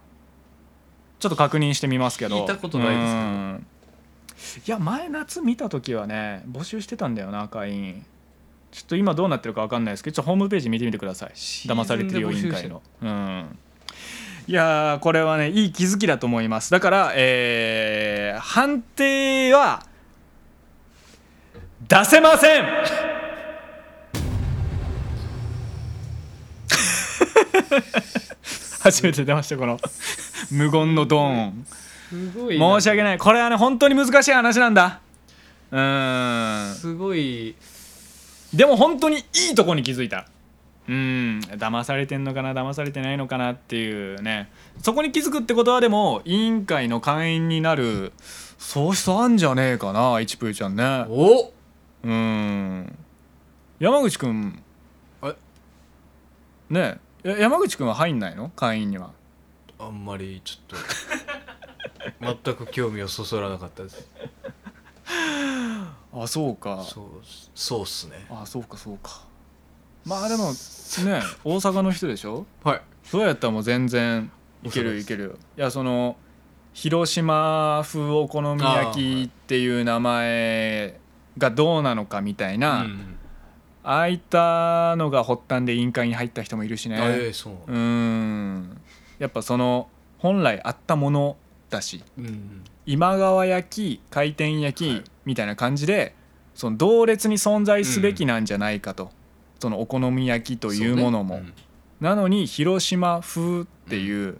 ちょっと確認してみますけど
聞いたことないですけど
うんいや前夏見た時はね募集してたんだよな会員ちょっと今どうなってるか分かんないですけどちょっとホームページ見てみてください
シーズン
騙されてるよ
で募
委
集
員
して
会
る
のうんいやーこれはねいい気づきだと思いますだから、えー判定は 出せません初めて出ましたこの無言のドーン
すごい
申し
ない
訳ないこれはね本当に難しい話なんだうーん
すごい
でも本当にいいとこに気づいたうん騙されてんのかな騙されてないのかなっていうねそこに気づくってことはでも委員会の会員になるそうしあんじゃねえかなイチプーちゃんね
お
うん山口くんえねえや山口くんは入んないの会員には
あんまりちょっと全く興味をそそらなかったです
あそうか
そうそうっすね
あそうかそうかまあでもね大阪の人でしょ
はい
そうやったらもう全然いけるいけるよいやその広島風お好み焼きっていう名前がどうなのかみたいな、
うん
ああいったのが発端で委員会に入った人もいるしね、
あええそうなんだ
うーんやっぱその本来あったものだし
うん
今川焼き回転焼きみたいな感じでその同列に存在すべきなんじゃないかと、そのお好み焼きというものも、
そねん
なのに広島風っていう、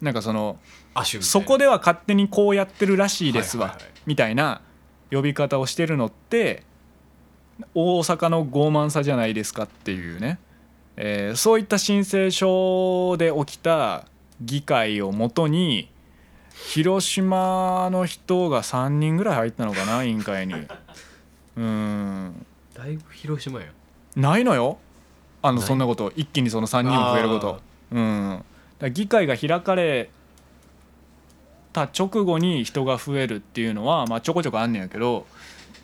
なんかその
亜種みたいな
そこでは勝手にこうやってるらしいですわ、
はいはいはい
みたいな呼び方をしてるのって大阪の傲慢さじゃないですかっていうね、えーそういった申請書で起きた議会をもとに広島の人が3人ぐらい入ったのかな委員会に。うーん
だいぶ広島やん
ないのよあの
ない
そんなこと一気にその3人も増えることうんだから議会が開かれた直後に人が増えるっていうのはまあちょこちょこあんねんやけど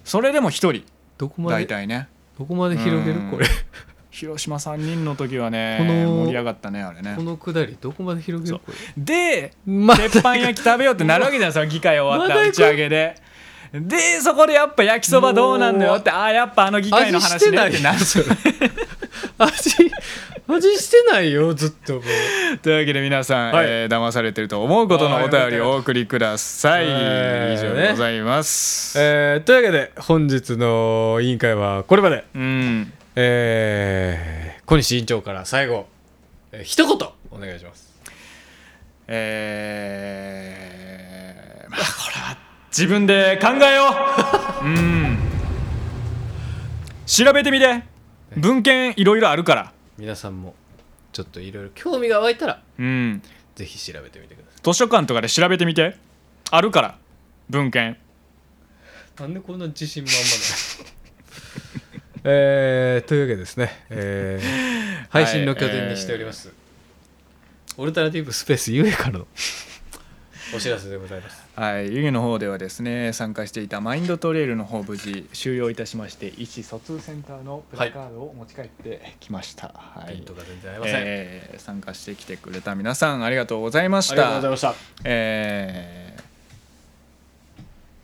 それでも1人
どこま
大
で
体ね
どこまで広げる
うん
これ
広島3人の時はね
この
盛り上がったねあれね
このくだりどこまで広げるこれ
で
まだ
鉄板焼き食べようってなるわけじゃんその議会終わったら打ち上げで。でそこでやっぱ焼きそばどうなんのよってああやっぱあの議会の
味してな
話ね
い
ってなる
それ 味味してないよずっともう
というわけで皆さん、
はい
えー騙されてると思うことのお便りをお送りください、
はい
以上でございます、
えーというわけで本日の委員会はこれまで、
うん
えー小西委員長から最後、えー一言お願いします
えーまあこれは自分で考えよ ううん調べてみて文献いろいろあるから
皆さんもちょっといろいろ興味が湧いたら
うん
ぜひ調べてみてくださ
図書館とかで調べてみてあるから文
い
献
なんでこんな自信満々だ えーというわけでですね、えー配信の拠点にしております、オルタナティブスペースゆえからのお知らせでございます
はい、湯気の方ではですね参加していたマインドトレイルの方無事終了いたしまして意思疎通センターのプラカードを持ち帰ってきました、はい
ピントが全然合いません、
えー参加してきてくれた皆さんありがとうございまし
ありがとう
た
ございました
えー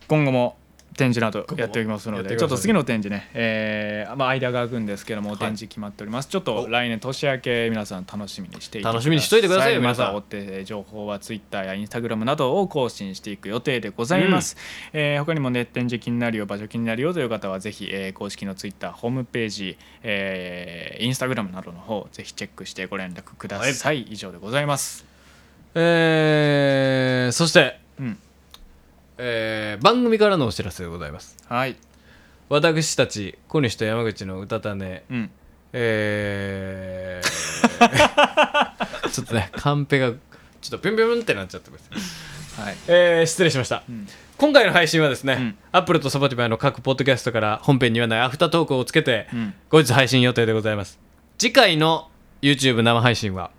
今後も展示などやっておきますの
今後もやって
で
ください
ちょっと次の展示ね、えーまあ、間が空くんですけども、展示決まっておりますちょっと来年年明け皆さん楽しみにしていてください
楽しみにしといてくださいよ
ま
皆さん
た追って情報はツイッターやインスタグラムなどを更新していく予定でございます、えー他にもね展示気になるよ場所気になるよという方はぜひ、えー公式のツイッターホームページ、えーインスタグラムなどの方ぜひチェックしてご連絡ください、以上でございます
えーそして、
うん
えー番組からのお知らせでございます
はい
私たち小西と山口の歌種
うん
えー ちょっとねカンペがちょっとピュンピュンってなっちゃってます、
はい
えー失礼しました、
ん
今回の配信はです
う
ね
ん、
アップルと Spotify の各ポッドキャストから本編にはないアフタートークをつけて、
うん
後日配信予定でございます次回の YouTube 生配信は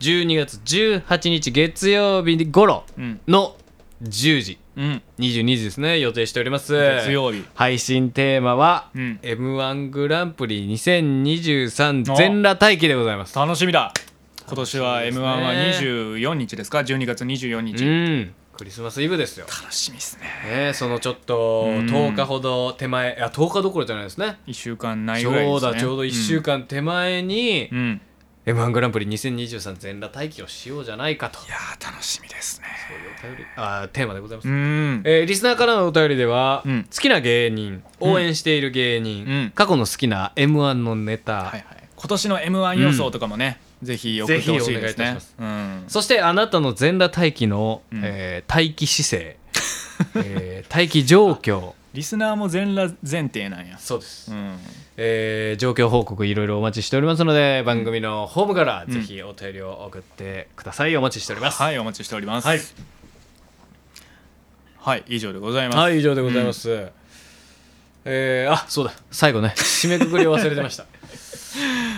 12月18日月曜日頃
うん
の10時
うん
22時ですね予定しております
月曜日
配信テーマは「
うん
m 1グランプリ2023全裸待機」でございます
楽しみだ今年は
楽し
m
み
1
ですね
は24日ですか12月24
う
日
んクリスマスイブですよ、
楽しみですね
ね、そのちょっと
うん
10日ほど手前いや10日どころじゃないですね
1週間ない
ち
ぐらい
ょ
で
う
す
ど
ね
ちょうど1週間手前に
うん、うん
m 1グランプリ2023全裸待機をしようじゃないかと
いやー楽しみですね
お便りあーテーマでございます、
うん
えーリスナーからのお便りでは、
うん
好きな芸人応援している芸人、
うん
過去の好きな m 1のネタ、
はいはい今年の m 1予想とかもね、ぜひ送ってほしいですね
ぜひお願いいたします
うん、
そしてあなたの全裸待機の、
うん
えー待機 姿勢、えー待機状況
リスナーも全裸前提なんや、
そうです
うん、
えー状況報告いろいろお待ちしておりますので番組のホームからぜひお便りを送ってください、お待ちしております
はいお待ちしております
はい、
はい以上でございます、
はい以上でございます、えーあそうだ最後ね締めくくりを忘れてま した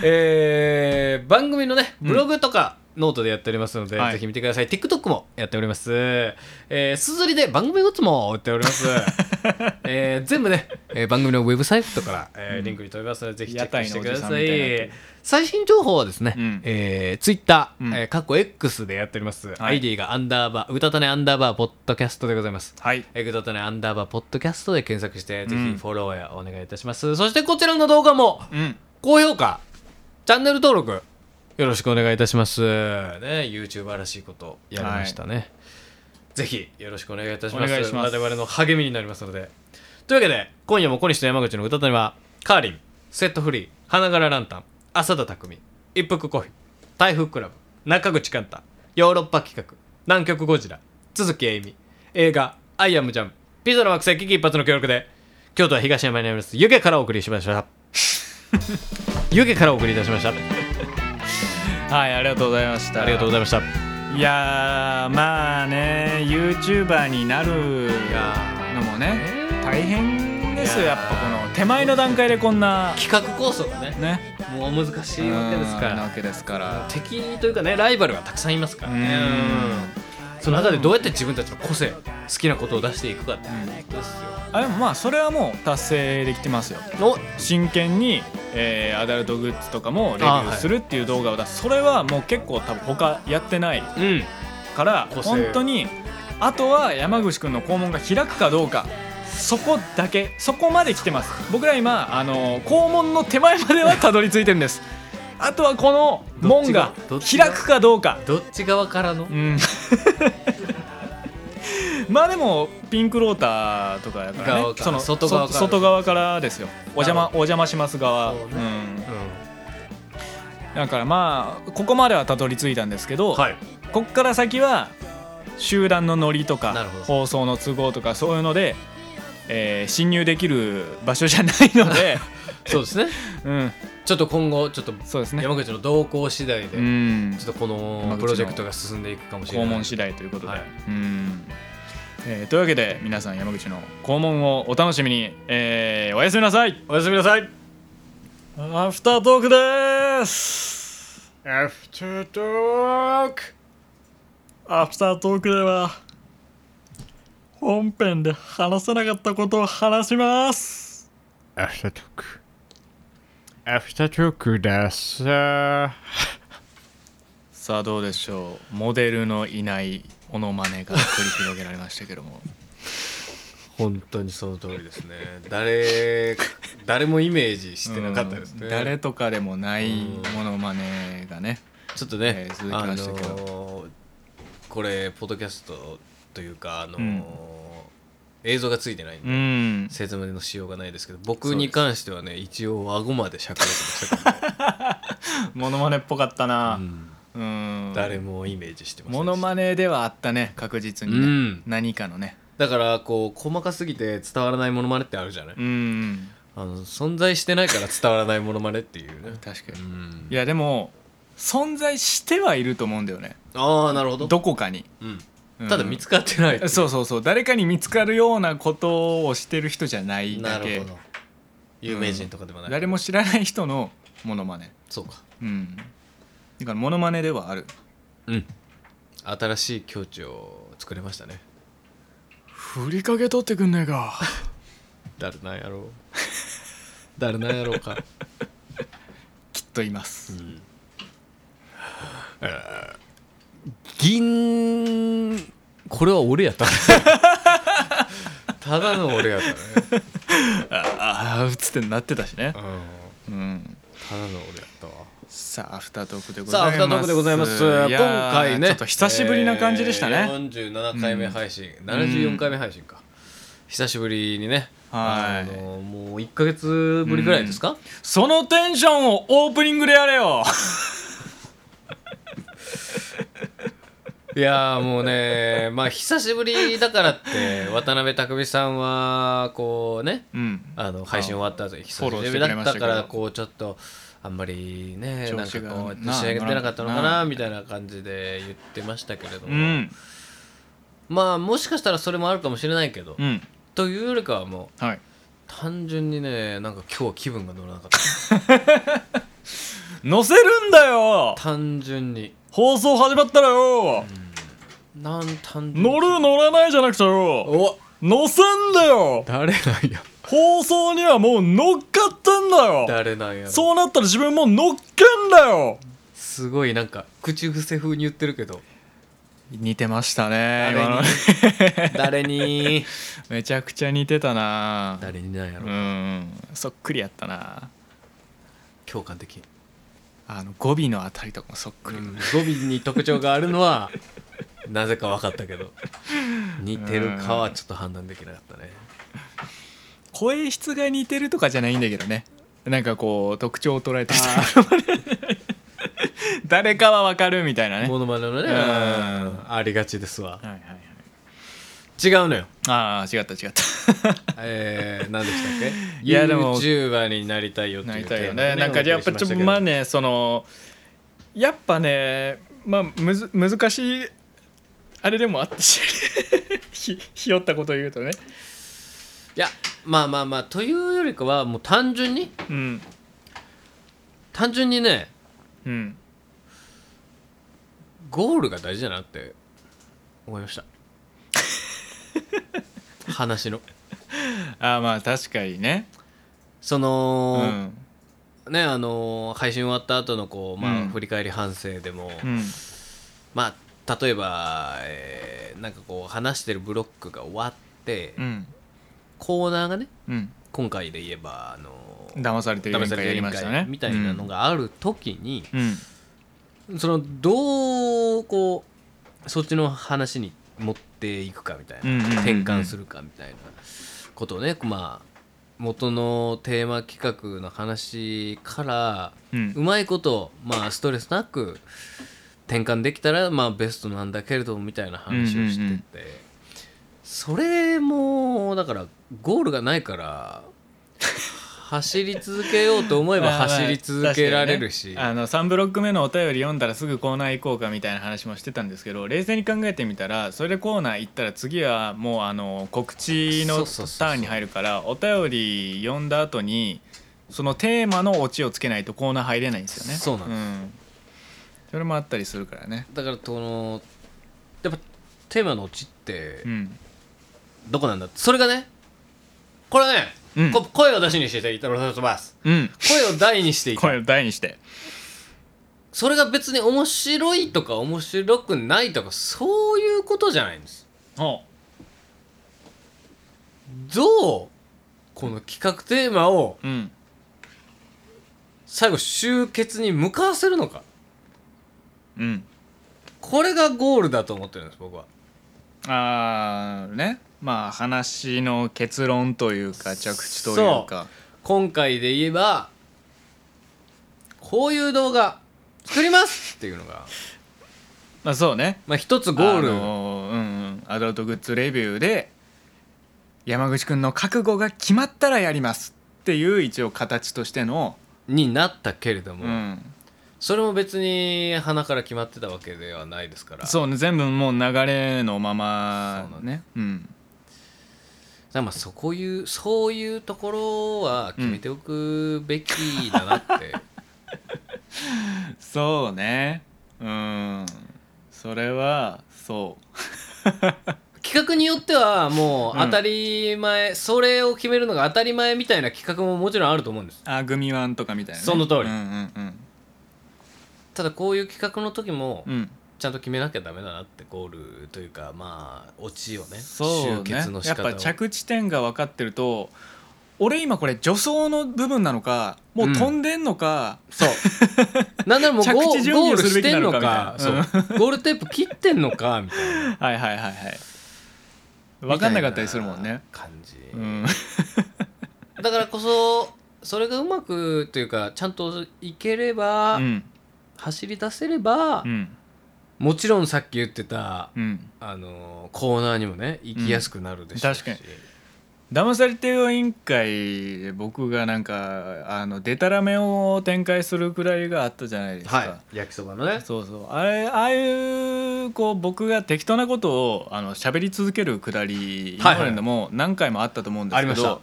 えー番組のねブログとか、ノートでやっておりますので、
はい
ぜひ見てください TikTok もやっておりますえーすずりで番組グッズも売っております えー全部ね、えー番組のウェブサイトから、えーリンクに飛びますのでぜひチェックしてくだ
屋台の
さ
おじさんみたいになって
い
る
最新情報はですね、
うん
えー、ツイッター、
うん
えー、過去 X でやっております、
はい
ID がアンダーバーうたたねアンダーバーポッドキャストでございます
はい
エグドタネアンダーバーポッドキャストで検索して、ぜひフォローやお願いいたします。そしてこちらの動画も、
うん
高評価、チャンネル登録、よろしくお願いいたします。ね、YouTuber らしいことやりましたね。ぜひよろしくお願いいたします。
お願いします
我々の励みになりますので。というわけで、今夜も小西と山口の歌谷は、カーリン、セットフリー、花柄ランタン、浅田匠、一服コーヒー、台風クラブ、中口寛太、ヨーロッパ企画、南極ゴジラ、都築恵美、映画、アイアムジャン、ピザの惑星危機一発の協力で、京都は東山にあります、湯気からお送りしました。湯気からお送りいたしました。あ
はいありがとうございました
りがとうございました。い
いやーまあね YouTuber になる
や
のもね
ー
大変ですよ
い
や
や
っ
ー
ぱこの手前の段階でこんな
ー企画構想がね、
ね
もう難しいわけですか
うんな
ら
わ。けですから
敵というかねライバルがたくさんいますからね
う
その中でどうやって自分たちの個性好きなことを出していくかってことです
あでもまあそれはもう達成できてますよ
よ、お
真剣に、えーアダルトグッズとかもレビューするっていう動画を出す、それはもう結構多分他やってない
うん
から
個性
本当にあとは山口くんの肛門が開くかどうかそこだけそこまで来てます僕ら今あの肛門の手前まではたどり着いてるんですあとはこの門が
どっちが
開くかどうか
どっち側からの
うん まあでもピンクローターとかだからね
側から
その
外側から
そ外側からですよお邪魔お邪魔します側う
そうね
ん
う
だからまあここまではたどり着いたんですけど、
んはい
こっから先は集団のノリと
な
か
るほど
放送の都合とかそういうので、えー侵入できる場所じゃないの で、
そうですね
うん、
ちょっと今後ちょっと
そうですね、
山口の動向次第で、
う
ち
ん
ょっ、とこのプロジェクトが進んでいくかもしれな
肛
い
門次第ということで、
はい
うんえーというわけで皆さん山口の肛門をお楽しみに、えーおやすみなさい
おやすみなさい
アフタートークです
アフタートーク
アフタートークでは本編で話せなかったことを話します
アフタートーク。アフタートークださ。
さあどうでしょうモデルのいないモノマネが繰り広げられましたけど も
本当にその通りですね誰 誰もイメージしてなかったですね、
うん誰とかでもないモノマネがね
ちょっとね、
えー続きましたけど
あのーこれポッドキャストというか、あのー
うん
映像がついてないんで、
うん
説明のしようがないですけど僕に関してはね一応顎までしゃくれてま したけ
モノマネっぽかった
ど、
な
うん
うん
誰もイメージしてません
モノマネではあったね確実にね、
うん
何かのね
だからこう細かすぎて伝わらないモノマネってあるじゃない、
うん
あの存在してないから伝わらないモノマネっていうね
確か
う
に
ん
いやでも存在してはいると思うんだよね
ああなるほど
どこかに、
うん、
うん
ただ見つかってないってい
そうそうそう誰かに見つかるようなことをしてる人じゃない
な
だ
る
け
ほど有名人とかでもない、
誰も知らない人のモノマネ
そうか
うんだからモノマネではある
うん新しい境地を作れましたね
振りかけ取ってくんねえか
誰なん やろう誰なんやろうか、
きっといます
銀これは俺やった ただの俺やったね、
ああつってなってたしね
うん、
うん
ただの俺やったわ
さあアフタートークでござい
さあ
ま
アフタート
す
ークでございます
やー
今回ね
ちょっと久しぶりな感じでしたね、
えー47回目配信、74回目配信か久しぶりにね、あ
はい
のもう1か月ぶりぐらいですか、
そのテンションをオープニングでやれよ
いやーもうね まあ久しぶりだからって渡辺匠さんはこうね
うん
あの配信終わった後久し
フォロー
ぶり
して
だ
くれま
っ
したたけど
からこうちょっとあんまりね
調
なん
子
か
が
こう
な
仕上げてなかったのか
な
なみたいな感じで言ってましたけれども、
うん
まあもしかしたらそれもあるかもしれないけど、
うん
というよりかはもう
はい
単純にねなんか今日は気分が乗らなかった
載せるんだよ
単純に
放送始まったらよ
なん単純に
乗る乗らないじゃなくてよ
お
載せんだよ
誰なんや
放送にはもう乗っかってんだよ
誰なんや
そうなったら自分も乗っけんだよ
すごいなんか口癖風に言ってるけど
似てましたね
誰に
今の
誰に
めちゃくちゃ似てたな
誰になんやろ、
うんそっくりやったな
共感的
あの語尾のあたりとかもそっくり、
語尾に特徴があるの はなぜか分かったけど似てるかはちょっと判断できなかったね
声質が似てるとかじゃないんだけどねなんかこう特徴を捉えてきた 誰かはわかるみたいなね
モノマネのね
うん
うんありがちですわ
はいはいはい
違うのよ
ああ違った違った
えー、何でしたっけ
いやでも
YouTuber になりたいよって
な
いう
り
テ
たい
ー
よ
マで
ねなんかやっぱちょっとまあ
ね
ねそのやっぱねまあむず難しいあれでもあったし ひひよったことを言うとね
いやまあまあまあというよりかはもう単純に
うん
単純にね
うん
ゴールが大事だなって思い ました話の
ああまあ確かにね
そうの、
ん
ねあの配信終わった後のこうまあ、
うん
振り返り反省でも、
うん
まあ例えば、えーなんかこう話してるブロックが終わって、
うん
コーナーがね
うん
今回で言えばあの
騙されてる
騙
委員
され
会
てる
やり
委員
ましたね
会みたいなのがある時に、
うん
そのどうこうそっちの話に持っていくかみたいな、
うんうんうんうん
転換するかみたいなことをねまあ元のテーマ企画の話から、
う
うんまいこと、まあ、ストレスなく転換できたら、まあ、ベストなんだけれどもみたいな話をしてて、
うんうんうん
それもだからゴールがないから。走り続けようと 思えば走り続けられるし、
あの3ブロック目のお便り読んだらすぐコーナー行こうかみたいな話もしてたんですけど冷静に考えてみたらそれでコーナー行ったら次はもうあの告知
そうそう
のタ
そうそう
ーンに入るからお便り読んだ後にそのテーマのオチをつけないとコーナー入れないんですよね
そうなんです
んそれもあったりするからね
だからそのやっぱテーマのオチって
うん
どこなんだ、それがねこれね、
うん
こ声を出しにしていただきます
うん
声を大にしていた
声を大にして
それが別に面白いとか面白くないとかそういうことじゃないんです
ほ
どうこの企画テーマを
ううん
最後終結に向かわせるのか
うん
これがゴールだと思ってるんです僕は
あーねまあ話の結論というか着地というか
今回で言えばこういう動画作りますっていうのが、
まあそうね
まあ、一つゴール、
あのーうんうんアダルトグッズレビューで山口くんの覚悟が決まったらやりますっていう一応形としての、
になったけれども、
うん、
それも別に鼻から決まってたわけではないですから
そうね全部もう流れのまま
そうなん
ねうん
だからまあそこいうそういうところは決めておくべきだなって、
そうねうんそれはそ
企画によってはもう
うん
当たり前、それを決めるのが当たり前みたいな企画ももちろんあると思うんです
うあグミワンとかみたいな、ね、
その通り
うんうん
ただこういう企画の時も
うんうん
ちゃんと決めなきゃダメだなってゴールというかまあオチをね
そう
集
ね
結の仕
やっ
方を
ぱ着地点が分かってると俺今これ助走の部分なのかもう飛んでんのか、
そうなんならもうゴ
着地
ー
準備
ゴー
を
ル
するべ
し
き
て
なんの
の
か
か
みたいな
そうゴールテープ切ってんのかみたいな
はいはいはいはい分かんなかったりするもんね
みたいな感じ、
うん
だからこそそれがうまくというかちゃんといければ、
うん
走り出せれば、
うん
もちろんさっき言ってた、
うん
あのコーナーにもね行きやすくなるでしょうし、
うん確騙されてる委員会で僕がなんかあのデタラメを展開するくらいがあったじゃないですか、
はい焼きそばのね
そうそうあれああいうこう僕が適当なことをあの喋り続けるくだり
はい
今までのも何回もあったと思うんで
あ
す
り
け
まし
ど、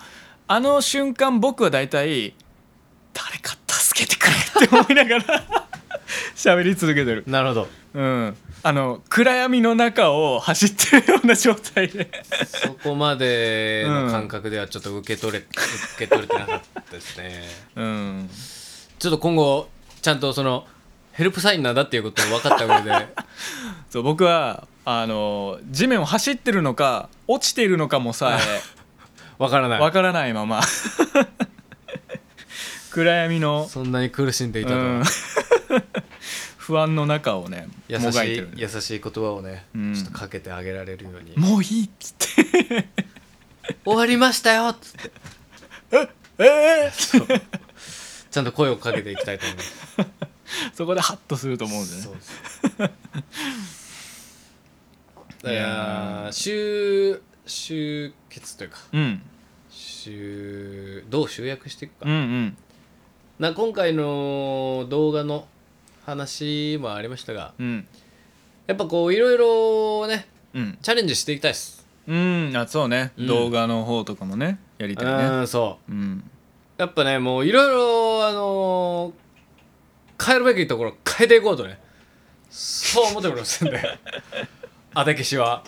た
あの瞬間僕は大体誰か助けてくれって思いながら 喋り続けてる、
なるほど
うん、あの暗闇の中を走ってるような状態で
そこまでの感覚ではちょっと受け 取れ、受け取れてなかったですね
うん
ちょっと今後ちゃんとそのヘルプサインなんだっていうことを分かった上で
そう僕はあの地面を走ってるのか落ちているのかもさえ
分からない
わからないまま 暗闇の、
そんなに苦しんでいたとは、
うん 不安の中をね
優
もが
し
いて
い
る
優しい言葉をね、
うん
ちょっとかけてあげられるように
もういいっつって
終わりましたよっつって
えー
ちゃんと声をかけていきたいと思い ます
そこでハッとすると思うんでね
そうですいやー集集結というか
うん
集どう集約していくか、
うんうん
な今回の動画の話もありましたが
うん
やっぱこういろいろね
うん
チャレンジしていきたいです、
うんあそうね、
うん
動画の方とかもねやり
う
たいね
んそう
うん
やっぱねもういろいろあのー変えるべきところ変えていこうとねそう思っておりますん で当て消しは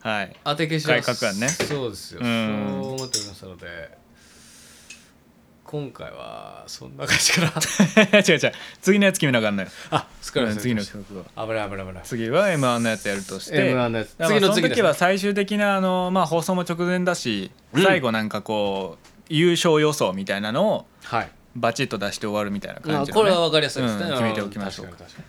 はい
当て消しは
改革案ね
そうですよ、
うん
そう思っておりますので今回はそんな感じかな
違う違う次のやつ決めなあかんのよ
あ少な
次の
危
企画は
ない危ない危ない
次は m 1のやつやるとして
M1 のやつ
だか
次
ら
の
そ
次
の
です
時は最終的なあの、まあ、放送も直前だし、
うん
最後なんかこう優勝予想みたいなのを
はい
バチッと出して終わるみたいな
ま
感
あ
じの、ね、
これは分かりやすいですね、
うん決めておきましょうか
確に確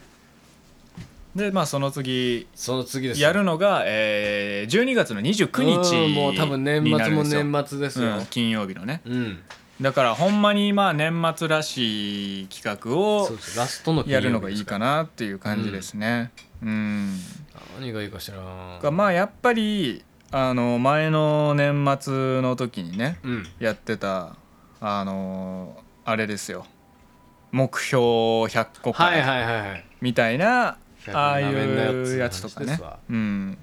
に
でまあその次
その次ですよ
やるのが、えー、12月の29日
うんもう多分年
にな
末
るん
も
ですよ
年末ですよ
うん、金曜日のね
うん、
だからほんまにまあ年末らしい企画を
そうですラストの金
や
曜日
るのがいいかなっていう感じですねうん
何がいいかしら
がまあやっぱりあの前の年末の時にね
うん
やってたあのあれですよ目標100個
はい
か
はいはいはい
みたいな、
100
ああいうやつと
ラ
か
ーメンのやつの話で
ね
すわ
うん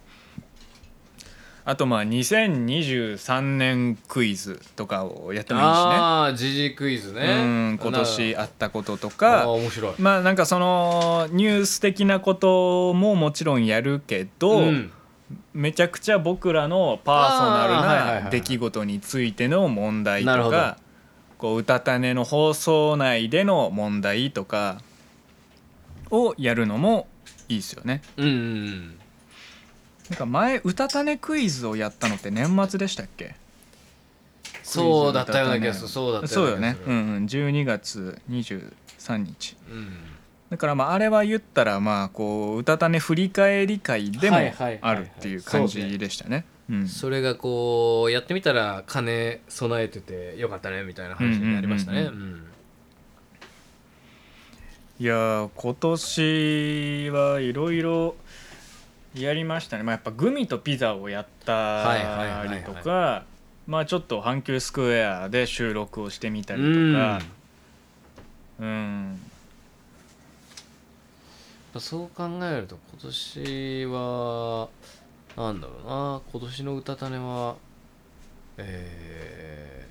あとまあ2023年クイズとかをやってもいいし
ああジジイクイズね
ねうん今年
あ
あったことと
あー
か
面白い
まあなんかそのニュース的なことももちろんやるけど、
うん
めちゃくちゃ僕らのパーソ
あーはいはい
ナ
はい
ル
は
ない出来事についての問題と
なるほど
かこううたた寝の放送内での問題とかをやるのもいいですよね。
うんうん
なんか前うたた寝クイズをやったのって年末でしたっけ
そうだったような気がする
クイズ
そうだった
そうよ
うな
ね
気がす、
う
る
んうん、12月23日
うん
だからまああれは言ったらまあこううたた寝振り返り会でも
はいはいはいはい
あるっていう感じでしたね。うん
それがこうやってみたら金備えててよかったねみたいな話になりましたね
うんう
うん
いやー今年はいろいろやりましたね、まあ、やっぱグミとピザをやっ
はいはいは
た
いは
り
い
とかまあちょっと阪急スクエアで収録をしてみたり
うん
と
や
か
っ
うん
ぱそう考えると今年はなんだろうな今年の歌種はえ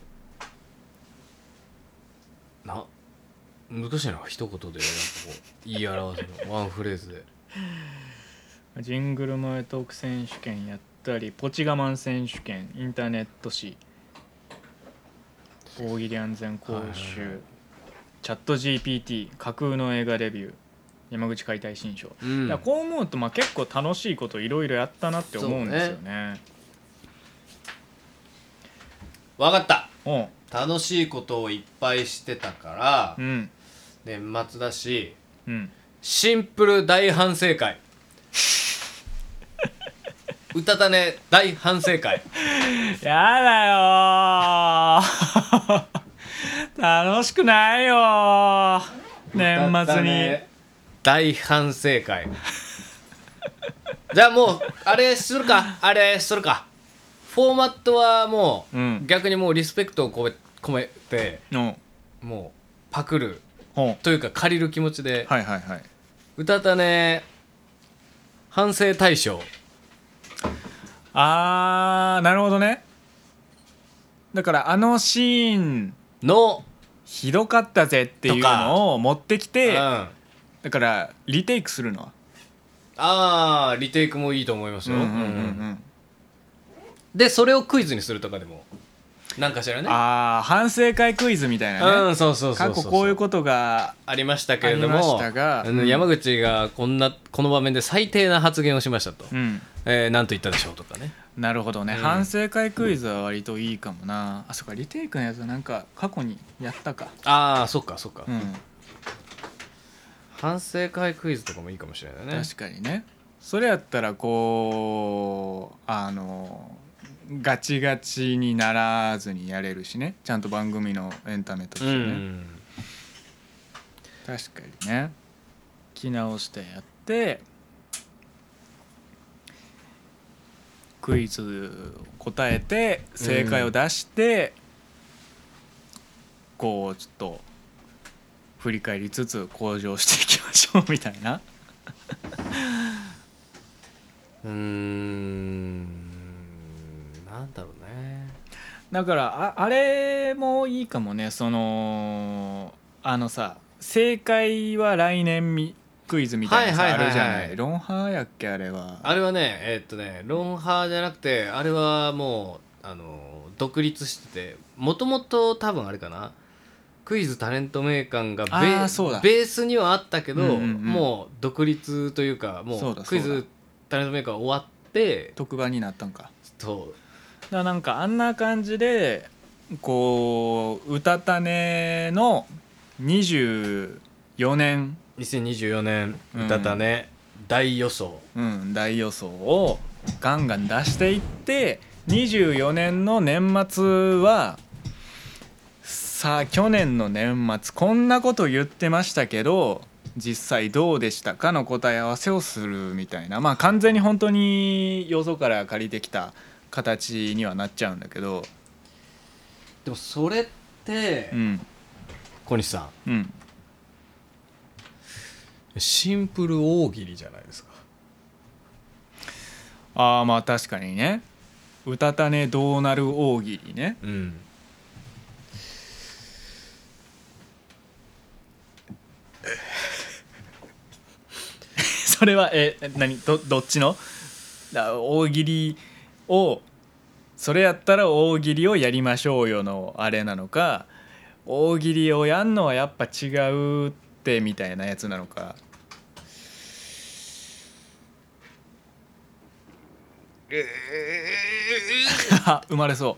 ー、な難しいな一言でなんかこう言い表すの ワンフレーズで
ジングル前トーク選手権やったりポチ我慢選手権インターネット誌大喜利安全
は
講習、
いはいはい
チャット GPT 架空の映画レビュー山口解体新書
うん
いやこう思うとまあ結構楽しいこといろいろやったなって思うんですよね。
分かった
う
楽しいことをいっぱいしてたから
ん
年末だし
うん
シンプル大反省会うたたね大反省会
やだよ ー 楽しくないよー年末に
大反省会じゃあもうあれするかあれするかフォーマットはもう、
うん
逆にもうリスペクトを込め込めて
の
もうパクる
ほん
というか借りる気持ちで、
はいはいはいう
たたね反省大賞
あーなるほどねだからあのシーン
の、
ひどかったぜっていうのを持ってき
うん、
て
あ
だからリテイクするのは
あーリテイクもいいと思いますよ、
うんうんうんうん
でそれをクイズにするとかでもなんかしらね
ああ反省会クイズみたいな
う
ね
んそうそうそうそ
過
う
去こういうことが
ありましたけれど
ありま
も
したが
あの
うん
山口がこんなこの場面で最低な発言をしましたと、
うん
えーなんと言ったでしょうとかね
なるほどね、
うん
反省会クイズは割といいかもなあそっかリテイクのやつはなんか過去にやったか
ああそっかそっか、
うん、
反省会クイズとかもいいかもしれないね
確かにねそれやったらこうあのガチガチにならずにやれるしねちゃんと番組のエンタメとして
う
ね、
ん
確かにね着直してやってクイズ答えて正解を出して、こうちょっと振り返りつつ向上していきましょうみたいな
うーんなんだろうね
だからああれもいいかもねそのあのさ正解は来年みクイズみたいなさ、
はいはいはいはい
あるじゃないロンハーやっけあれは
あれはねえーっとねロンハーじゃなくてあれはもうあの独立しててもともと多分あれかなクイズタレント名鑑がベ
あーそうだ
ベースにはあったけど、
うんうんうん
もう独立というかも
そう
う
だ
クイ
そうだ
ズタレントメーカー終わって
特番になったんか
と
だからなんかあんな感じでこう「うたたね」の24年、
2024年
うん
歌たね、大予想
うん、大予想をガンガン出していって24年の年末はさあ去年の年末こんなこと言ってましたけど実際どうでしたかの答え合わせをするみたいなまあ完全に本当によそから借りてきた形にはなっちゃうんだけど
でもそれって、
うん
小西さ
うん
んシンプル大喜利じゃないですか
ああまあ確かにね「うたたねどうなる大喜利ね
うん
ね」 それはえ何どどっちのだ大喜利をそれやったら大喜利をやりましょうよのあれなのか大喜利をやんのはやっぱ違うってみたいなやつなのかあ 生まれそう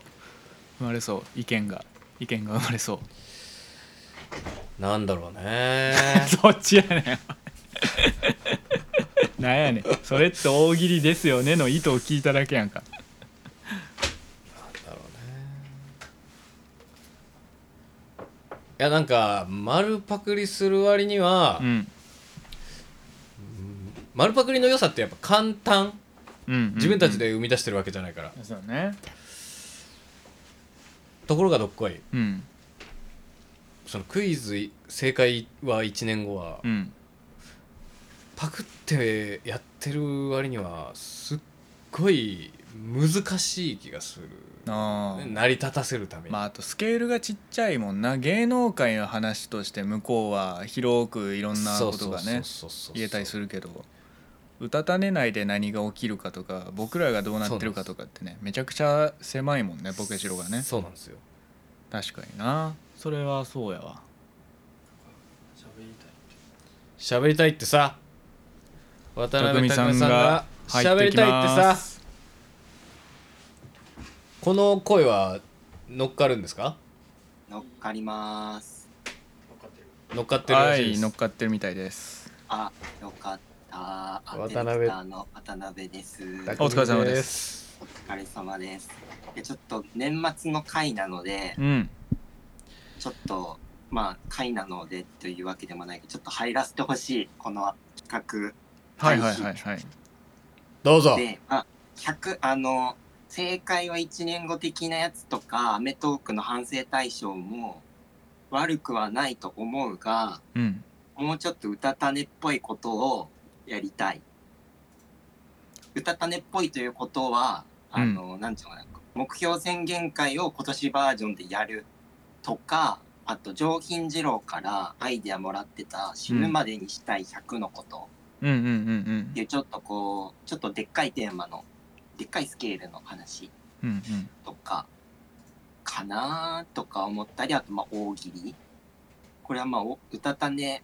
生まれそう意見が意見が生まれそう
なんだろうね
そっちやねん。なんやねん。それって大喜利ですよねの意図を聞いただけやんか。
いやなんか丸パクリする割には、
うん。
丸パクリの良さってやっぱ簡単
うん。
自分たち。で生み出してるわけじゃないから、
そうね。
ところがどっこい
うん。
そのクイズ正解は1年後は、
うん。
パクってやってる割にはすっごい難しい気がする、
ああ。
成り立たせるために、
まああとスケールがちっちゃいもんな。芸能界の話として向こうは広くいろんなこと
そうそ
がね
うそうそう
言えたりするけど。うたたねないで何が起きるかとか僕らがどうなってるかとかってねめちゃくちゃ狭いもんねボケしろがね
そうなんですよ
確かになそれはそうやわ
喋りたいってさ渡辺拓海さんが
匠さ
喋
んが入っ
り
てき
たいっ
ま
て
す
さこの声は乗っかるんですか
乗っかります
乗っかってるら
は
しいで
い
す、
乗っかってるみたいです
あ乗っかっ
ター
渡辺
アディレクターの渡辺です。
お疲れ様です
お疲れ様です。でちょっと年末の回なので、
うん
ちょっとまあ回なのでというわけでもないけど、ちょっと入らせてほしいこの企画。
はいはいはいはい
どうぞ
で、あ、100、あの、正解は1年後的なやつとか、アメトークの反省対象も悪くはないと思うが、
うん
もうちょっと歌種っぽいことをやりたい。歌種っぽいということは、あの、なんていうのかな、目標宣言会を今年バージョンでやるとか、あと上品二郎からアイデアもらってた死ぬまでにしたい100のこと。
うんうんうん
っていうちょっとこうちょっとでっかいテーマのでっかいスケールの話
うんうんうん
とかかなーとか思ったりあとまあ大喜利これはまあお歌種っ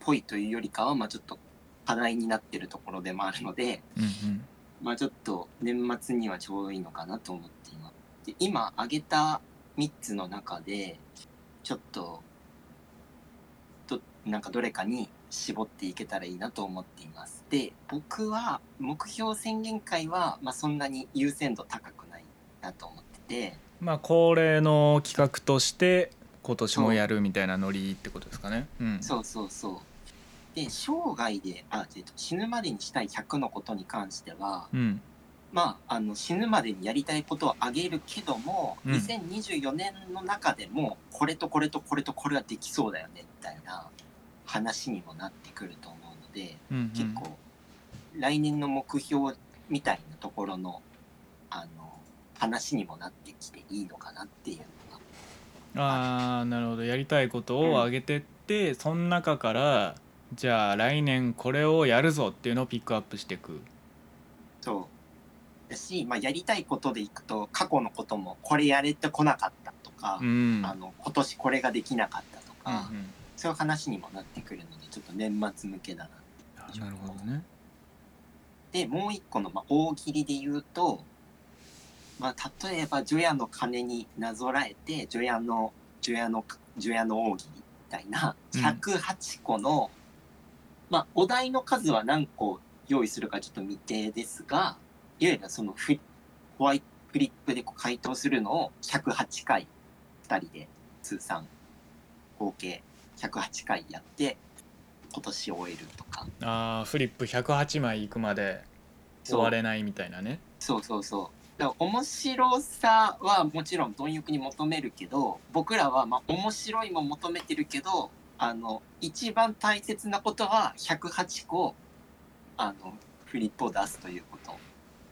ぽいというよりかはまあちょっと課題になってるところでもあるので
うん
まあちょっと年末にはちょうどいいのかなと思っていますで今挙げた3つの中でちょっとどなんかどれかに絞っていけたらいいなと思っていますで僕は目標宣言会は、まあ、そんなに優先度高くないなと思ってて
まあ恒例の企画として今年もやるみたいなノリってことですかねうん
そうそうそうで生涯であ、えっと、死ぬまでにしたい100のことに関しては
うん
まあ、あの死ぬまでにやりたいことをあげるけども、
うん
2024年の中でもこれとこれとこれとこれはできそうだよねみたいな話にもなってくると思うので、
うんうん
結構来年の目標みたいなところのあの話にもなってきていいのかなっていうのが
ああなるほどやりたいことを上げてって、その中からじゃあ来年これをやるぞっていうのをピックアップしていく
そうだし、まあ、やりたいことでいくと過去のこともこれやれてこなかったとか、
うん
あの今年これができなかったと
うんう
か。
ん
そういう話にもなってくるのでちょっと年末向けだな
あなるほどね
でもう一個の、まあ、大喜利で言うと、まあ、例えば除夜の鐘になぞらえて除夜の除夜の除夜の大喜利みたいな
うん
108個の、まあ、お題の数は何個用意するかちょっと未定ですがいわゆるそのフリホワイトフリップでこう回答するのを108回2人で通算合計108回やって今年を終えるとか。
あーフリップ108枚いくまで終われないみたいなね
そうそうそう。だから面白さはもちろん貪欲に求めるけど僕らはまあ面白いも求めてるけどあの一番大切なことは108個あのフリップを出すということ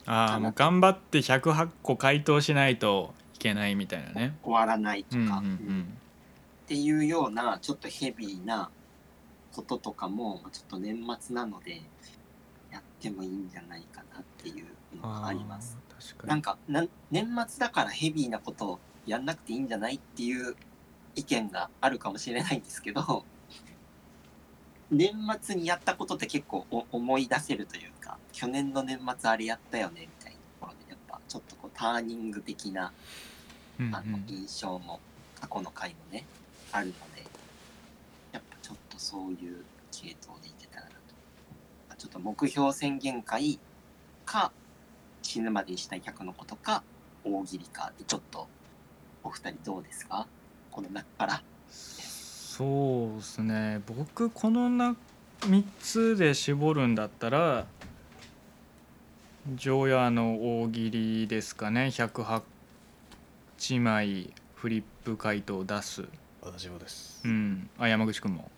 ああもう頑張って108個回答しないといけないみたいなね
終わらないと
うんうんう
か、っ
ん
ていうようなちょっとヘビーなこととかもちょっと年末なのでやってもいいんじゃないかなっていうのがあります。
ー確か
なん
に
かなん年末だからヘビーなことをやんなくていいんじゃないっていう意見があるかもしれないんですけど 年末にやったことって結構お思い出せるというか去年の年末あれやったよねみたいなところでやっぱちょっとこうターニング的な
うん
あの
うん
印象も過去の回もねあるのでやっぱちょっとそういう系統でいけたらなとちょっと目標宣言会か死ぬまでにしたい100のことか大喜利かでちょっとお二人どうですかこの中から
そうですね僕このな3つで絞るんだったら常夜の大喜利ですかね108枚フリップ回答を出す
私もです
うんあ山口君も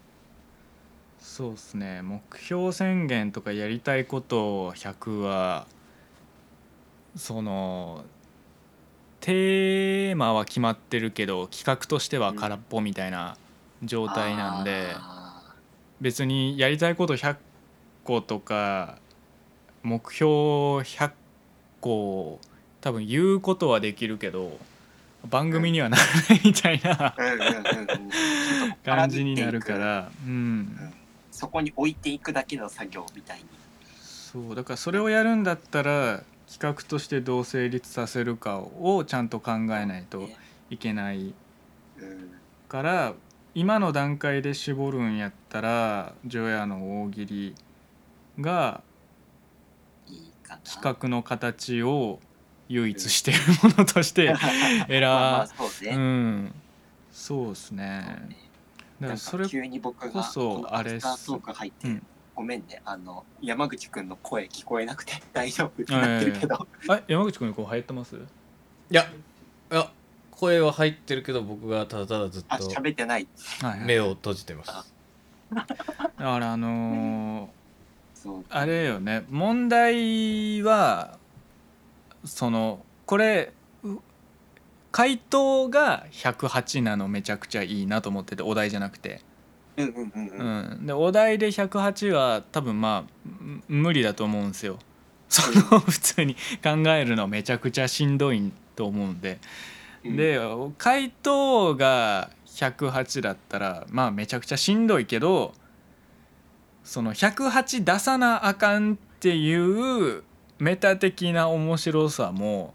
そうですね目標宣言とかやりたいことを100はそのテーマは決まってるけど企画としては空っぽみたいな状態なんで、
あ
別にやりたいこと100個とか目標100個を多分言うことはできるけど番組にはならないみたいな
ーうんうんうんうんちょっと
感じになるか
空振っていく
ら、うん、
そこに置いていくだけの作業みたいに
そうだからそれをやるんだったら企画としてどう成立させるかをちゃんと考えないと
ね
いけない
うん
から今の段階で絞るんやったら除夜の大喜利が
いいかな。
企画の形を唯一してるものと して選
まあまあそう
う
ね。
んそうですねだ
な
か
ん
らそれ
か急に僕
こ
が
そ
この
あれっ
ア
す
フタートーク入って、
うん
ごめんねあの山口くんの声聞こえなくて 大丈夫ってなってるけど、
あ山口君こう流行ってます
いやいや声は入ってるけど僕がただただずっ
あ
と
喋ってない。
はいはい
目を閉じてます
だからあの
そう
ーあれよね問題はそのこれう回答が108なのめちゃくちゃいいなと思っててお題じゃなくて、
うんうんうんうん。
うん、でお題で108は多分まあむ無理だと思うんですよその普通に考えるのめちゃくちゃしんどいと思うんで
うん
で回答が108だったらまあめちゃくちゃしんどいけどその108出さなあかんっていうメタ的な面白さも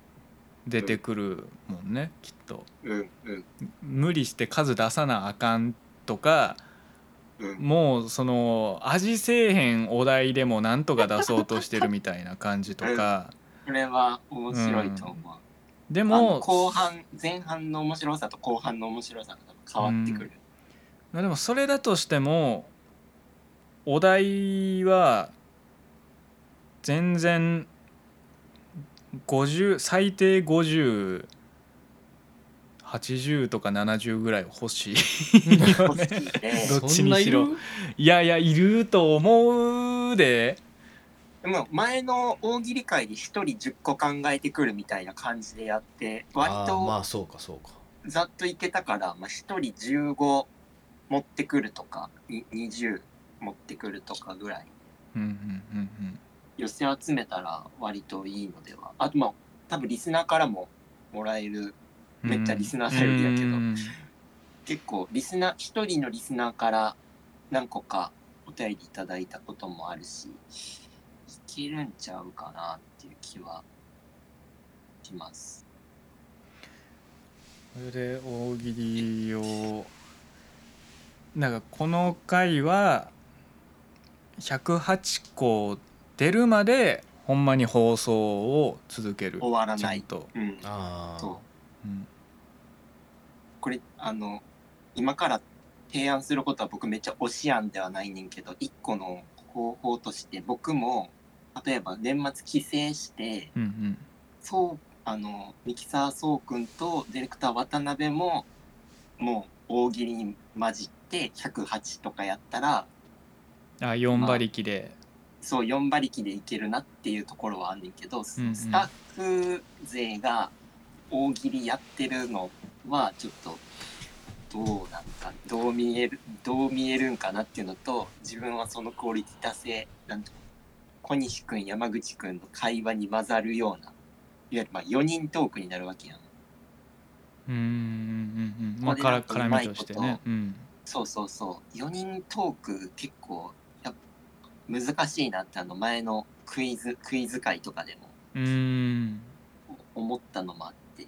出てくるもんねきっと。
うんうん
無理して数出さなあかんとか
うん。
もうその味せえへんお題でもなんとか出そうとしてるみたいな感じと か
これは面白いと思う。
で
あの
も
後半前半の面白さと後半の面白さが多分変わってくる。
まあでもそれだとしてもお題は全然50最低5080とか70ぐらい欲し いよね
で
どっちにしろいやいやいると思うで
でも前の大喜利会で一人10個考えてくるみたいな感じでやって割
あーま
と
あそうかそうか
ざっといけたから、まあ、一人15持ってくるとかに20持ってくるとかぐらい
うんうんうんうん
寄せ集めたら割といいのではあとまあ多分リスナーからももらえるめっちゃリスナー頼りやけど
うん
結構リスナー一人のリスナーから何個かお便りいただいたこともあるしいけるんちゃうかなっていう気はします。
それで大喜利をなんかこの回は108個出るまでほんまに放送を続ける
終わら
ちゃ
なんい。
と、
うん、
あ
そう
あ
うん
これあの今から提案することは僕めっちゃ推し案ではないねんけど一個の方法として僕も例えば年末帰省して
うんうん
そうあのミキサーそうくんとディレクター渡辺ももう大喜利に混じって108とかやったら
あ4馬力で、
そう4馬力でいけるなっていうところはあんねんけど、ス
うんうん
スタッフ勢が大喜利やってるのはちょっとどうなんかどう見えるどう見えるんかなっていうのと自分はそのクオリティ達成なんと小西くん山口くんの会話に混ざるようないわゆるまあ4人トークになるわけやん。
うん、うんうんうんまあから
これ
絡
なんかうまい
みとして
こ
ね、うん、
そうそうそう4人トーク結構やっぱ難しいなってあの前のクイズクイズ会とかでも
うん
思ったのもあって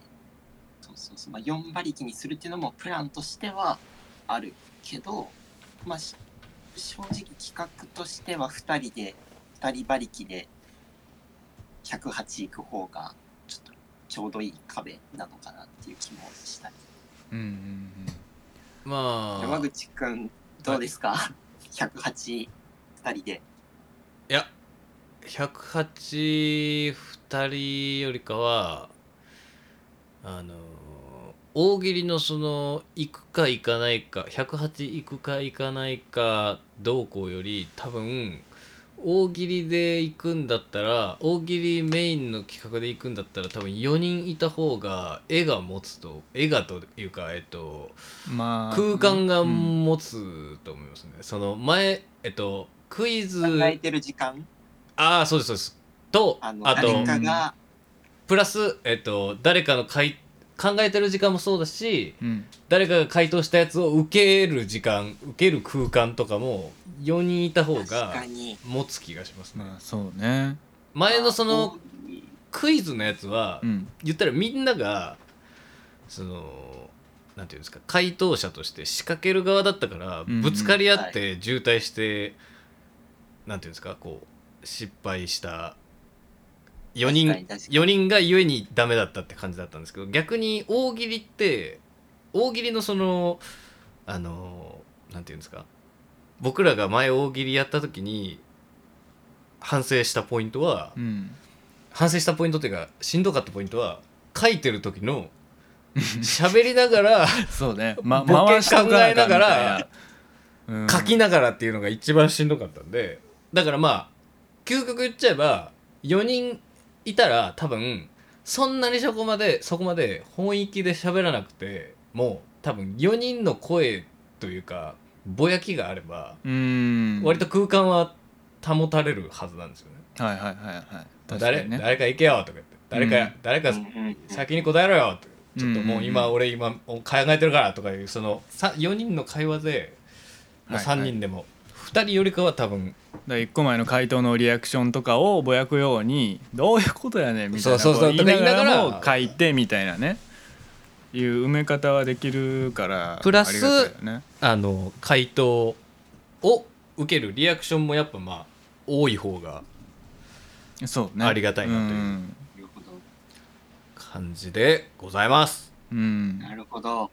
そうそうそう、まあ、4馬力にするっていうのもプランとしてはあるけど、まあ、し正直企画としては2人で2人馬力で108いく方がちょっとちょうどいい壁なのかなっていう気もしたり
うんうんうん
ま
山
あ
口くんどうですか108 2人で
いや1082人よりかはあの大喜利のその行くか行かないか108行くか行かないかどうこうより多分大喜利で行くんだったら大喜利メインの企画で行くんだったら多分4人いた方が絵が持つと絵がというかえっと
まあ
空間が
うん
持つと思いますね、その前えっとクイズ
考えてる時間
ああそうですそうですと
あの
あと
誰かが
プラス、えっと、誰かのかい考えてる時間もそうだし
うん
誰かが回答したやつを受ける時間受ける空間とかも4人いた方
確
が
かに
持つ気がしますね
まあそうね
前のその
大喜利
クイズのやつは
うん
言ったらみんながそのなんていうんですか回答者として仕掛ける側だったから
うん
ぶつかり合って渋滞して、なんていうんですかこう失敗した4人
確かに確かに
4人が故にダメだったって感じだったんですけど逆に大喜利って大喜利のそのあのなんていうんですか僕らが前大喜利やった時に反省したポイントは
うん
反省したポイントっていうかしんどかったポイントは書いてる時の喋りながら
そうね、ま、
ボケ
回しとかなあかんみたい
考えながら
うん
書きながらっていうのが一番しんどかったんでだからまあ究極言っちゃえば4人いたら多分そんなにそこまでそこまで本域で喋らなくても多分4人の声というかぼやきがあれば
うん
割と空間は保たれるはずなんですよね。
はいはいはいはい確か
誰
にね
誰か行けよとか言って誰か、
うん
誰か
うんうん
先に答えろよとかちょっともう
うん
今
うん
俺今考えてるからとかいうその4人の会話で、まあ、
はいはい
3人でも、2人よりかは多分
だ1個前の回答のリアクションとかをぼやくように「どういうことやねん」みたいな
そうそうそう
こ言いな
とか言い
がら
なが
も
ら
書いてみたいなねいう埋め方はできるから
プラス
ありがたいよね
あの回答を受けるリアクションもやっぱまあ多い方が
そうね
ありがたいなという
うん
なるほど
感じでございます。
うん
なるほど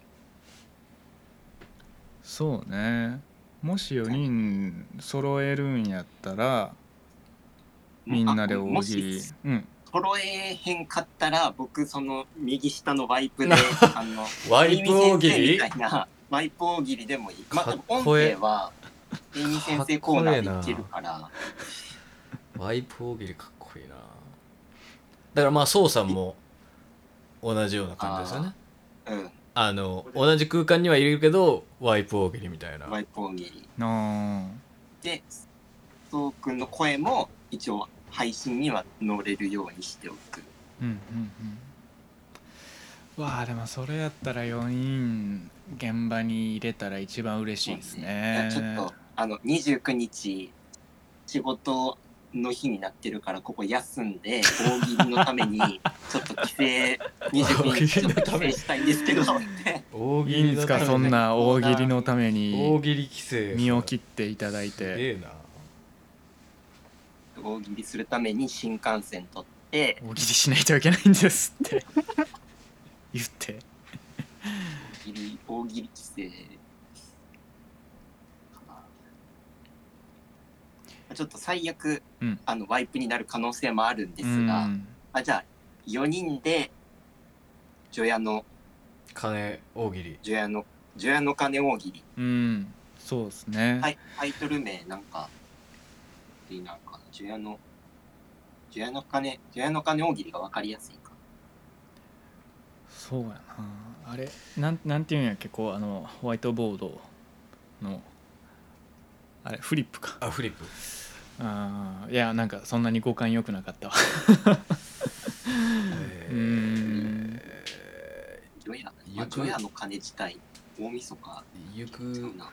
そうねもし4人揃えるんやったらみんなで大喜利
もし
うん
揃えへんかったら僕その右下のワイ プであの
ワイプ大喜
エイミ
利
先生みたいなワイプ大喜利でもいい、まあ、
か
多
っ
分音
こええ
声はエイミ先生コーナーでいけるから
ワイプ大喜利かっこいいな。だからまあ宋さんも同じような感じですよね。
うん
あの同じ空間にはいるけどワイプ大喜利みたいな。
ワイプ大喜利
あ
でそうくんの声も一応配信には乗れるようにしておく
ーうんうんうんわあでもそれやったら4人現場に入れたら一番嬉しいですね
いやちょっとあの29日仕事の日になってるからここ休んで大喜利の ためにちょっと帰省29日ちょっと帰省したいんですけどって
大
いいんですかそんな大喜利のため
大
に
喜利規制
身を切っていただい
す
て
げえな
大喜利するために新幹線取って
大喜利しないといけないんですって 言って
大喜利大喜利帰省かなちょっと最悪、
うん
あのワイプになる可能性もあるんですが、
うん
あじゃあ4人で除夜の
金大喜利
除夜の除夜の鐘大喜利
うんそうですね、
タイタイトル名なんかいいなんかな除夜の除夜の鐘除夜の鐘大喜利が分かりやすいか
そうやなあれなんなんていうんやっけこうあのホワイトボードのあれフリップか
あフリップ
あーいやなんかそんなに五感良くなかったわ
え
う
ー
ん
除夜
よく
除夜の鐘自体大晦日
ゆ
ちゃう
く
な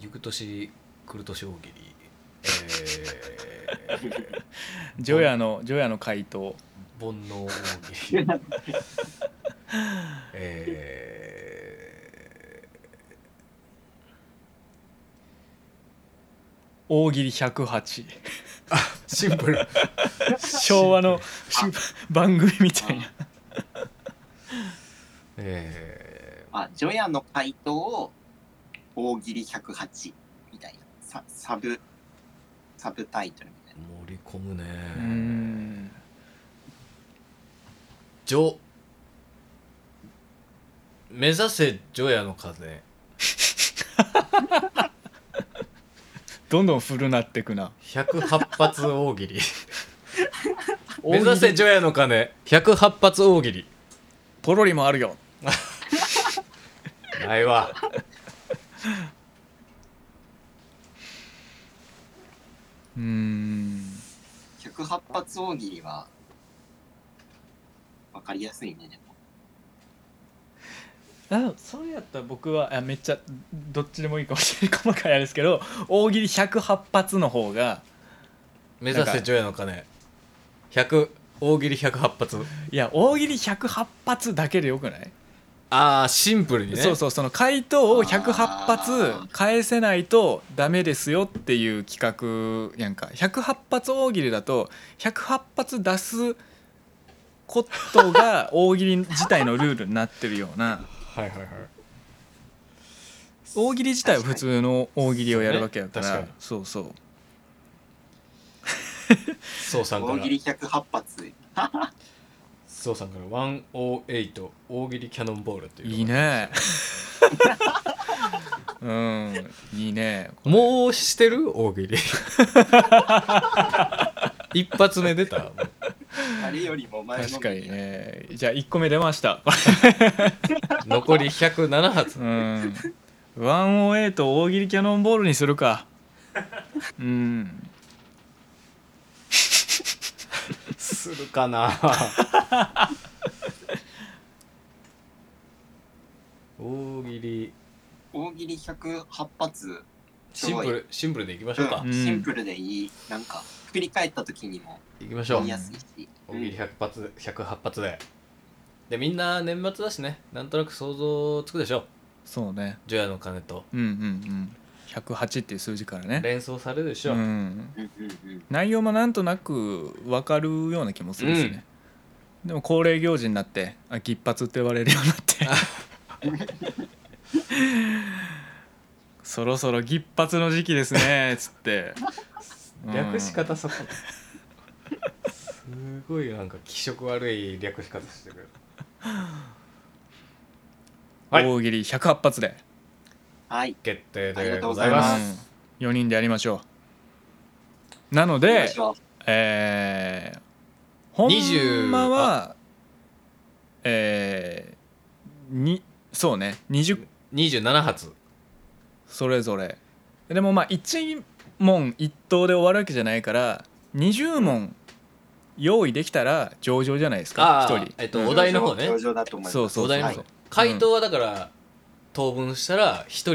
ゆく年来る年大喜利 えー
ジョヤのジョヤの回答
煩悩大喜 利え
大喜利108
ーシンプル
昭和の
シン
番組みたいな
え
あ除夜の回答を大喜利108みたいなササブサブタイトルみたい
ー盛り込むね
うん
ジョ目指せジョヤの風
どんどん古なってくな
108発大喜利 目指せ除夜の鐘108発大喜利
ポロリもあるよ
ないわ
うん
な108発大喜利は分かりやすいねでも
あそれやったら僕はあめっちゃどっちでもいいかもしれない細かいあれですけど大喜利108発の方が
目指せ除夜の鐘100大喜利108発
いや大喜利108発だけでよくない
ああシンプルにね
そうそうその回答を108発
あー
返せないとダメですよっていう企画やんか108発大喜利だと108発出すことが大喜利自体のルールになってるような
はいはいはい
大喜利自体は普通の大喜利をやるわけやから
そ
そうう,、
ね確か
そうそう
そうさんか
大
ら
喜利108発
そうさんから108大喜利キャノンボールっていう
いいねうんいいね
もうしてる大 喜利一発目出た
あれよりも前の
確かにねじゃあ1個目出ました
残り107発
うん。ワンオーエイと大喜利キャノンボールにするか。うん。
するか な大喜利
大喜利108発
シンプルシンプルでいきましょうか
うんシンプルでいいなんか振り返った時にも
いきましょ
言
う
いやすいし
大喜利100発108発ででみんな年末だしねなんとなく想像つくでしょ
そうね。
除夜の鐘と
うんうんうん。108っていう数字からね。
連想されるでし
う
ょ、
ん。
うんうんうん
内容もなんとなく分かるような気もするしね。でも恒例行事になって、あ、ぎっぱつって言われるようになって。そろそろぎっぱつの時期ですねつって
略し方そこすごいなんか気色悪い略し方してくるはい
大喜利108発で
はい
決定
あり
で
がとう
ご
ご
ざ
ざ
い
い
ま
ますす
4人でやりましょうなの
行きま
で
しょう
えー、ほ
20
んまはえー、にそうね20
27発
それぞれでもまあ1問1答で終わるわけじゃないから20問用意できたら上々じゃないですか
あー
1人、
えっとお題の方ね
上々だと思います
そうそう
お題の
そう
方
そう
回答はだから当分したら1人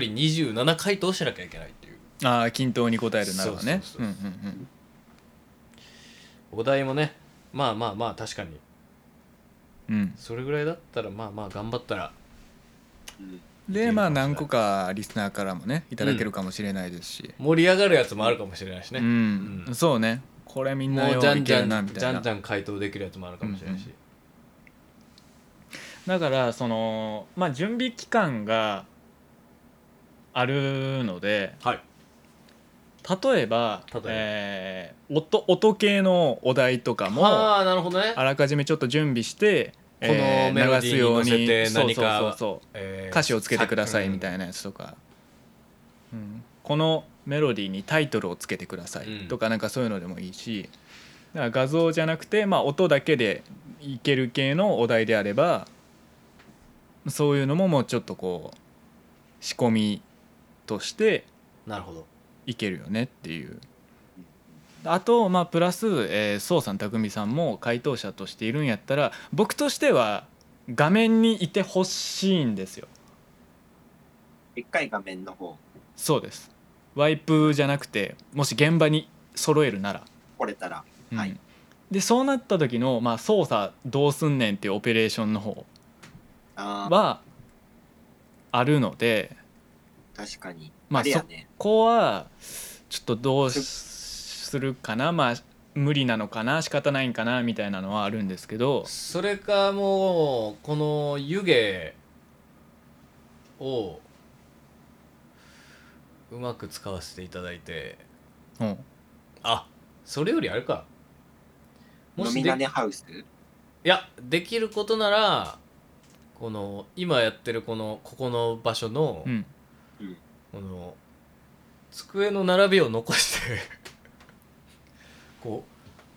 27回答しなきゃいけないっていう
ああ均等に答えるならばね
そうそう
う
んそううん
うん
お題もねまあまあまあ確かに
うん
それぐらいだったらまあまあ頑張ったら
うん
でまあ何個かリスナーからもねいただけるかもしれないですし、
盛り上がるやつもあるかもしれないしね、
うん
うん
そうねこれみんな
も
よ
う
う
じゃ
い
んじ
け
ゃ
るなんみたい
じゃ
なん
じゃん回答できるやつもあるかもしれないし、
だからそのまあ準備期間があるので
はい
例えば
例えば
えー音音系のお題とかも
あ
あ
あなるほどね、
らかじめちょっと準備して
この
えー
メロディーに
流すよう
乗せて
そう
何か
そうそうそう
えー
歌詞をつけてくださいみた
う
い
ん
なやつとか、うん、このメロディーにタイトルをつけてくださ
うん
いとかなんかそういうのでもいいしだから画像じゃなくて、まあ、音だけでいける系のお題であればそういうのももうちょっとこう仕込みとして
なるほど
いけるよねっていう。あとまあプラス、えー、宋さん匠さんも回答者としているんやったら僕としては画面にいてほしいんですよ。
でっかい画面の方
そうですワイプじゃなくてもし現場に揃えるなら、
来れたら
うん
はい
でそうなった時の、まあ、操作どうすんねんっていうオペレーションの方
あー
はあるので
確かに
まあ
あれやね
ここはちょっとどうしするかなまあ無理なのかな仕方ないんかなみたいなのはあるんですけど
それかもうこの湯気をうまく使わせていただいて
うん
あそれよりあれかも
飲
し
み
で
なねハウス
いやできることならこの今やってるこのここの場所の、
うん
この机の並びを残して こ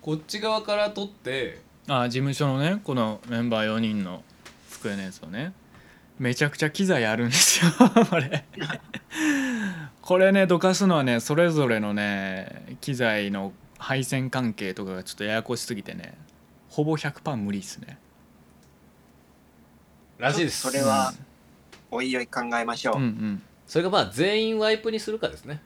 うこっち側から取って
あ事務所のねこのメンバー4人の机のやつをねめちゃくちゃ機材あるんですよ これこれねどかすのはねそれぞれのね機材の配線関係とかがちょっとややこしすぎてねほぼ100%無理っすね
らしいです
それはおいおい考えましょ
う
う
んうん
それがまあ全員ワイプにするかですね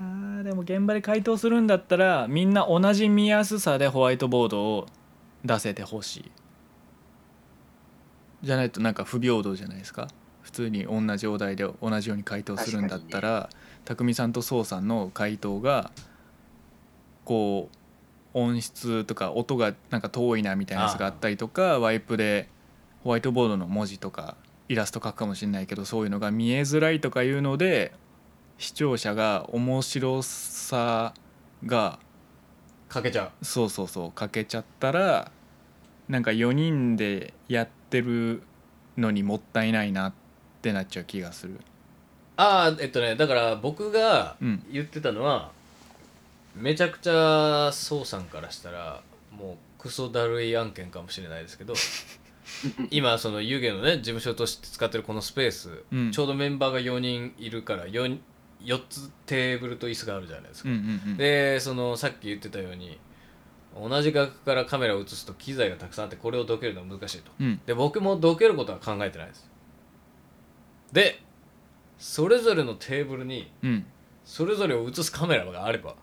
あーでも現場で回答するんだったらみんな同じ見やすさでホワイトボードを出せてほしいじゃないとなんか不平等じゃないですか普通に同じお題で同じように回答するんだったら、匠さんと蒼さんの回答がこう音質とか音がなんか遠いなみたいなやつがあったりとかワイプでホワイトボードの文字とかイラスト描くかもしれないけどそういうのが見えづらいとかいうので視聴者が面白さが
かけちゃう
そうそうそうかけちゃったらなんか4人でやってるのにもったいないなってなっちゃう気がする
ああえっとねだから僕が
うん
言ってたのは、めちゃくちゃ宋さんからしたらもうクソだるい案件かもしれないです けど今その湯気のね事務所として使ってるこのスペース、
うん
ちょうどメンバーが4人いるから 4, 4つテーブルと椅子があるじゃないです
う
か、
んうんうん
でそのさっき言ってたように同じ額からカメラを映すと機材がたくさんあってこれをどけるのは難しいと
うん
で僕もどけることは考えてないですでそれぞれのテーブルに
うん
それぞれを映すカメラがあれば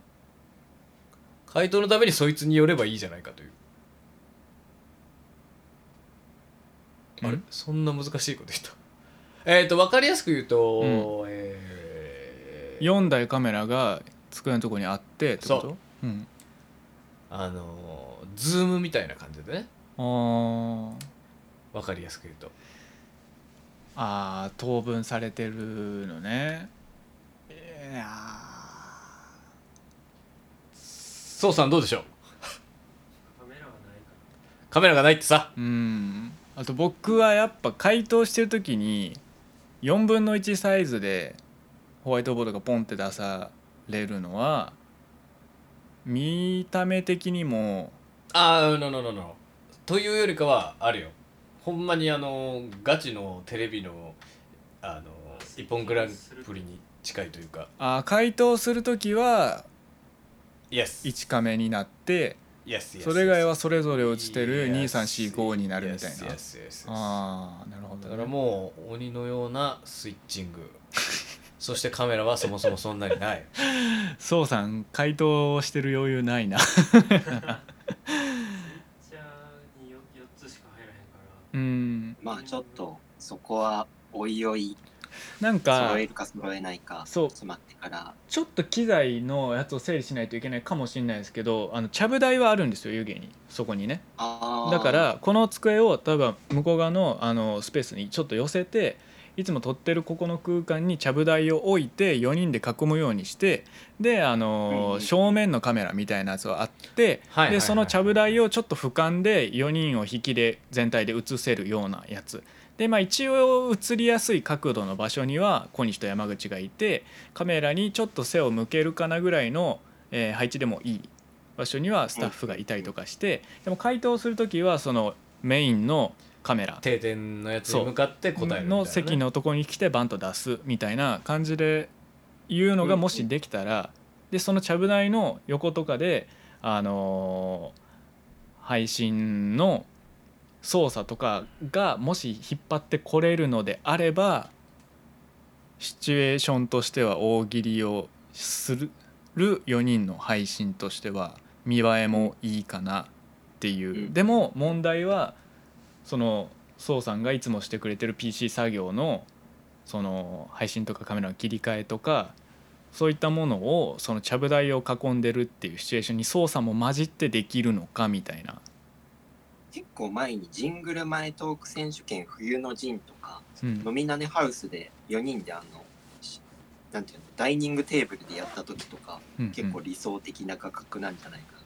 回答のためにそいつによればいいじゃないかというあれ
ん
そんな難しいこと言ったえっ、と分かりやすく言うと、
う
えー
4台カメラが机のとこにあってってこと、
そう
ん、
あのーズームみたいな感じでね
あー
分かりやすく言うと
あー当分されてるのねいや
そうさんどうでしょうカメラがないってさ
ーうんあと僕はやっぱ回答してる時に4分の1サイズでホワイトボードがポンって出されるのは見た目的にも
ああノノノノというよりかはあるよほんまにあのガチのテレビのあの一本グランプリに近いというか
あー回答する時は
イエス
1カメになって
イエス
それ以外はそれぞ
れ
れ落ちてる2345になるみたいな
あ
ああなるほど、
だ
ね、
からもう鬼のようなスイッチングそしてカメラはそもそもそんなにない
そうさん回答してる余裕ないなうん
まあちょっとそこはおいおい
なんか
揃えるか揃えないか
そう
決まってから
ちょっと機材のやつを整理しないといけないかもしれないですけどあのちゃぶ台はあるんですよ湯気にそこにね
あー
だからこの机を例えば向こう側のあのスペースにちょっと寄せていつも撮ってるここの空間にちゃぶ台を置いて4人で囲むようにしてであの
うん
正面のカメラみたいなやつがあって
はいはいはい
でそのちゃぶ台をちょっと俯瞰で4人を引きで全体で映せるようなやつでまあ一応映りやすい角度の場所には小西と山口がいてカメラにちょっと背を向けるかなぐらいの、えー配置でもいい場所にはスタッフがいたりとかしてでも回答する時はそのメインのカメラ
定点のやつに向かって答えるみたいなね、
の席のとこに来てバンと出すみたいな感じで言うのがもしできたらでそのちゃぶ台の横とかであのー配信の操作とかがもし引っ張ってこれるのであればシチュエーションとしては大喜利をする4人の配信としては見栄えもいいかなっていう、
うん
でも問題はその宋さんがいつもしてくれてる PC 作業のその配信とかカメラの切り替えとかそういったものをそのちゃぶ台を囲んでるっていうシチュエーションに操作も混じってできるのかみたいな。
結構前にジングル前トーク選手権冬の陣とか
うん
飲みなねハウスで4人であのしなんていうのダイニングテーブルでやった時とか
うん
結構理想的な画角なんじゃないかなと、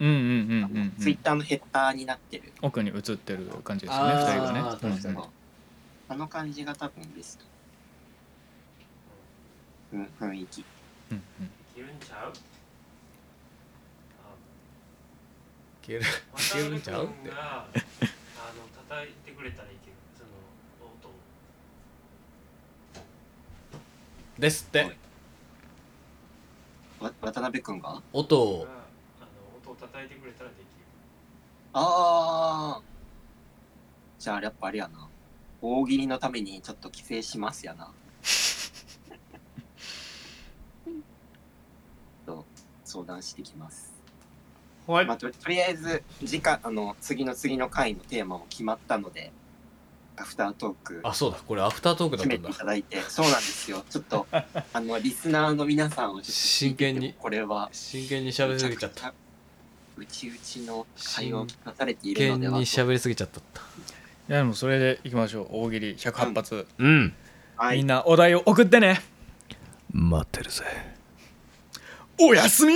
うんうんうんうんう
あ
ん
のツイッターのヘッダーになってる、
奥に映ってる感じですよね
あ
2
ー
人がね。うんうん
確かに
あの感じが多分ベスト、うん、雰囲気
うんうん
いけるいけるんちゃうってですって、
はいわ渡辺くんが
音を
ああじゃあやっぱあれやな大喜利のためにちょっと規制しますやなと相談してきます
はい
まあ、ととりあえず次回あの次の次の回のテーマも決まったのでアフタートーク
あそうだこれアフタートークだった
決め
んだ
ていただいてそうなんですよちょっ とあのリスナーの皆さんをちょっと
真剣に
これは
真剣に喋りすぎちゃった
うちうちの会話を聞かされているの
真剣
で
に
は
喋りすぎちゃったった
いやでもそれでいきましょう大喜利108発、
うん
は
み
い
んなお題を送ってね
待ってるぜ
おやすみ